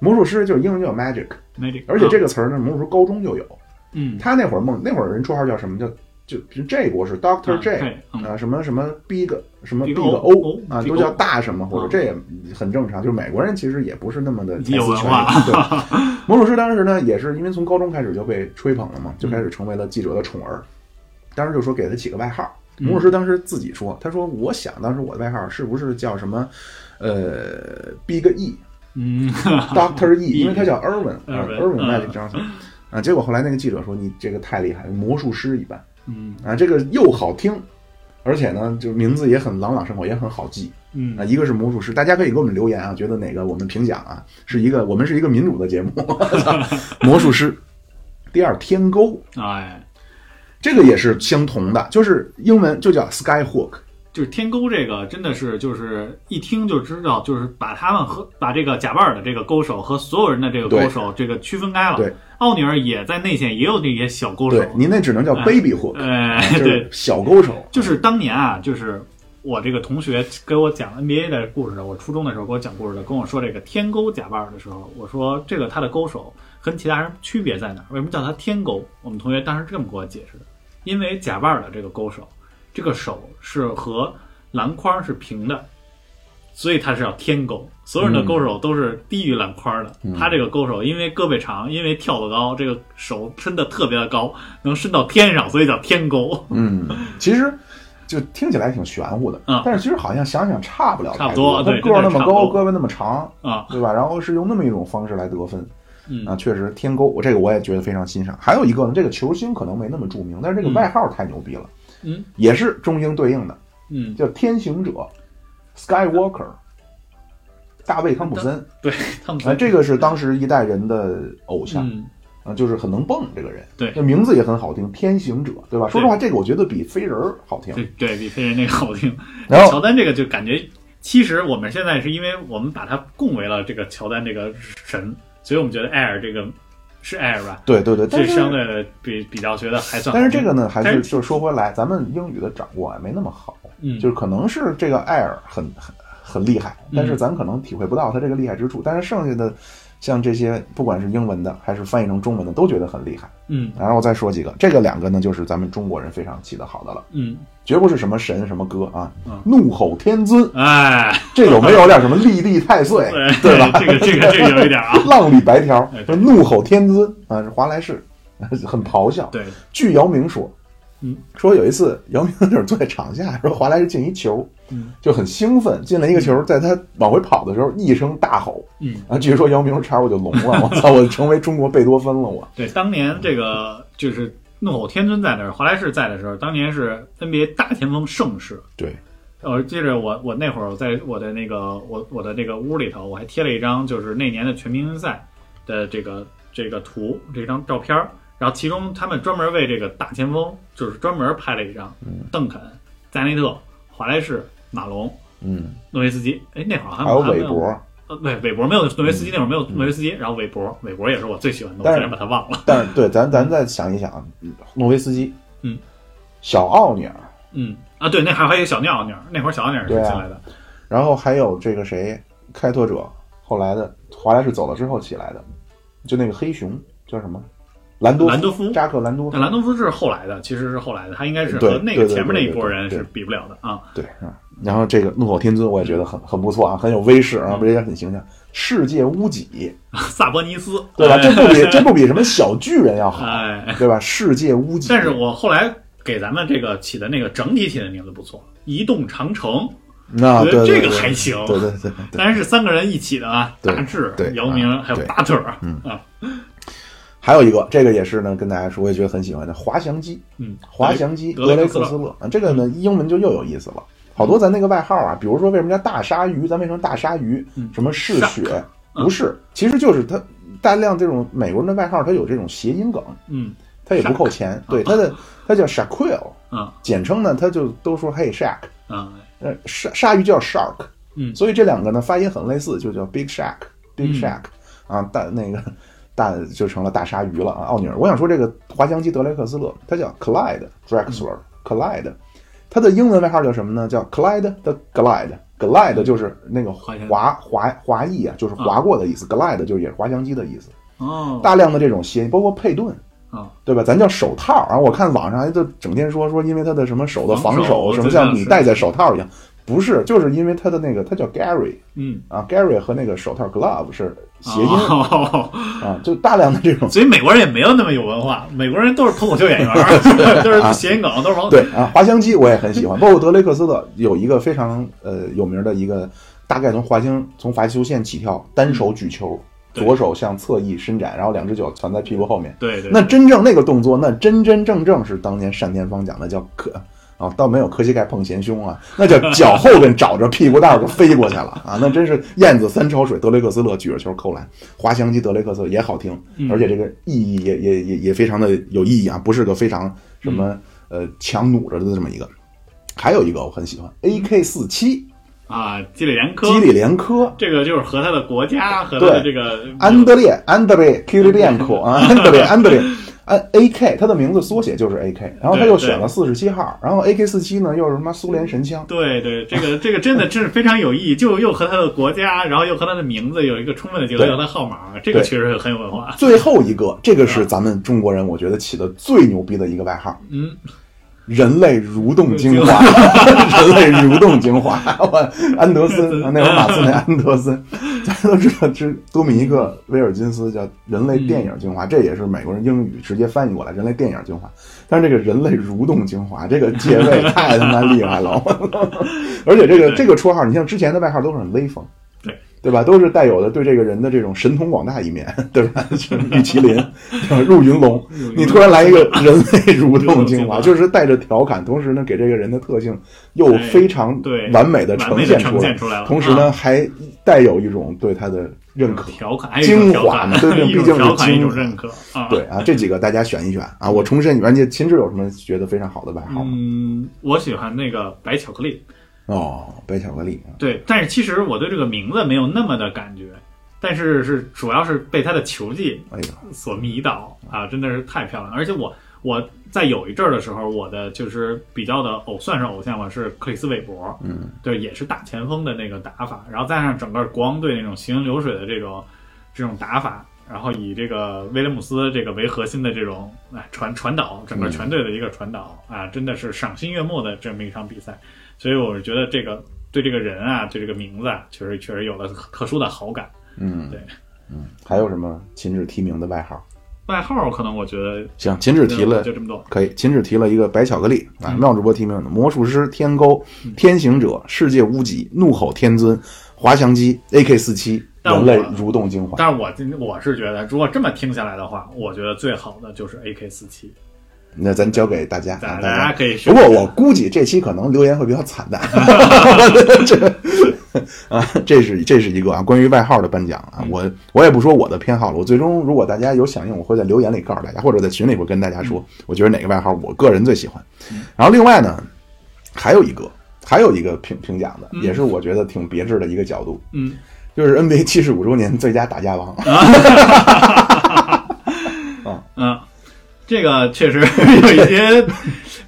Speaker 1: 魔术师就是英文叫 magic，
Speaker 2: Magic，
Speaker 1: 而且这个词儿呢，魔术师高中就有。
Speaker 2: 嗯
Speaker 1: 他那会儿梦，那会儿人绰号叫什么？叫就就 J 国是 Doctor
Speaker 2: 嗯
Speaker 1: J
Speaker 2: J，嗯
Speaker 1: 啊，什么什么 Big 什么
Speaker 2: Big
Speaker 1: Big
Speaker 2: O，
Speaker 1: O 啊，
Speaker 2: Big
Speaker 1: 都叫
Speaker 2: O
Speaker 1: 大什么或者
Speaker 2: 嗯
Speaker 1: 这也很正常。就是美国人其实也不是那么的
Speaker 2: 有文化
Speaker 1: 才思全 有。对，魔术师当时呢也是因为从高中开始就被吹捧了嘛，
Speaker 2: 嗯
Speaker 1: 就开始成为了记者的宠儿。当时就说给他起个外号。
Speaker 2: 嗯
Speaker 1: 魔术师当时自己说，他说我想当时我的外号是不是叫什么，呃，Big E
Speaker 2: 嗯
Speaker 1: Doctor E，
Speaker 2: E
Speaker 1: 因为他叫 Irwin 啊
Speaker 2: Irwin，
Speaker 1: ，Irwin
Speaker 2: 嗯
Speaker 1: Magic Johnson 啊。结果后来那个记者说你这个太厉害，魔术师一般。
Speaker 2: 嗯
Speaker 1: 啊，这个又好听，而且呢，就名字也很朗朗上口，也很好记
Speaker 2: 嗯
Speaker 1: 啊。一个是魔术师，大家可以给我们留言啊，觉得哪个我们评奖啊，是一个我们是一个民主的节目， 魔术师。第二，天钩，
Speaker 2: 哎，
Speaker 1: 这个也是相同的，就是英文就叫 skyhook，
Speaker 2: 就是天钩这个真的是就是一听就知道，就是把他们和把这个贾巴尔的这个勾手和所有人的这个勾手这个区分开了。
Speaker 1: 对，
Speaker 2: 奥尼尔也在内线也有这些小勾手
Speaker 1: 对，，您那只能叫 baby hook，、
Speaker 2: 哎
Speaker 1: 啊，就
Speaker 2: 对
Speaker 1: 是，小勾手，
Speaker 2: 就是当年啊，就是我这个同学给我讲 NBA 的故事的，我初中的时候给我讲故事的，跟我说这个天钩假巴尔的时候，我说这个他的勾手跟其他人区别在哪儿？为什么叫他天钩？我们同学当时这么给我解释的，因为假巴尔的这个勾手，这个手是和篮筐是平的。所以他是要天钩，所有人的勾手都是低于篮筐的。他这个勾手，因为胳膊长，因为跳得高，这个手伸得特别的高，能伸到天上，所以叫天钩。
Speaker 1: 嗯，其实就听起来挺玄乎的，
Speaker 2: 嗯
Speaker 1: 但是其实好像想想差不了
Speaker 2: 差不
Speaker 1: 太多，
Speaker 2: 多
Speaker 1: 他
Speaker 2: 对
Speaker 1: 个儿那
Speaker 2: 真的
Speaker 1: 么
Speaker 2: 差不
Speaker 1: 高，
Speaker 2: 多
Speaker 1: 胳膊那么长，
Speaker 2: 啊，
Speaker 1: 对吧？然后是用那么一种方式来得分，
Speaker 2: 嗯
Speaker 1: 啊，确实天钩，我这个我也觉得非常欣赏。还有一个呢，这个球星可能没那么著名，但是这个
Speaker 2: 嗯
Speaker 1: 外号太牛逼了，
Speaker 2: 嗯，
Speaker 1: 也是中英对应的，
Speaker 2: 嗯，
Speaker 1: 叫天行者，Skywalker，大卫康普森，
Speaker 2: 对，他们
Speaker 1: 啊，这个是当时一代人的偶像，
Speaker 2: 嗯，
Speaker 1: 啊，就是很能蹦这个人，
Speaker 2: 对
Speaker 1: 这名字也很好听，天行者，对吧？说实话，这个我觉得比飞人儿好听。
Speaker 2: 对对，比飞人那个好听。
Speaker 1: 然后
Speaker 2: 乔丹这个就感觉，其实我们现在是因为我们把他供为了这个乔丹这个神，所以我们觉得艾尔这个是艾尔吧，
Speaker 1: 对对对，但
Speaker 2: 这
Speaker 1: 是
Speaker 2: 相对的比比较觉得还算好听。嗯
Speaker 1: 但是这个呢，还
Speaker 2: 但
Speaker 1: 是就是说回来，咱们英语的掌握啊没那么好，
Speaker 2: 嗯
Speaker 1: 就是可能是这个艾尔很很很厉害，但是
Speaker 2: 嗯
Speaker 1: 咱可能体会不到他这个厉害之处。但是剩下的像这些，不管是英文的还是翻译成中文的，都觉得很厉害。
Speaker 2: 嗯
Speaker 1: 然后我再说几个，这个两个呢，就是咱们中国人非常起得好的了，
Speaker 2: 嗯，
Speaker 1: 绝不是什么神什么歌啊
Speaker 2: 嗯，
Speaker 1: 怒吼天尊
Speaker 2: 哎，
Speaker 1: 这种没有点什么立地太 岁，对吧？
Speaker 2: 这个这个这个有一点啊，
Speaker 1: 浪里白条
Speaker 2: 哎，对
Speaker 1: 怒吼天尊啊，是华莱士， 很咆哮。
Speaker 2: 对，
Speaker 1: 据姚明说，
Speaker 2: 嗯，
Speaker 1: 说有一次姚明就是坐在场下，说华莱士进一球，
Speaker 2: 嗯
Speaker 1: 就很兴奋，进了一个球，在他往回跑的时候一声大吼，
Speaker 2: 嗯。
Speaker 1: 啊，据说姚明说叉我就聋了，我操，我成为中国贝多芬了，我
Speaker 2: 对，当年这个就是怒吼天尊在那儿，华莱士在的时候，当年是 NBA 大前锋盛世。呃
Speaker 1: 对，
Speaker 2: 我记着我我那会儿我在我的那个我我的那个屋里头，我还贴了一张就是那年的全明星赛的这个这个图这张照片儿，然后其中他们专门为这个大前锋就是专门拍了一张，邓肯、加内特、华莱士、马龙、
Speaker 1: 嗯，
Speaker 2: 诺维斯基，哎，那会儿好像
Speaker 1: 还有
Speaker 2: 还没
Speaker 1: 韦伯，嗯
Speaker 2: 呃，对，韦伯没有诺维斯基，那会儿没有诺维斯基，然后韦伯，韦伯也是我最喜欢的，我
Speaker 1: 但是
Speaker 2: 竟然把他忘了。
Speaker 1: 但是对，咱咱再想一想，诺维斯基，
Speaker 2: 嗯，
Speaker 1: 小奥尼尔，
Speaker 2: 嗯啊，对，那还还有小尿尿，那会儿小尿尿是
Speaker 1: 对啊
Speaker 2: 进来的，
Speaker 1: 然后还有这个谁，开拓者后来的华莱士走了之后起来的，就那个黑熊叫什么？兰多夫
Speaker 2: 兰多夫
Speaker 1: 扎克兰多夫
Speaker 2: 那兰东夫是后来的，其实是后来的，他应该是
Speaker 1: 啊对
Speaker 2: 和那
Speaker 1: 对
Speaker 2: 个
Speaker 1: 对
Speaker 2: 前面那一波
Speaker 1: 对对
Speaker 2: 人
Speaker 1: 对
Speaker 2: 是比不了的啊。
Speaker 1: 对啊，然后这个怒吼天尊我也觉得很很不错啊，很有威势啊，而且很形象。世界屋脊，
Speaker 2: 萨博尼斯，
Speaker 1: 对啊吧？
Speaker 2: 哎
Speaker 1: 这不 比这不比什么小巨人要好，
Speaker 2: 哎，
Speaker 1: 对吧？世界屋脊，
Speaker 2: 但是我后来给咱们这个起的那个整体起的名字不错，移动长城，
Speaker 1: 那
Speaker 2: 我
Speaker 1: 啊对
Speaker 2: 觉得
Speaker 1: 对
Speaker 2: 这
Speaker 1: 对
Speaker 2: 个还行。
Speaker 1: 对对对对。
Speaker 2: 当然是三个人一起的啊，
Speaker 1: 对
Speaker 2: 大志
Speaker 1: 对、
Speaker 2: 姚明
Speaker 1: 啊
Speaker 2: 还有
Speaker 1: 对
Speaker 2: 巴特尔，
Speaker 1: 嗯
Speaker 2: 啊，
Speaker 1: 还有一个，这个也是呢，跟大家说，我也觉得很喜欢的滑翔机，
Speaker 2: 嗯，
Speaker 1: 滑翔机
Speaker 2: 德雷
Speaker 1: 德雷
Speaker 2: 克斯
Speaker 1: 克
Speaker 2: 勒
Speaker 1: 斯勒啊，这个呢英文就又有意思了。好多咱那个外号啊，比如说为什么叫大鲨鱼，咱为什么大鲨鱼
Speaker 2: 嗯？
Speaker 1: 什么嗜血？
Speaker 2: 嗯
Speaker 1: 不是，其实就是它大量这种美国人的外号，它有这种谐音梗，
Speaker 2: 嗯
Speaker 1: 它也不扣钱。对，它的它叫 Shaquille，
Speaker 2: 啊
Speaker 1: 简称呢，它就都说 Hey Shaq，
Speaker 2: 啊，
Speaker 1: 呃，鲨鲨鱼叫 Shark，
Speaker 2: 嗯
Speaker 1: 所以这两个呢发音很类似，就叫 Big Shaq，Big
Speaker 2: 嗯
Speaker 1: Shaq，啊，但那个大就成了大鲨鱼了啊，奥尼尔。我想说这个滑翔机德雷克斯勒，他叫 Clyde
Speaker 2: 嗯
Speaker 1: Drexler、Clyde，他的英文外号叫什么呢？叫 Clyde the Glide。Glide 就是那个
Speaker 2: 滑翔
Speaker 1: 滑滑滑翼啊，就是滑过的意思。Glide 就是也是滑翔机的意思。
Speaker 2: 哦，
Speaker 1: 大量的这种谐音，包括佩顿
Speaker 2: 啊，
Speaker 1: 对吧？咱叫手套啊，我看网上还就整天说说，因为他的什么手的
Speaker 2: 防
Speaker 1: 防
Speaker 2: 守
Speaker 1: 守，什
Speaker 2: 就
Speaker 1: 么像
Speaker 2: 像
Speaker 1: 你
Speaker 2: 是
Speaker 1: 戴在手套一样，不是，就是因为他的那个，他叫 Gary
Speaker 2: 嗯，
Speaker 1: 啊，Gary 和那个手套 glove 是谐音
Speaker 2: 哦
Speaker 1: 啊，就大量的这种
Speaker 2: 所以美国人也没有那么有文化，美国人都是脱口秀演员， 都是谐音梗，都是往
Speaker 1: 对啊，滑翔机我也很喜欢，包括德雷克斯特有一个非常呃有名的一个，大概从滑行从罚球线起跳，单手举球，
Speaker 2: 嗯对
Speaker 1: 左手向侧翼伸展，然后两只脚缠在屁股后面。
Speaker 2: 对对，
Speaker 1: 那真正那个动作，那真真正正是当年单田芳讲的叫磕啊，倒没有磕膝盖碰前胸啊，那叫脚后跟找着屁股蛋儿就飞过去了啊，那真是燕子三抄水，德雷克斯勒举着球扣篮，滑翔机德雷克斯勒也好听，而且这个意义也也也也非常的有意义啊，不是个非常什么呃强弩着的这么一个。还有一个我很喜欢 AK 四七
Speaker 2: 啊，基里连科
Speaker 1: 基里连科，
Speaker 2: 这个就是和他的国家和他的这个
Speaker 1: 安德烈安德烈 Kirilenko 啊，安德烈安德烈安 AK，他的名字缩写就是 AK，然后他又选了四十七号，然后 AK 四七呢又是什么苏联神枪，
Speaker 2: 对对，这个这个真的真是非常有意义，就又和他的国家，然后又和他的名字有一个充分的结合，
Speaker 1: 对
Speaker 2: 又和他号码，这个
Speaker 1: 对
Speaker 2: 确实很有文化。
Speaker 1: 最后一个这个是咱们中国人我觉得起的最牛逼的一个外号，
Speaker 2: 嗯，
Speaker 1: 人类蠕动精 华，人类蠕动精华， 我安德森啊，那会儿马刺那安德森， 大家都知道，这多米尼克威尔金斯叫人类电影精华，这也是美国人英语直接翻译过来，人类电影精华。但是这个人类蠕动精华这个结尾太他妈厉害了， 而且这个这个绰号，你像之前的外号都是很威风。
Speaker 2: 对
Speaker 1: 对吧？都是带有的对这个人的这种神通广大一面，对吧？就是玉麒麟， 入云龙，你突然来一 个人类蠕动精华，就是带着调侃，同时呢，给这个人的特性又非常
Speaker 2: 对，
Speaker 1: 完美的
Speaker 2: 完
Speaker 1: 呈
Speaker 2: 美
Speaker 1: 现
Speaker 2: 的
Speaker 1: 出
Speaker 2: 呈
Speaker 1: 来
Speaker 2: 现，出来了。
Speaker 1: 同时呢，还带有一种对他的认
Speaker 2: 啊，
Speaker 1: 可。
Speaker 2: 调侃，还 有一种
Speaker 1: 精
Speaker 2: 调
Speaker 1: 华
Speaker 2: 侃
Speaker 1: 嘛，对对，
Speaker 2: 一
Speaker 1: 毕
Speaker 2: 种
Speaker 1: 竟
Speaker 2: 调
Speaker 1: 是
Speaker 2: 侃，一
Speaker 1: 精
Speaker 2: 种
Speaker 1: 华
Speaker 2: 认可啊。
Speaker 1: 对啊，这几个大家选一选啊！我重申，而且秦志有什么觉得非常好的外号吗？
Speaker 2: 嗯，我喜欢那个白巧克力。嗯
Speaker 1: 哦，白巧克力啊，
Speaker 2: 对，但是其实我对这个名字没有那么的感觉，但是是主要是被他的球技
Speaker 1: 哎呀，
Speaker 2: 所迷倒啊，真的是太漂亮了。而且我我在有一阵儿的时候，我的就是比较的偶算是偶像吧，是克里斯韦伯，
Speaker 1: 嗯，
Speaker 2: 对，也是大前锋的那个打法，然后再加上整个国王队那种行云流水的这种这种打法。然后以这个威廉姆斯这个为核心的这种哎传传导，整
Speaker 1: 嗯
Speaker 2: 个全队的一个传导、啊，真的是赏心悦目的这么一场比赛。所以我是觉得这个对这个人啊，对这个名字啊，确实确实有了特殊的好感。
Speaker 1: 嗯，
Speaker 2: 对，
Speaker 1: 嗯，还有什么秦志提名的外号？
Speaker 2: 外号可能我觉得
Speaker 1: 行，秦志提了
Speaker 2: 就这么多。
Speaker 1: 可以，秦只提了一个白巧克力啊，妙主播提名的魔术师、天钩、
Speaker 2: 嗯
Speaker 1: 天行者、世界屋脊、怒吼天尊、滑翔机、AK 四七、
Speaker 2: 但
Speaker 1: 人
Speaker 2: 我
Speaker 1: 类蠕动精华。
Speaker 2: 但是我今我是觉得，如果这么听下来的话，我觉得最好的就是 AK 四七，
Speaker 1: 那咱交给大家，啊
Speaker 2: 大
Speaker 1: 大
Speaker 2: 大家
Speaker 1: 家。
Speaker 2: 可以
Speaker 1: 不
Speaker 2: 学。
Speaker 1: 过我估计这期可能留言会比较惨 淡，这啊，这是这是一个啊关于外号的颁奖
Speaker 2: 嗯
Speaker 1: 啊，我我也不说我的偏好了，我最终如果大家有响应，我会在留言里告诉大家，或者在群里会跟大家说，
Speaker 2: 嗯
Speaker 1: 我觉得哪个外号我个人最喜欢。然后另外呢，还有一个还有一个评评奖的，也是我觉得挺别致的一个角度，
Speaker 2: 嗯，
Speaker 1: 就是 NBA 七十五周年最佳打架王，
Speaker 2: 嗯，这个确实 有一些，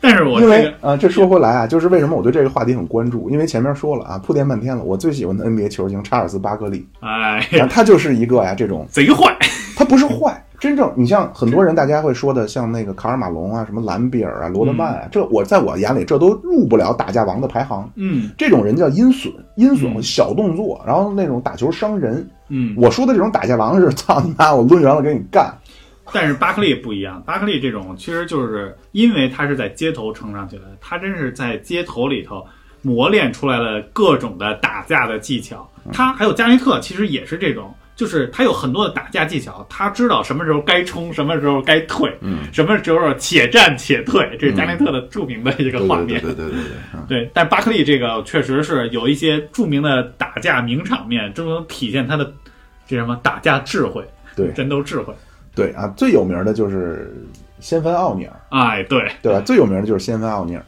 Speaker 2: 但是我
Speaker 1: 因
Speaker 2: 哦这
Speaker 1: 为
Speaker 2: 个
Speaker 1: 呃，这说回来啊，就是为什么我对这个话题很关注，因为前面说了啊，铺垫半天了，我最喜欢的 NBA 球星查尔斯巴克利，
Speaker 2: 哎
Speaker 1: 然后他就是一个呀、这种
Speaker 2: 贼坏，
Speaker 1: 他不是坏，真正你像很多人大家会说的，像那个卡尔马龙啊、什么兰比尔啊、罗德曼啊，这我在我眼里这都入不了打架王的排行。
Speaker 2: 嗯
Speaker 1: 这种人叫阴损，阴损
Speaker 2: 嗯
Speaker 1: 小动作，然后那种打球伤人。
Speaker 2: 嗯，
Speaker 1: 我说的这种打架王是， 操你妈，我抡圆了给你干。
Speaker 2: 但是巴克利不一样，巴克利这种其实就是因为他是在街头成长起来的，他真是在街头里头磨练出来了各种的打架的技巧。
Speaker 1: 嗯
Speaker 2: 他还有加内特，其实也是这种，就是他有很多的打架技巧，他知道什么时候该冲，什么时候该退，
Speaker 1: 嗯，
Speaker 2: 什么时候且战且退，这是加内特的著名的一个画面。
Speaker 1: 对对对对，嗯
Speaker 2: 对，但巴克利这个确实是有一些著名的打架名场面，都能体现他的这什么打架智慧、
Speaker 1: 对
Speaker 2: 战斗智慧。
Speaker 1: 对啊，最有名的就是掀翻奥尼尔，
Speaker 2: 哎，对，
Speaker 1: 对吧？最有名的就是掀翻奥尼尔，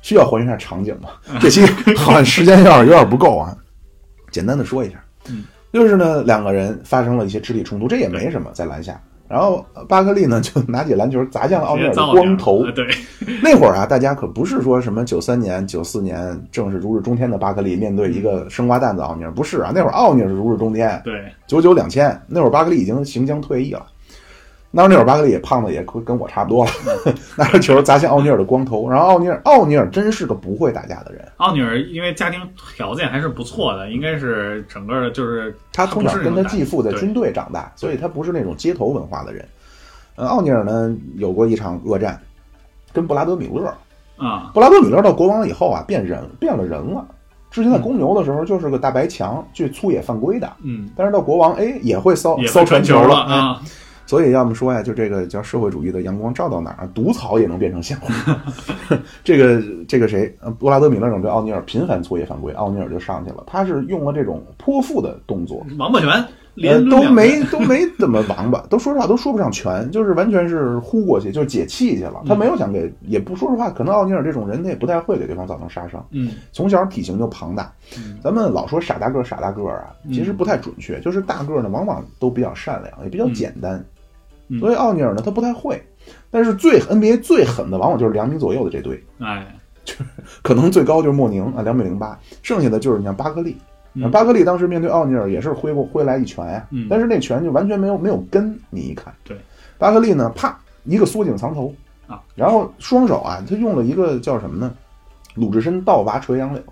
Speaker 1: 需要还原一下 场景吗？这期好像时间有点有点不够啊，简单的说一下
Speaker 2: 嗯，
Speaker 1: 就是呢，两个人发生了一些肢体冲突，这也没什么，在篮下。然后呃巴克利呢 就拿起篮球砸向了奥尼
Speaker 2: 直
Speaker 1: 尔
Speaker 2: 接
Speaker 1: 的
Speaker 2: 造
Speaker 1: 光头
Speaker 2: 啊， 对，
Speaker 1: 那会儿啊，大家可不是说什么九三年、九四年正是如日中天的巴克利面对一
Speaker 2: 嗯
Speaker 1: 个生瓜蛋子奥尼尔，不是啊，那会儿奥尼尔是如日中天，
Speaker 2: 对，
Speaker 1: 九九两千，那会儿巴克利已经行将退役了。那会儿那会儿巴克利也胖的也跟跟我差不多了， 拿着球砸向奥尼尔的光头，然后奥尼尔奥尼尔真是个不会打架的人，
Speaker 2: 奥尼尔因为家庭条件还是不错的，应该是整个就是
Speaker 1: 他从小跟他继父在
Speaker 2: 对
Speaker 1: 军队长大，所以他不是那种街头文化的人。呃，奥尼尔呢有过一场恶战，跟布拉德米勒，
Speaker 2: 啊，
Speaker 1: 布拉德米勒到国王以后啊变人变了人了，之前在公牛的时候就是个大白强，去粗野犯规的，
Speaker 2: 嗯，
Speaker 1: 但是到国王哎也会骚
Speaker 2: 也
Speaker 1: 骚
Speaker 2: 会
Speaker 1: 传
Speaker 2: 传
Speaker 1: 球
Speaker 2: 了
Speaker 1: 哎
Speaker 2: 啊，
Speaker 1: 所以要么说呀，就这个叫社会主义的阳光照到哪儿，毒草也能变成鲜花。 这个这个谁，呃布拉德米勒总对奥尼尔频繁作业犯规，奥尼尔就上去了。他是用了这种泼妇的动作，
Speaker 2: 王八拳
Speaker 1: 呃
Speaker 2: 连，
Speaker 1: 都没都没怎么王八， 都说实话都说不上拳，就是完全是呼过去，就是解气去了。他没有想给，也不说实话，可能奥尼尔这种人他也不太会给对方造成杀伤。
Speaker 2: 嗯
Speaker 1: 从小体型就庞大
Speaker 2: 嗯，
Speaker 1: 咱们老说傻大个儿傻大个儿啊，
Speaker 2: 嗯
Speaker 1: 其实不太准确。就是大个儿呢，往往都比较善良，也比较简单，
Speaker 2: 嗯
Speaker 1: 所以奥尼尔呢，他不太会。但是最 NBA 最狠的，往往就是两米左右的这堆，
Speaker 2: 哎，
Speaker 1: 可能最高就是莫宁啊，两米零八，剩下的就是你像巴克利。
Speaker 2: 嗯
Speaker 1: 巴克利当时面对奥尼尔也是挥过挥来一拳啊呀、
Speaker 2: 嗯
Speaker 1: 但是那拳就完全没有没有跟，你一看，
Speaker 2: 对，
Speaker 1: 巴克利呢，啪一个缩颈藏头
Speaker 2: 啊，
Speaker 1: 然后双手啊，他用了一个叫什么呢？鲁智深倒拔垂杨柳，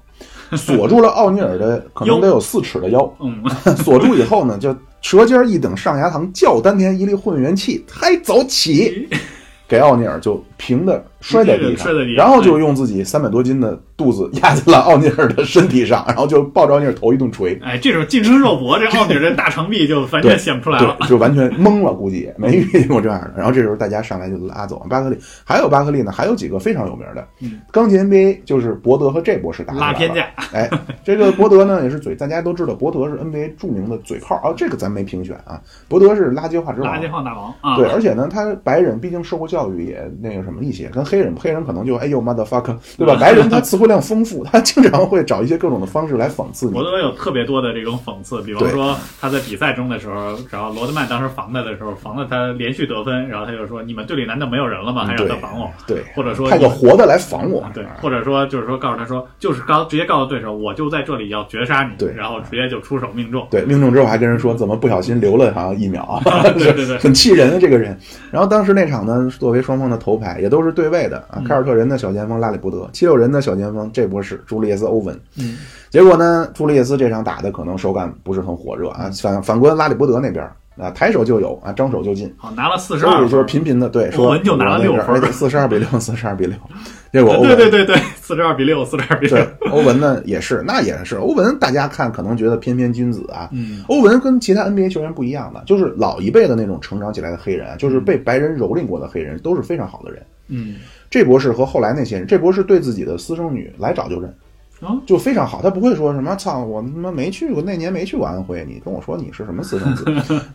Speaker 1: 锁住了奥尼尔的可能得有四尺的 腰，
Speaker 2: 嗯，
Speaker 1: 锁住以后呢，就舌尖一顶上牙膛，叫丹田一粒混元气，抬走起，给奥尼尔就平的摔在地
Speaker 2: 一个
Speaker 1: 上，
Speaker 2: 摔在地上
Speaker 1: 然后就用自己三百多斤的肚子压在了奥尼尔的身体上，然后就抱着奥尼尔头一顿捶，
Speaker 2: 哎，这种近身肉搏，这奥尼尔这大长臂就完全显不出来了。
Speaker 1: 对，就完全懵了，估计也没遇见过这样的。然后这时候大家上来就拉走巴克利，还有巴克利呢，还有几个非常有名的，
Speaker 2: 嗯
Speaker 1: 钢琴 NBA 就是伯德和这博士打起来
Speaker 2: 拉
Speaker 1: 了
Speaker 2: 偏。架，
Speaker 1: 哎，这个伯德呢也是嘴，大家都知道，伯德是 NBA 著名的嘴炮啊，这个咱没评选啊，伯德是垃圾话之王
Speaker 2: 垃。圾放大王啊！
Speaker 1: 对，而且呢，他白人毕竟受过教育，也那个什么一些，跟黑人黑人可能就哎呦 motherfucker，对 吧？白人他词汇量丰富，他经常会找一些各种的方式来讽刺你
Speaker 2: 博。德有特别多的这种讽刺，比方
Speaker 1: 对
Speaker 2: 说他在比赛中的时候，然后罗德曼当时防他的时候，防了他连续得分，然后他就说：“你们队里难道没有人了吗？还让他防我？”
Speaker 1: 嗯对，
Speaker 2: 或者说
Speaker 1: 派个活的来防我。
Speaker 2: 对，或者说就是说告诉他说，就是告直接告诉对手，我就在这里要绝杀你，
Speaker 1: 对
Speaker 2: 然后直接就出手命中。
Speaker 1: 对，命中之后还跟人说怎么不小心留了好像一秒，
Speaker 2: 对对对
Speaker 1: 很气人啊这个人。然后当时那场呢，作为双方的头牌也都是对位的
Speaker 2: 嗯
Speaker 1: 啊，凯尔特人的小前锋拉里伯德，七六人的小前锋这波是朱利叶斯欧文。
Speaker 2: 嗯，
Speaker 1: 结果呢，朱利叶斯这场打的可能手感不是很火热
Speaker 2: 嗯
Speaker 1: 啊，反反观拉里伯德那边啊，抬手就有啊，张手就进。
Speaker 2: 好，拿了四十
Speaker 1: 所
Speaker 2: 二
Speaker 1: 以就是
Speaker 2: 分，
Speaker 1: 频频的对，
Speaker 2: 欧
Speaker 1: 说
Speaker 2: 文就拿了六分儿
Speaker 1: 哎四十二比六，四十二 比六。结果欧文
Speaker 2: 对对对对，四十二比六，四十二比六
Speaker 1: 对。欧文呢也是，那也是欧文，大家看可能觉得翩翩君子啊，
Speaker 2: 嗯，
Speaker 1: 欧文跟其他 NBA 球员不一样的，就是老一辈的那种成长起来的黑人啊，就是被白人蹂躏过的黑人，都是非常好的人。
Speaker 2: 嗯，
Speaker 1: 这博士和后来那些人，这博士对自己的私生女来找就认，
Speaker 2: 哦
Speaker 1: 就非常好，他不会说什么“操，我他妈没去过，那年没去过安徽，你跟我说你是什么私生子”，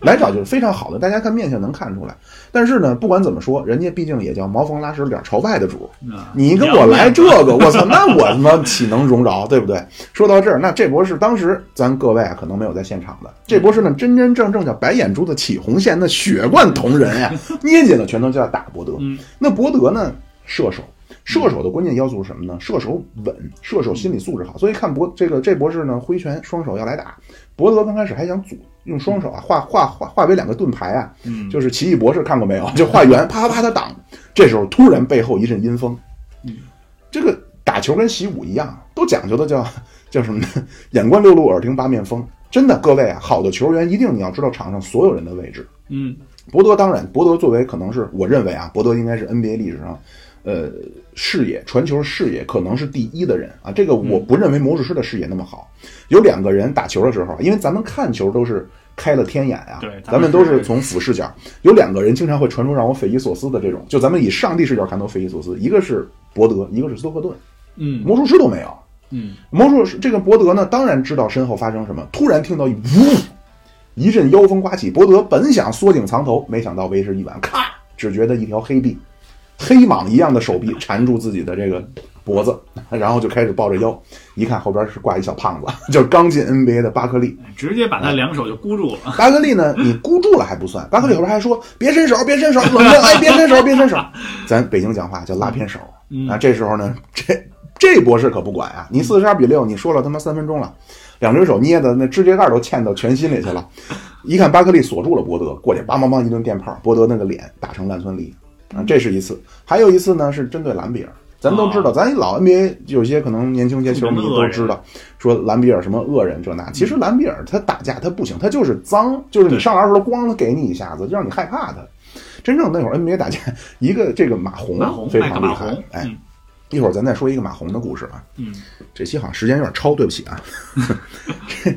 Speaker 1: 来找就是非常好的，大家看面相能看出来。但是呢，不管怎么说，人家毕竟也叫茅房拉屎脸朝外的主，
Speaker 2: 啊
Speaker 1: 你跟我来这个，我操，那我他妈岂能容饶，对不对？说到这儿，那这博士当时咱各位啊，可能没有在现场的，这博士呢，真真正正叫白眼珠子起红线，那血贯同人呀，捏紧了拳头就要打伯德。
Speaker 2: 嗯
Speaker 1: 那伯德呢，射手。射手的关键要素是什么呢？射手稳，射手心理素质好，所以看博这个这博士呢，挥拳双手要来打，伯德刚开始还想阻，用双手啊化化化化为两个盾牌啊，
Speaker 2: 嗯，
Speaker 1: 就是奇异博士看过没有？ 就画 圆，啪啪啪他挡，这时候突然背后一阵阴风，
Speaker 2: 嗯
Speaker 1: 这个打球跟习武一样，都讲究的叫 叫什么呢？眼观六路，耳听八面风。真的，各位啊，好的球员一定你要知道场上所有人的位置。
Speaker 2: 嗯
Speaker 1: 伯德当然，伯德作为可能是我认为啊，伯德应该是 NBA 历史上，呃，视野传球视野可能是第一的人啊。这个我不认为魔术师的视野那么好。有两个人打球的时候，因为咱们看球都是开了天眼啊，
Speaker 2: 对
Speaker 1: 咱
Speaker 2: 咱
Speaker 1: 们
Speaker 2: 们
Speaker 1: 都
Speaker 2: 是
Speaker 1: 是从俯视角。有两个人经常会传出让我匪夷所思的这种，就咱们以上帝视角看都匪夷所思，一个是伯德，一个是斯托克顿，
Speaker 2: 嗯
Speaker 1: 魔术师都没有。
Speaker 2: 嗯，
Speaker 1: 魔术师这个伯德呢，当然知道身后发生什么，突然听到一呜，一阵妖风刮起，伯德本想缩颈藏头，没想到为时已晚，咔，只觉得一条黑臂黑蟒一样的手臂缠住自己的这个脖子，然后就开始抱着腰，一看后边是挂一小胖子，就是刚进 NBA 的巴克利。
Speaker 2: 直接把他两手就箍住了。
Speaker 1: 巴克利呢，你箍住了还不算，巴克利后边还说别伸手，别伸手，冷静，哎，别伸手，别伸手。咱北京讲话叫拉偏手啊。这时候呢，这这博士可不管啊，你四十二比六，你说了他妈三分钟了，两只手捏的那指甲盖都嵌到拳心里去了。一看巴克利锁住了伯德，过去梆梆梆一顿电炮，伯德那个脸打成烂酸梨啊。这是一次，还有一次呢是针对兰比尔。咱都知道，咱老 NBA 有些可能年轻些球迷都知道，说兰比尔什么恶人这那。其实兰比尔他打架他不行，他就是脏，就是你上篮时候咣他给你一下子，就让你害怕他。真正那会儿 NBA 打架，一个这个马
Speaker 2: 马红
Speaker 1: 红非常厉
Speaker 2: 麦克马
Speaker 1: 害
Speaker 2: 洪，
Speaker 1: 哎
Speaker 2: 嗯。
Speaker 1: 一会儿咱再说一个马红的故事啊，
Speaker 2: 嗯，
Speaker 1: 这期好像时间有点超，对不起啊。 这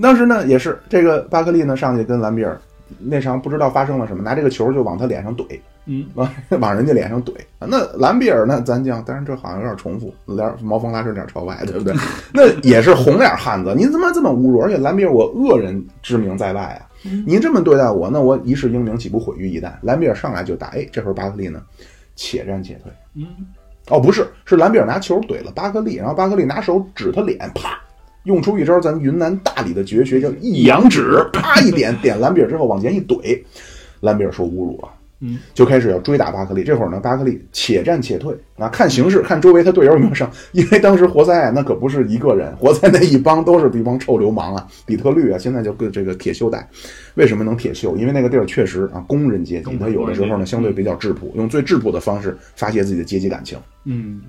Speaker 1: 当时呢也是这个巴克利呢上去跟兰比尔那场不知道发生了什么，拿这个球就往他脸上怼，
Speaker 2: 嗯，
Speaker 1: 往往人家脸上怼。那兰比尔呢？咱讲，当然这好像有点重复，脸茅房拉顺点朝外，对不 对？那也是红脸汉子，您他妈这么侮辱，而且兰比尔我恶人之名在外啊！
Speaker 2: 嗯
Speaker 1: 您这么对待我，那我一世英名岂不毁于一旦？兰比尔上来就打，哎，这会儿巴克利呢，且战且退。
Speaker 2: 嗯，
Speaker 1: 哦，不是，是兰比尔拿球怼了巴克利，然后巴克利拿手指他脸，啪，用出一招咱云南大理的绝学，叫一阳指，啪一点点兰比尔之后往前一怼，兰比尔受侮辱了。
Speaker 2: 嗯，
Speaker 1: 就开始要追打巴克利。这会儿呢，巴克利且战且退啊，看形势，看周围他队友有没有上，因为当时活塞啊，那可不是一个人，活塞那一帮都是一帮臭流氓啊，底特律啊，现在就跟这个铁锈带。为什么能铁锈？因为那个地儿确实啊，工人阶级
Speaker 2: 工人
Speaker 1: 他有的时候
Speaker 2: 工人阶
Speaker 1: 呢，
Speaker 2: 级
Speaker 1: 相对比较质朴，用最质朴的方式发泄自己的阶级感情。
Speaker 2: 嗯，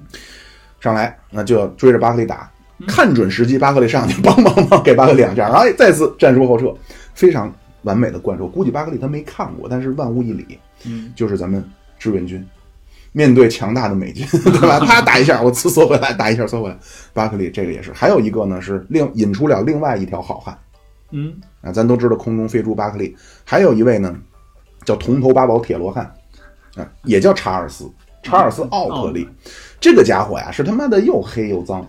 Speaker 1: 上来，那就追着巴克利打，看准时机，巴克利上去，梆梆梆给巴克利两下，然后哎再次战术后撤，非常完美的贯彻。估计巴克利他没看过，但是万无一理，
Speaker 2: 嗯，
Speaker 1: 就是咱们志愿军面对强大的美军， 对吧？他打一下，我呲缩回来，打一下缩回来。巴克利这个也是，还有一个呢是另引出了另外一条好汉
Speaker 2: 嗯，
Speaker 1: 啊，咱都知道空中飞猪巴克利，还有一位呢叫铜头八宝铁罗汉啊，也叫查尔斯。查尔斯·奥克
Speaker 2: 嗯
Speaker 1: 利，这个家伙呀，是他妈的又黑又脏，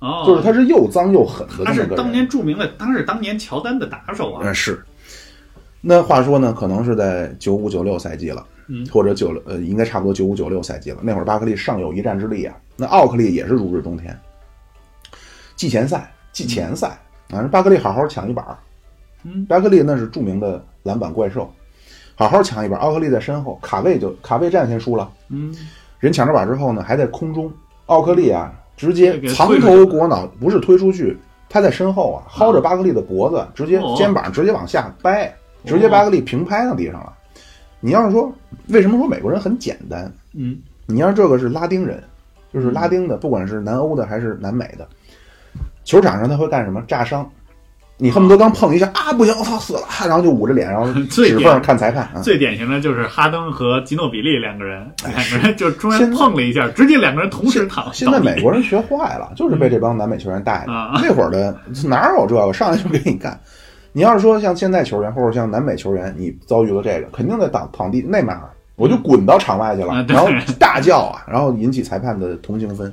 Speaker 2: 哦，
Speaker 1: 就是他是又脏又狠的
Speaker 2: 他
Speaker 1: 这
Speaker 2: 是
Speaker 1: 么个人。
Speaker 2: 当年著名的，他是当年乔丹的打手啊。
Speaker 1: 嗯是。那话说呢，可能是在九五九六赛季了，
Speaker 2: 嗯
Speaker 1: 或者九呃应该差不多九五九六赛季了。那会儿巴克利尚有一战之力啊，那奥克利也是如日中天。季前赛，季前赛，反正、巴克利好好抢一板儿。
Speaker 2: 嗯
Speaker 1: 巴克利那是著名的篮板怪兽，好好抢一板儿。奥克利在身后卡位就卡位战先输了，
Speaker 2: 嗯，
Speaker 1: 人抢着板之后呢，还在空中，奥克利啊，直接
Speaker 2: 给
Speaker 1: 藏
Speaker 2: 推出去
Speaker 1: 头裹脑，不是推出去，他在身后啊，薅着巴克利的脖子，直接
Speaker 2: 哦
Speaker 1: 肩膀直接往下掰，直接巴克利平拍到地上了。你要是说为什么说美国人很简单？
Speaker 2: 嗯，
Speaker 1: 你要是这个是拉丁人，就是拉丁的，不管是南欧的还是南美的，球场上他会干什么？炸伤。你恨不得刚碰一下啊，不行，我操死了，然后就捂着脸，然 后
Speaker 2: 最
Speaker 1: 指缝
Speaker 2: 典
Speaker 1: 看裁判啊。
Speaker 2: 最典型的就是哈登和吉诺比利两个人，两个人就中间碰了一下，直接两个人同时躺。
Speaker 1: 现在美国人学坏了，就是被这帮南美球员带的。
Speaker 2: 啊
Speaker 1: 那会儿的哪有这个，上来就给你干。你要是说像现在球员或者像南美球员，你遭遇了这个，肯定在躺躺地内马尔，我就滚到场外去了，
Speaker 2: 嗯啊对
Speaker 1: 然后大叫啊，然后引起裁判的同情分。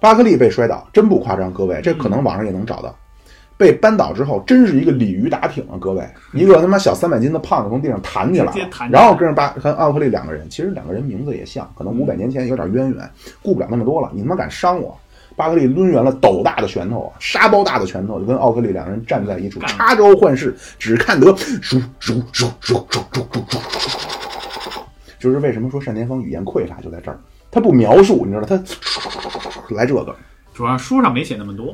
Speaker 1: 巴克利被摔倒，真不夸张，各位，这可能网上也能找到。被扳倒之后，真是一个鲤鱼打挺啊！各位，一个他妈小三百斤的胖子从地上弹起来
Speaker 2: 直接
Speaker 1: 了，
Speaker 2: 弹起来
Speaker 1: 然后跟着巴跟奥克利两个人，其实两个人名字也像，可能五百年前有点渊源，顾不了那么多了。你他妈敢伤我！巴克利抡圆了斗大的拳头啊，沙包大的拳头，就跟奥克利两人站在一处，
Speaker 2: 干
Speaker 1: 插招换式，只看得唰唰唰唰唰唰唰唰唰，就是为什么说单田芳语言匮乏就在这儿，他不描述，你知道他来这个，
Speaker 2: 主要书上没写那么多。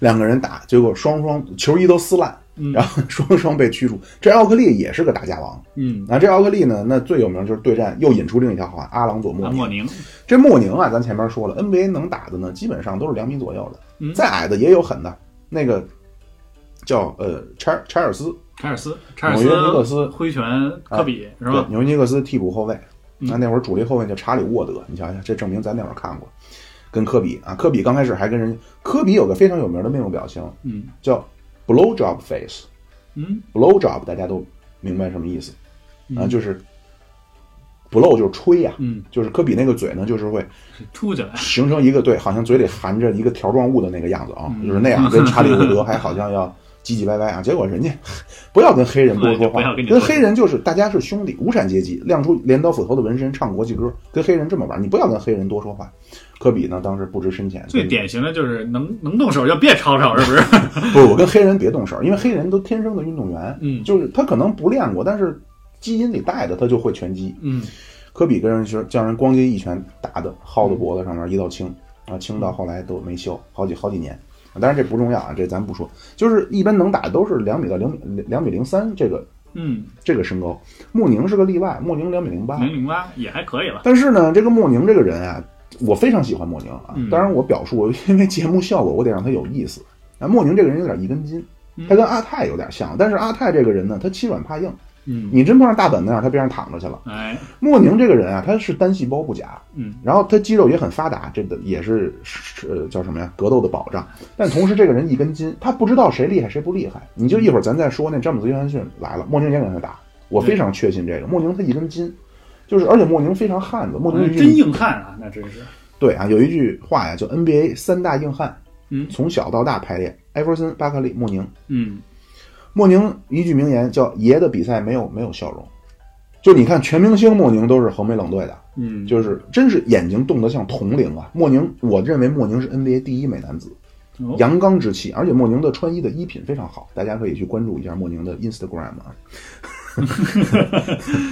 Speaker 1: 两个人打，结果双双球衣都撕烂，
Speaker 2: 嗯
Speaker 1: 然后双双被驱逐。这奥克利也是个打架王，
Speaker 2: 嗯，
Speaker 1: 那这奥克利呢，那最有名就是对战又引出另一条好汉阿朗佐莫
Speaker 2: 啊
Speaker 1: 宁
Speaker 2: 莫。宁，
Speaker 1: 这莫宁啊，咱前面说了，NBA 能打的呢，基本上都是两米左右的，
Speaker 2: 嗯
Speaker 1: 再矮的也有狠的，那个叫呃柴柴尔斯，
Speaker 2: 查尔斯，查尔
Speaker 1: 纽约尼克斯啊
Speaker 2: 斯挥拳科比是
Speaker 1: 对
Speaker 2: 吧，？
Speaker 1: 纽约尼克斯替补后卫。
Speaker 2: 嗯
Speaker 1: 那那会儿主力后卫叫查理沃德，你瞧瞧，这证明咱那会儿看过。跟科比啊，科比刚开始还跟人，科比有个非常有名的面部表情
Speaker 2: 嗯
Speaker 1: 叫 blow job face。
Speaker 2: 嗯
Speaker 1: blow job 大家都明白什么意思啊，
Speaker 2: 嗯
Speaker 1: 就是 blow 就是吹呀、
Speaker 2: 嗯，
Speaker 1: 就是科比那个嘴呢，就是会
Speaker 2: 凸起来。
Speaker 1: 形成一个对，好像嘴里含着一个条状物的那个样子啊，
Speaker 2: 嗯
Speaker 1: 就是那样，跟查理沃德还好像要唧唧歪歪啊，结果人家不要跟黑人多说
Speaker 2: 对就不
Speaker 1: 话
Speaker 2: 要跟，你
Speaker 1: 跟
Speaker 2: 说
Speaker 1: 黑人就是大家是兄弟，无产阶级，亮出镰刀斧头的纹身，唱国际歌，跟黑人这么玩，你不要跟黑人多说话。科比呢，当时不知深浅，
Speaker 2: 最典型的就是能能动手就别吵吵，是不是？
Speaker 1: 不是我跟黑人别动手，因为黑人都天生的运动员，
Speaker 2: 嗯
Speaker 1: 就是他可能不练过，但是基因里带的他就会拳击。
Speaker 2: 嗯，
Speaker 1: 科比跟人是叫人咣叽一拳打的，薅的脖子上面一道青啊，青到后来都没修，好几好几年。当然这不重要啊，这咱不说。就是一般能打的都是两米到两米两米零三这个
Speaker 2: 嗯，
Speaker 1: 这个身高，穆宁是个例外，穆宁两米零八。
Speaker 2: 零零八也还可以了。
Speaker 1: 但是呢，这个莫宁这个人啊，我非常喜欢莫宁啊
Speaker 2: 嗯。
Speaker 1: 当然，我表述我因为节目效果，我得让他有意思。啊，莫宁这个人有点一根筋，他跟阿泰有点像，但是阿泰这个人呢，他欺软怕硬。
Speaker 2: 嗯，
Speaker 1: 你真碰上大本那样，他边上躺着去了。
Speaker 2: 哎，
Speaker 1: 莫宁这个人啊，他是单细胞不假，
Speaker 2: 嗯，
Speaker 1: 然后他肌肉也很发达，这个也是是呃叫什么呀？格斗的保障。但同时，这个人一根筋，他不知道谁厉害谁不厉害。你就一会儿咱再说那詹姆斯约翰逊来了，莫宁也跟他打，我非常确信这个。莫宁他一根筋，就是而且莫宁非常汉子，莫宁一句
Speaker 2: 真硬汉啊，那真是。
Speaker 1: 对啊，有一句话呀，叫 NBA 三大硬汉，
Speaker 2: 嗯
Speaker 1: 从小到大排列，艾弗森、巴克利、莫宁。
Speaker 2: 嗯，
Speaker 1: 莫宁一句名言叫“爷的比赛没有没有笑容”，就你看全明星莫宁都是横眉冷对的，
Speaker 2: 嗯，
Speaker 1: 就是真是眼睛冻得像铜铃啊。莫宁，我认为莫宁是 NBA 第一美男子，
Speaker 2: 哦
Speaker 1: 阳刚之气，而且莫宁的穿衣的衣品非常好，大家可以去关注一下莫宁的 Instagram 啊。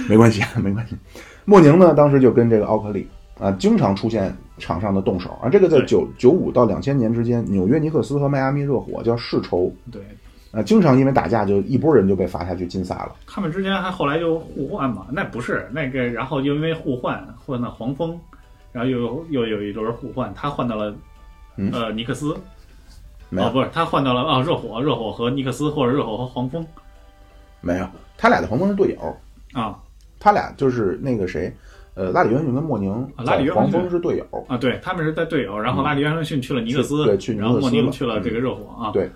Speaker 1: 没关系，啊， 没关系。莫宁呢，当时就跟这个奥克利啊，经常出现场上的动手啊。这个在
Speaker 2: 对
Speaker 1: 九九五到两千年之间，纽约尼克斯和迈阿密热火叫世仇
Speaker 2: 对
Speaker 1: 啊，经常因为打架就一波人就被罚下去禁赛了。
Speaker 2: 他们之间还后来就互换嘛，那不是那个，然后因为互换换到黄蜂，然后又又有一轮互换，他换到了。
Speaker 1: 嗯
Speaker 2: 呃，尼克斯
Speaker 1: 没有、
Speaker 2: 哦，不是，他换到了哦，热火，热火和尼克斯，或者热火和黄蜂
Speaker 1: 没有，他俩的黄蜂是队友，
Speaker 2: 啊
Speaker 1: 他俩就是那个谁，呃，拉里约翰逊跟莫宁
Speaker 2: 啊拉里约
Speaker 1: 在
Speaker 2: 翰
Speaker 1: 黄
Speaker 2: 逊
Speaker 1: 蜂是队友。
Speaker 2: 啊，对他们是在队友，然后拉里约翰逊去了尼克斯，
Speaker 1: 对嗯去尼克斯
Speaker 2: 然后莫宁
Speaker 1: 了嗯
Speaker 2: 去了这个热火啊，
Speaker 1: 对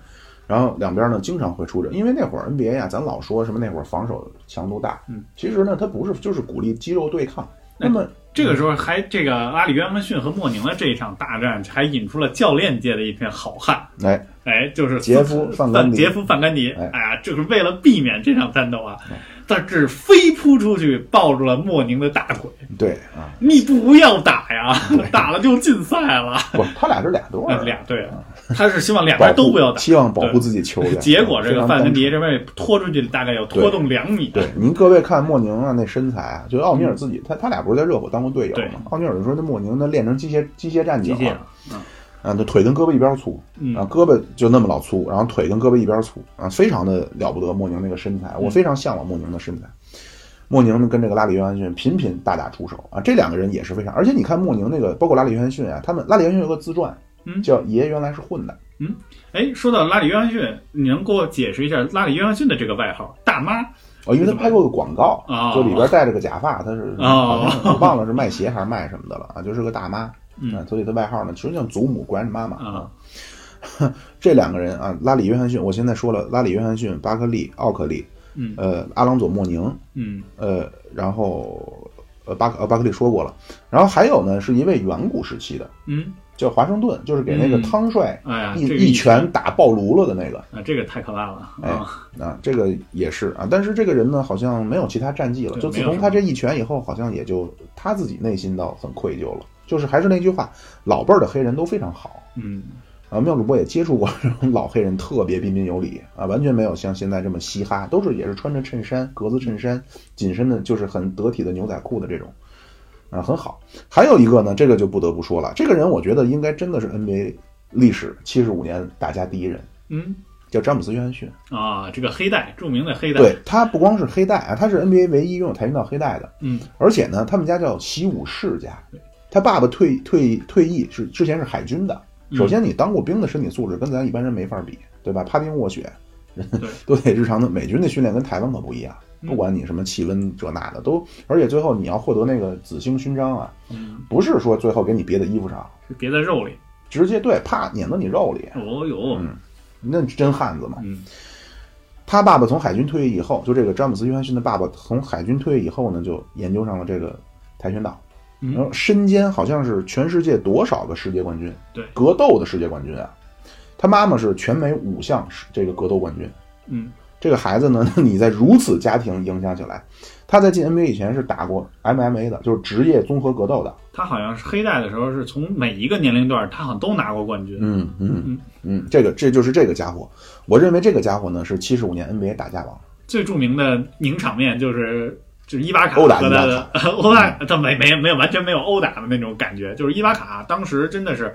Speaker 1: 然后两边呢经常会出人，因为那会儿 NBA 啊，咱老说什么那会儿防守强度大，
Speaker 2: 嗯，哎
Speaker 1: 其实呢，它不是就是鼓励肌肉对抗。
Speaker 2: 那
Speaker 1: 那么
Speaker 2: 这个时候还这个阿里约翰逊和莫宁的这一场大战，还引出了教练界的一片好汉，
Speaker 1: 哎，
Speaker 2: 哎，就是
Speaker 1: 杰夫范甘迪
Speaker 2: 杰夫范甘迪，
Speaker 1: 哎
Speaker 2: 哎呀，就是为了避免这场战斗啊
Speaker 1: 哎，
Speaker 2: 他是飞扑出去抱住了莫宁的大腿，
Speaker 1: 对啊，
Speaker 2: 你不要打呀，打了就禁赛 了，
Speaker 1: 不，他俩是俩队
Speaker 2: 哎
Speaker 1: 儿，
Speaker 2: 俩队啊，他是希望两
Speaker 1: 保
Speaker 2: 边
Speaker 1: 护
Speaker 2: 都不要打，
Speaker 1: 希望保护
Speaker 2: 对
Speaker 1: 自己球员。
Speaker 2: 结果这
Speaker 1: 非
Speaker 2: 个
Speaker 1: 常
Speaker 2: 范甘迪
Speaker 1: 单
Speaker 2: 这边拖出去大概有拖动两米，
Speaker 1: 纯。对，您各位看莫宁啊，那身材啊，就奥尼尔自己，他他俩不是在热火当过队友
Speaker 2: 嗯对
Speaker 1: 吗？奥尼尔就说那莫宁那练成机械机械战
Speaker 2: 机
Speaker 1: 警
Speaker 2: 械
Speaker 1: 了，，啊，那腿跟胳膊一边粗，
Speaker 2: 嗯
Speaker 1: 啊，胳膊就那么老粗，然后腿跟胳膊一边粗，啊，非常的了不得。莫宁那个身材，
Speaker 2: 嗯
Speaker 1: 我非常向往莫宁的身材。莫宁呢跟这个拉里约翰逊频频大打出手啊，这两个人也是非常，而且你看莫宁那个，包括拉里约翰逊啊，他们拉里约翰逊有个自传，
Speaker 2: 嗯
Speaker 1: 叫《爷原来是混的》，
Speaker 2: 哎，说到拉里约翰逊，你能给我解释一下拉里约翰逊的这个外号“大妈”？
Speaker 1: 哦，因为他拍过个广告
Speaker 2: 哦，
Speaker 1: 就里边戴着个假发，他是
Speaker 2: 哦
Speaker 1: 好像是我忘了是卖鞋还是卖什么的了啊，就是个大妈，
Speaker 2: 嗯
Speaker 1: 啊，所以他外号呢，其实叫祖母 grandmama
Speaker 2: 啊，
Speaker 1: 这两个人啊，拉里约翰逊，我现在说了，拉里约翰逊、巴克利、奥克利，
Speaker 2: 嗯
Speaker 1: 呃，阿朗佐·莫宁，
Speaker 2: 嗯
Speaker 1: 呃，然后呃巴克呃巴克利说过了，然后还有呢，是一位远古时期的
Speaker 2: 嗯，
Speaker 1: 叫华盛顿，就是给那个
Speaker 2: 嗯
Speaker 1: 汤帅
Speaker 2: 哎呀，
Speaker 1: 一、
Speaker 2: 这个
Speaker 1: 一拳打爆炉了的那个
Speaker 2: 啊，这个太可怕了
Speaker 1: 哎
Speaker 2: 啊！
Speaker 1: 啊，这个也是啊，但是这个人呢，好像没有其他战绩了，
Speaker 2: 对
Speaker 1: 就自
Speaker 2: 没有
Speaker 1: 从
Speaker 2: 什么
Speaker 1: 他这一拳以后，好像也就他自己内心到很愧疚了，就是还是那句话，老辈儿的黑人都非常好。
Speaker 2: 嗯，
Speaker 1: 啊，妙主播也接触过这种老黑人，特别彬彬有礼啊，完全没有像现在这么嘻哈，都是也是穿着衬衫、格子衬衫、紧身的，就是很得体的牛仔裤的这种，啊，很好。还有一个呢，这个就不得不说了，这个人我觉得应该真的是 NBA 历史七十五年打架第一人，
Speaker 2: 嗯
Speaker 1: 叫詹姆斯·约翰逊。
Speaker 2: 啊，这个黑带，著名的黑带，
Speaker 1: 对他不光是黑带啊，他是 NBA 唯一拥有跆拳道黑带的，
Speaker 2: 嗯，
Speaker 1: 而且呢，他们家叫习武世家，他爸爸退退退役是之前是海军的。
Speaker 2: 嗯
Speaker 1: 首先，你当过兵的身体素质跟咱一般人没法比，对吧？趴冰卧雪，
Speaker 2: 对
Speaker 1: 都得日常的美军的训练跟台湾可不一样，
Speaker 2: 嗯
Speaker 1: 不管你什么气温这那的都，而且最后你要获得那个紫星勋章啊，
Speaker 2: 嗯，
Speaker 1: 不是说最后给你别在衣服上，
Speaker 2: 是别在肉里。
Speaker 1: 直接对，啪碾到你肉里，
Speaker 2: 哦哟，
Speaker 1: 嗯那是真汉子嘛。
Speaker 2: 嗯
Speaker 1: 他爸爸从海军退役以后，就这个詹姆斯·约翰逊的爸爸从海军退役以后呢，就研究上了这个跆拳道，
Speaker 2: 嗯
Speaker 1: 然后身兼好像是全世界多少个世界冠军，
Speaker 2: 对
Speaker 1: 格斗的世界冠军啊，他妈妈是全美五项这个格斗冠军。
Speaker 2: 嗯，
Speaker 1: 这个孩子呢，你在如此家庭影响起来，他在进 NBA 以前是打过 MMA 的，就是职业综合格斗的。
Speaker 2: 他好像是黑带的时候，是从每一个年龄段，他好像都拿过冠军。
Speaker 1: 嗯
Speaker 2: 嗯
Speaker 1: 嗯嗯，这个这就是这个家伙，我认为这个家伙呢是七十五年 NBA 打架王。
Speaker 2: 最著名的赢场面就是就是伊巴卡
Speaker 1: 殴打
Speaker 2: 和
Speaker 1: 伊巴
Speaker 2: 他的 殴打，他没没没有完全没有殴打的那种感觉，就是伊巴卡当时真的是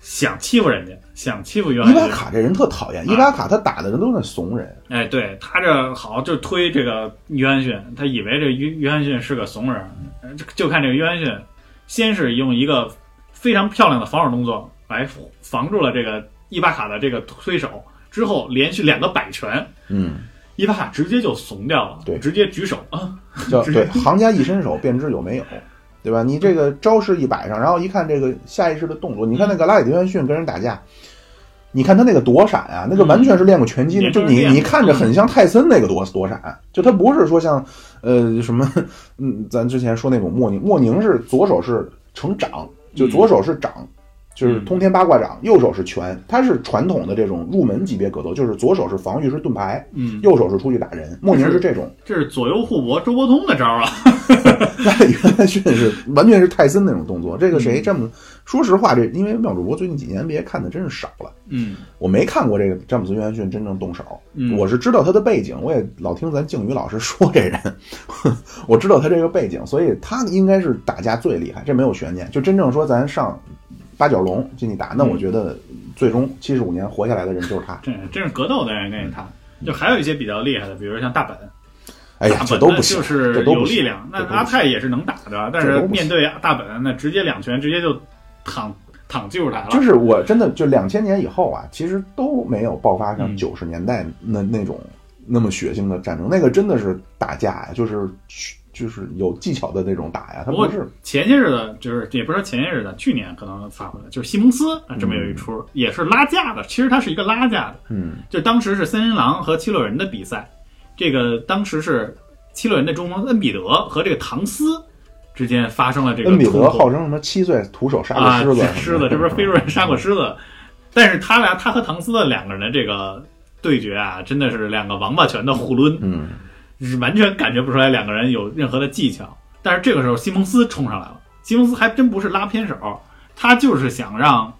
Speaker 2: 想欺负人家，想欺负约
Speaker 1: 伊
Speaker 2: 翰
Speaker 1: 巴
Speaker 2: 逊。
Speaker 1: 卡这人特讨厌，
Speaker 2: 啊
Speaker 1: 伊巴卡他打的人都是那怂人，
Speaker 2: 哎，对他这好就推这个约翰逊，他以为这约约翰逊是个怂人，呃就就看这个约翰逊，先是用一个非常漂亮的防守动作来防住了这个伊巴卡的这个推手，之后连续两个摆拳，
Speaker 1: 嗯，
Speaker 2: 伊巴卡直接就怂掉了，
Speaker 1: 对
Speaker 2: 直接举手啊，
Speaker 1: 叫
Speaker 2: 直
Speaker 1: 对行家一伸手便知有没有，对吧？你这个招式一摆上，然后一看这个下意识的动作，你看那个拉里·约翰逊跟人打架。你看他那个躲闪啊，那个完全是练过拳击的，
Speaker 2: 嗯
Speaker 1: 就
Speaker 2: 也就是
Speaker 1: 你
Speaker 2: 练过
Speaker 1: 你看着很像泰森那个躲躲闪，就他不是说像呃什么，嗯，咱之前说那种莫宁，莫宁是左手是成掌，就左手是掌，就是通天八卦掌，右手是拳，他是传统的这种入门级别格斗，就是左手是防御是盾牌，
Speaker 2: 嗯，
Speaker 1: 右手是出去打人。莫宁是这种，
Speaker 2: 这是左右互搏周伯通的招儿啊，
Speaker 1: 那原来真是完全是泰森那种动作。这个
Speaker 2: 嗯
Speaker 1: 谁这么说实话，这因为妙主播最近几年 NBA 看的真是少了，
Speaker 2: 嗯
Speaker 1: 我没看过这个詹姆斯·约翰逊真正动手。
Speaker 2: 嗯，
Speaker 1: 我是知道他的背景，我也老听咱靖宇老师说这人， 我知道他这个背景，所以他应该是打架最厉害，这没有悬念。就真正说咱上八角笼进去打，那
Speaker 2: 嗯
Speaker 1: 我觉得最终七十五年活下来的人就是他。
Speaker 2: 这这是格斗的人跟你看，
Speaker 1: 嗯
Speaker 2: 就还有一些比较厉害的，比如像大本。
Speaker 1: 哎呀
Speaker 2: 大，
Speaker 1: 这
Speaker 2: 本
Speaker 1: 都
Speaker 2: 那
Speaker 1: 不行，
Speaker 2: 就是
Speaker 1: 这都
Speaker 2: 有
Speaker 1: 不行
Speaker 2: 力量。那
Speaker 1: 这都不
Speaker 2: 阿泰也是能打的，但
Speaker 1: 这
Speaker 2: 是
Speaker 1: 都不
Speaker 2: 面
Speaker 1: 行
Speaker 2: 对大本，那直接两拳直接就躺躺就他了。
Speaker 1: 就是我真的就两千年以后啊，其实都没有爆发
Speaker 2: 嗯
Speaker 1: 像九十年代那、那种那么血腥的战争，那个真的是打架呀，就是就是有技巧的那种打呀，他
Speaker 2: 不过
Speaker 1: 不是
Speaker 2: 前些日子就是也不是说前些日子，去年可能发回来，就是西蒙斯啊，这么有一出、也是拉架的，其实他是一个拉架的，
Speaker 1: 嗯
Speaker 2: 就当时是森林狼和七六人的比赛，这个当时是七六人的中锋恩比德和这个唐斯之间发生了这个
Speaker 1: 恩比
Speaker 2: 冲
Speaker 1: 德
Speaker 2: 突
Speaker 1: 号称什么七岁徒手杀过
Speaker 2: 啊，
Speaker 1: 狮子、
Speaker 2: 狮子，这不
Speaker 1: 嗯
Speaker 2: 是飞瑞杀过狮子，但是他俩他和唐斯的两个人的这个对决啊，真的是两个王八拳的互抡，
Speaker 1: 嗯。
Speaker 2: 是完全感觉不出来两个人有任何的技巧。但是这个时候，西蒙斯冲上来了，西蒙斯还真不是拉偏手，他就是想让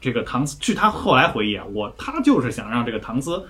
Speaker 2: 这个唐斯，据他后来回忆啊，我他就是想让这个唐斯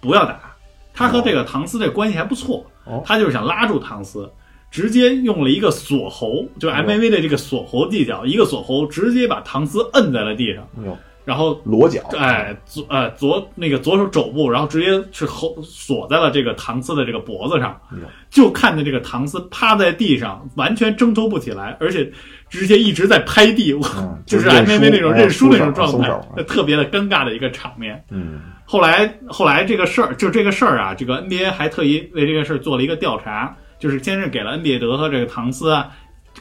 Speaker 2: 不要打，他和这个唐斯这关系还不错，
Speaker 1: 哦
Speaker 2: 他就是想拉住唐斯。直接用了一个锁喉，
Speaker 1: 哦
Speaker 2: 就 MAV 的这个锁喉技巧，一个锁喉直接把唐斯摁在了地上，
Speaker 1: 哎呦，
Speaker 2: 然后
Speaker 1: 裸脚，
Speaker 2: 哎，左呃左那个左手肘部，然后直接是喉锁在了这个唐斯的这个脖子上
Speaker 1: 哎呦，
Speaker 2: 就看见这个唐斯趴在地上，完全挣脱不起来，而且直接一直在拍地，我
Speaker 1: 嗯，
Speaker 2: 就是是
Speaker 1: 认输
Speaker 2: M V 那种
Speaker 1: 哎
Speaker 2: 认输那
Speaker 1: 松
Speaker 2: 种
Speaker 1: 手
Speaker 2: 状
Speaker 1: 松
Speaker 2: 态
Speaker 1: 手，
Speaker 2: 那特别的尴尬的一个场面。
Speaker 1: 嗯
Speaker 2: 后来后来这个事儿，就这个事儿啊，这个 NBA 还特意为这个事儿做了一个调查，就是先是给了恩比德和这个唐斯啊，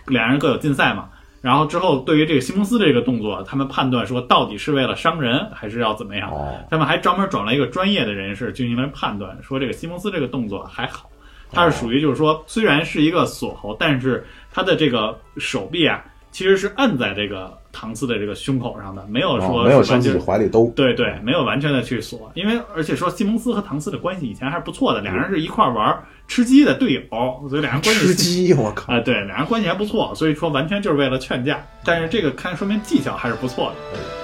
Speaker 2: 两人各有禁赛嘛。然后之后，对于这个西蒙斯这个动作，他们判断说到底是为了伤人，还是要怎么样？
Speaker 1: 哦，
Speaker 2: 他们还专门转了一个专业的人士进行了判断，说这个西蒙斯这个动作还好，他是属于就是说虽然是一个锁喉，但是他的这个手臂啊其实是按在这个唐斯的这个胸口上的，没有说、
Speaker 1: 哦没有向自己怀里兜，
Speaker 2: 对对，没有完全的去锁，因为而且说西蒙斯和唐斯的关系以前还是不错的，
Speaker 1: 嗯
Speaker 2: 俩人是一块儿玩儿吃鸡的队友，所以俩人关系
Speaker 1: 吃鸡，我靠，
Speaker 2: 啊、对，俩人关系还不错，所以说完全就是为了劝架。但是这个看说明技巧还是不错的。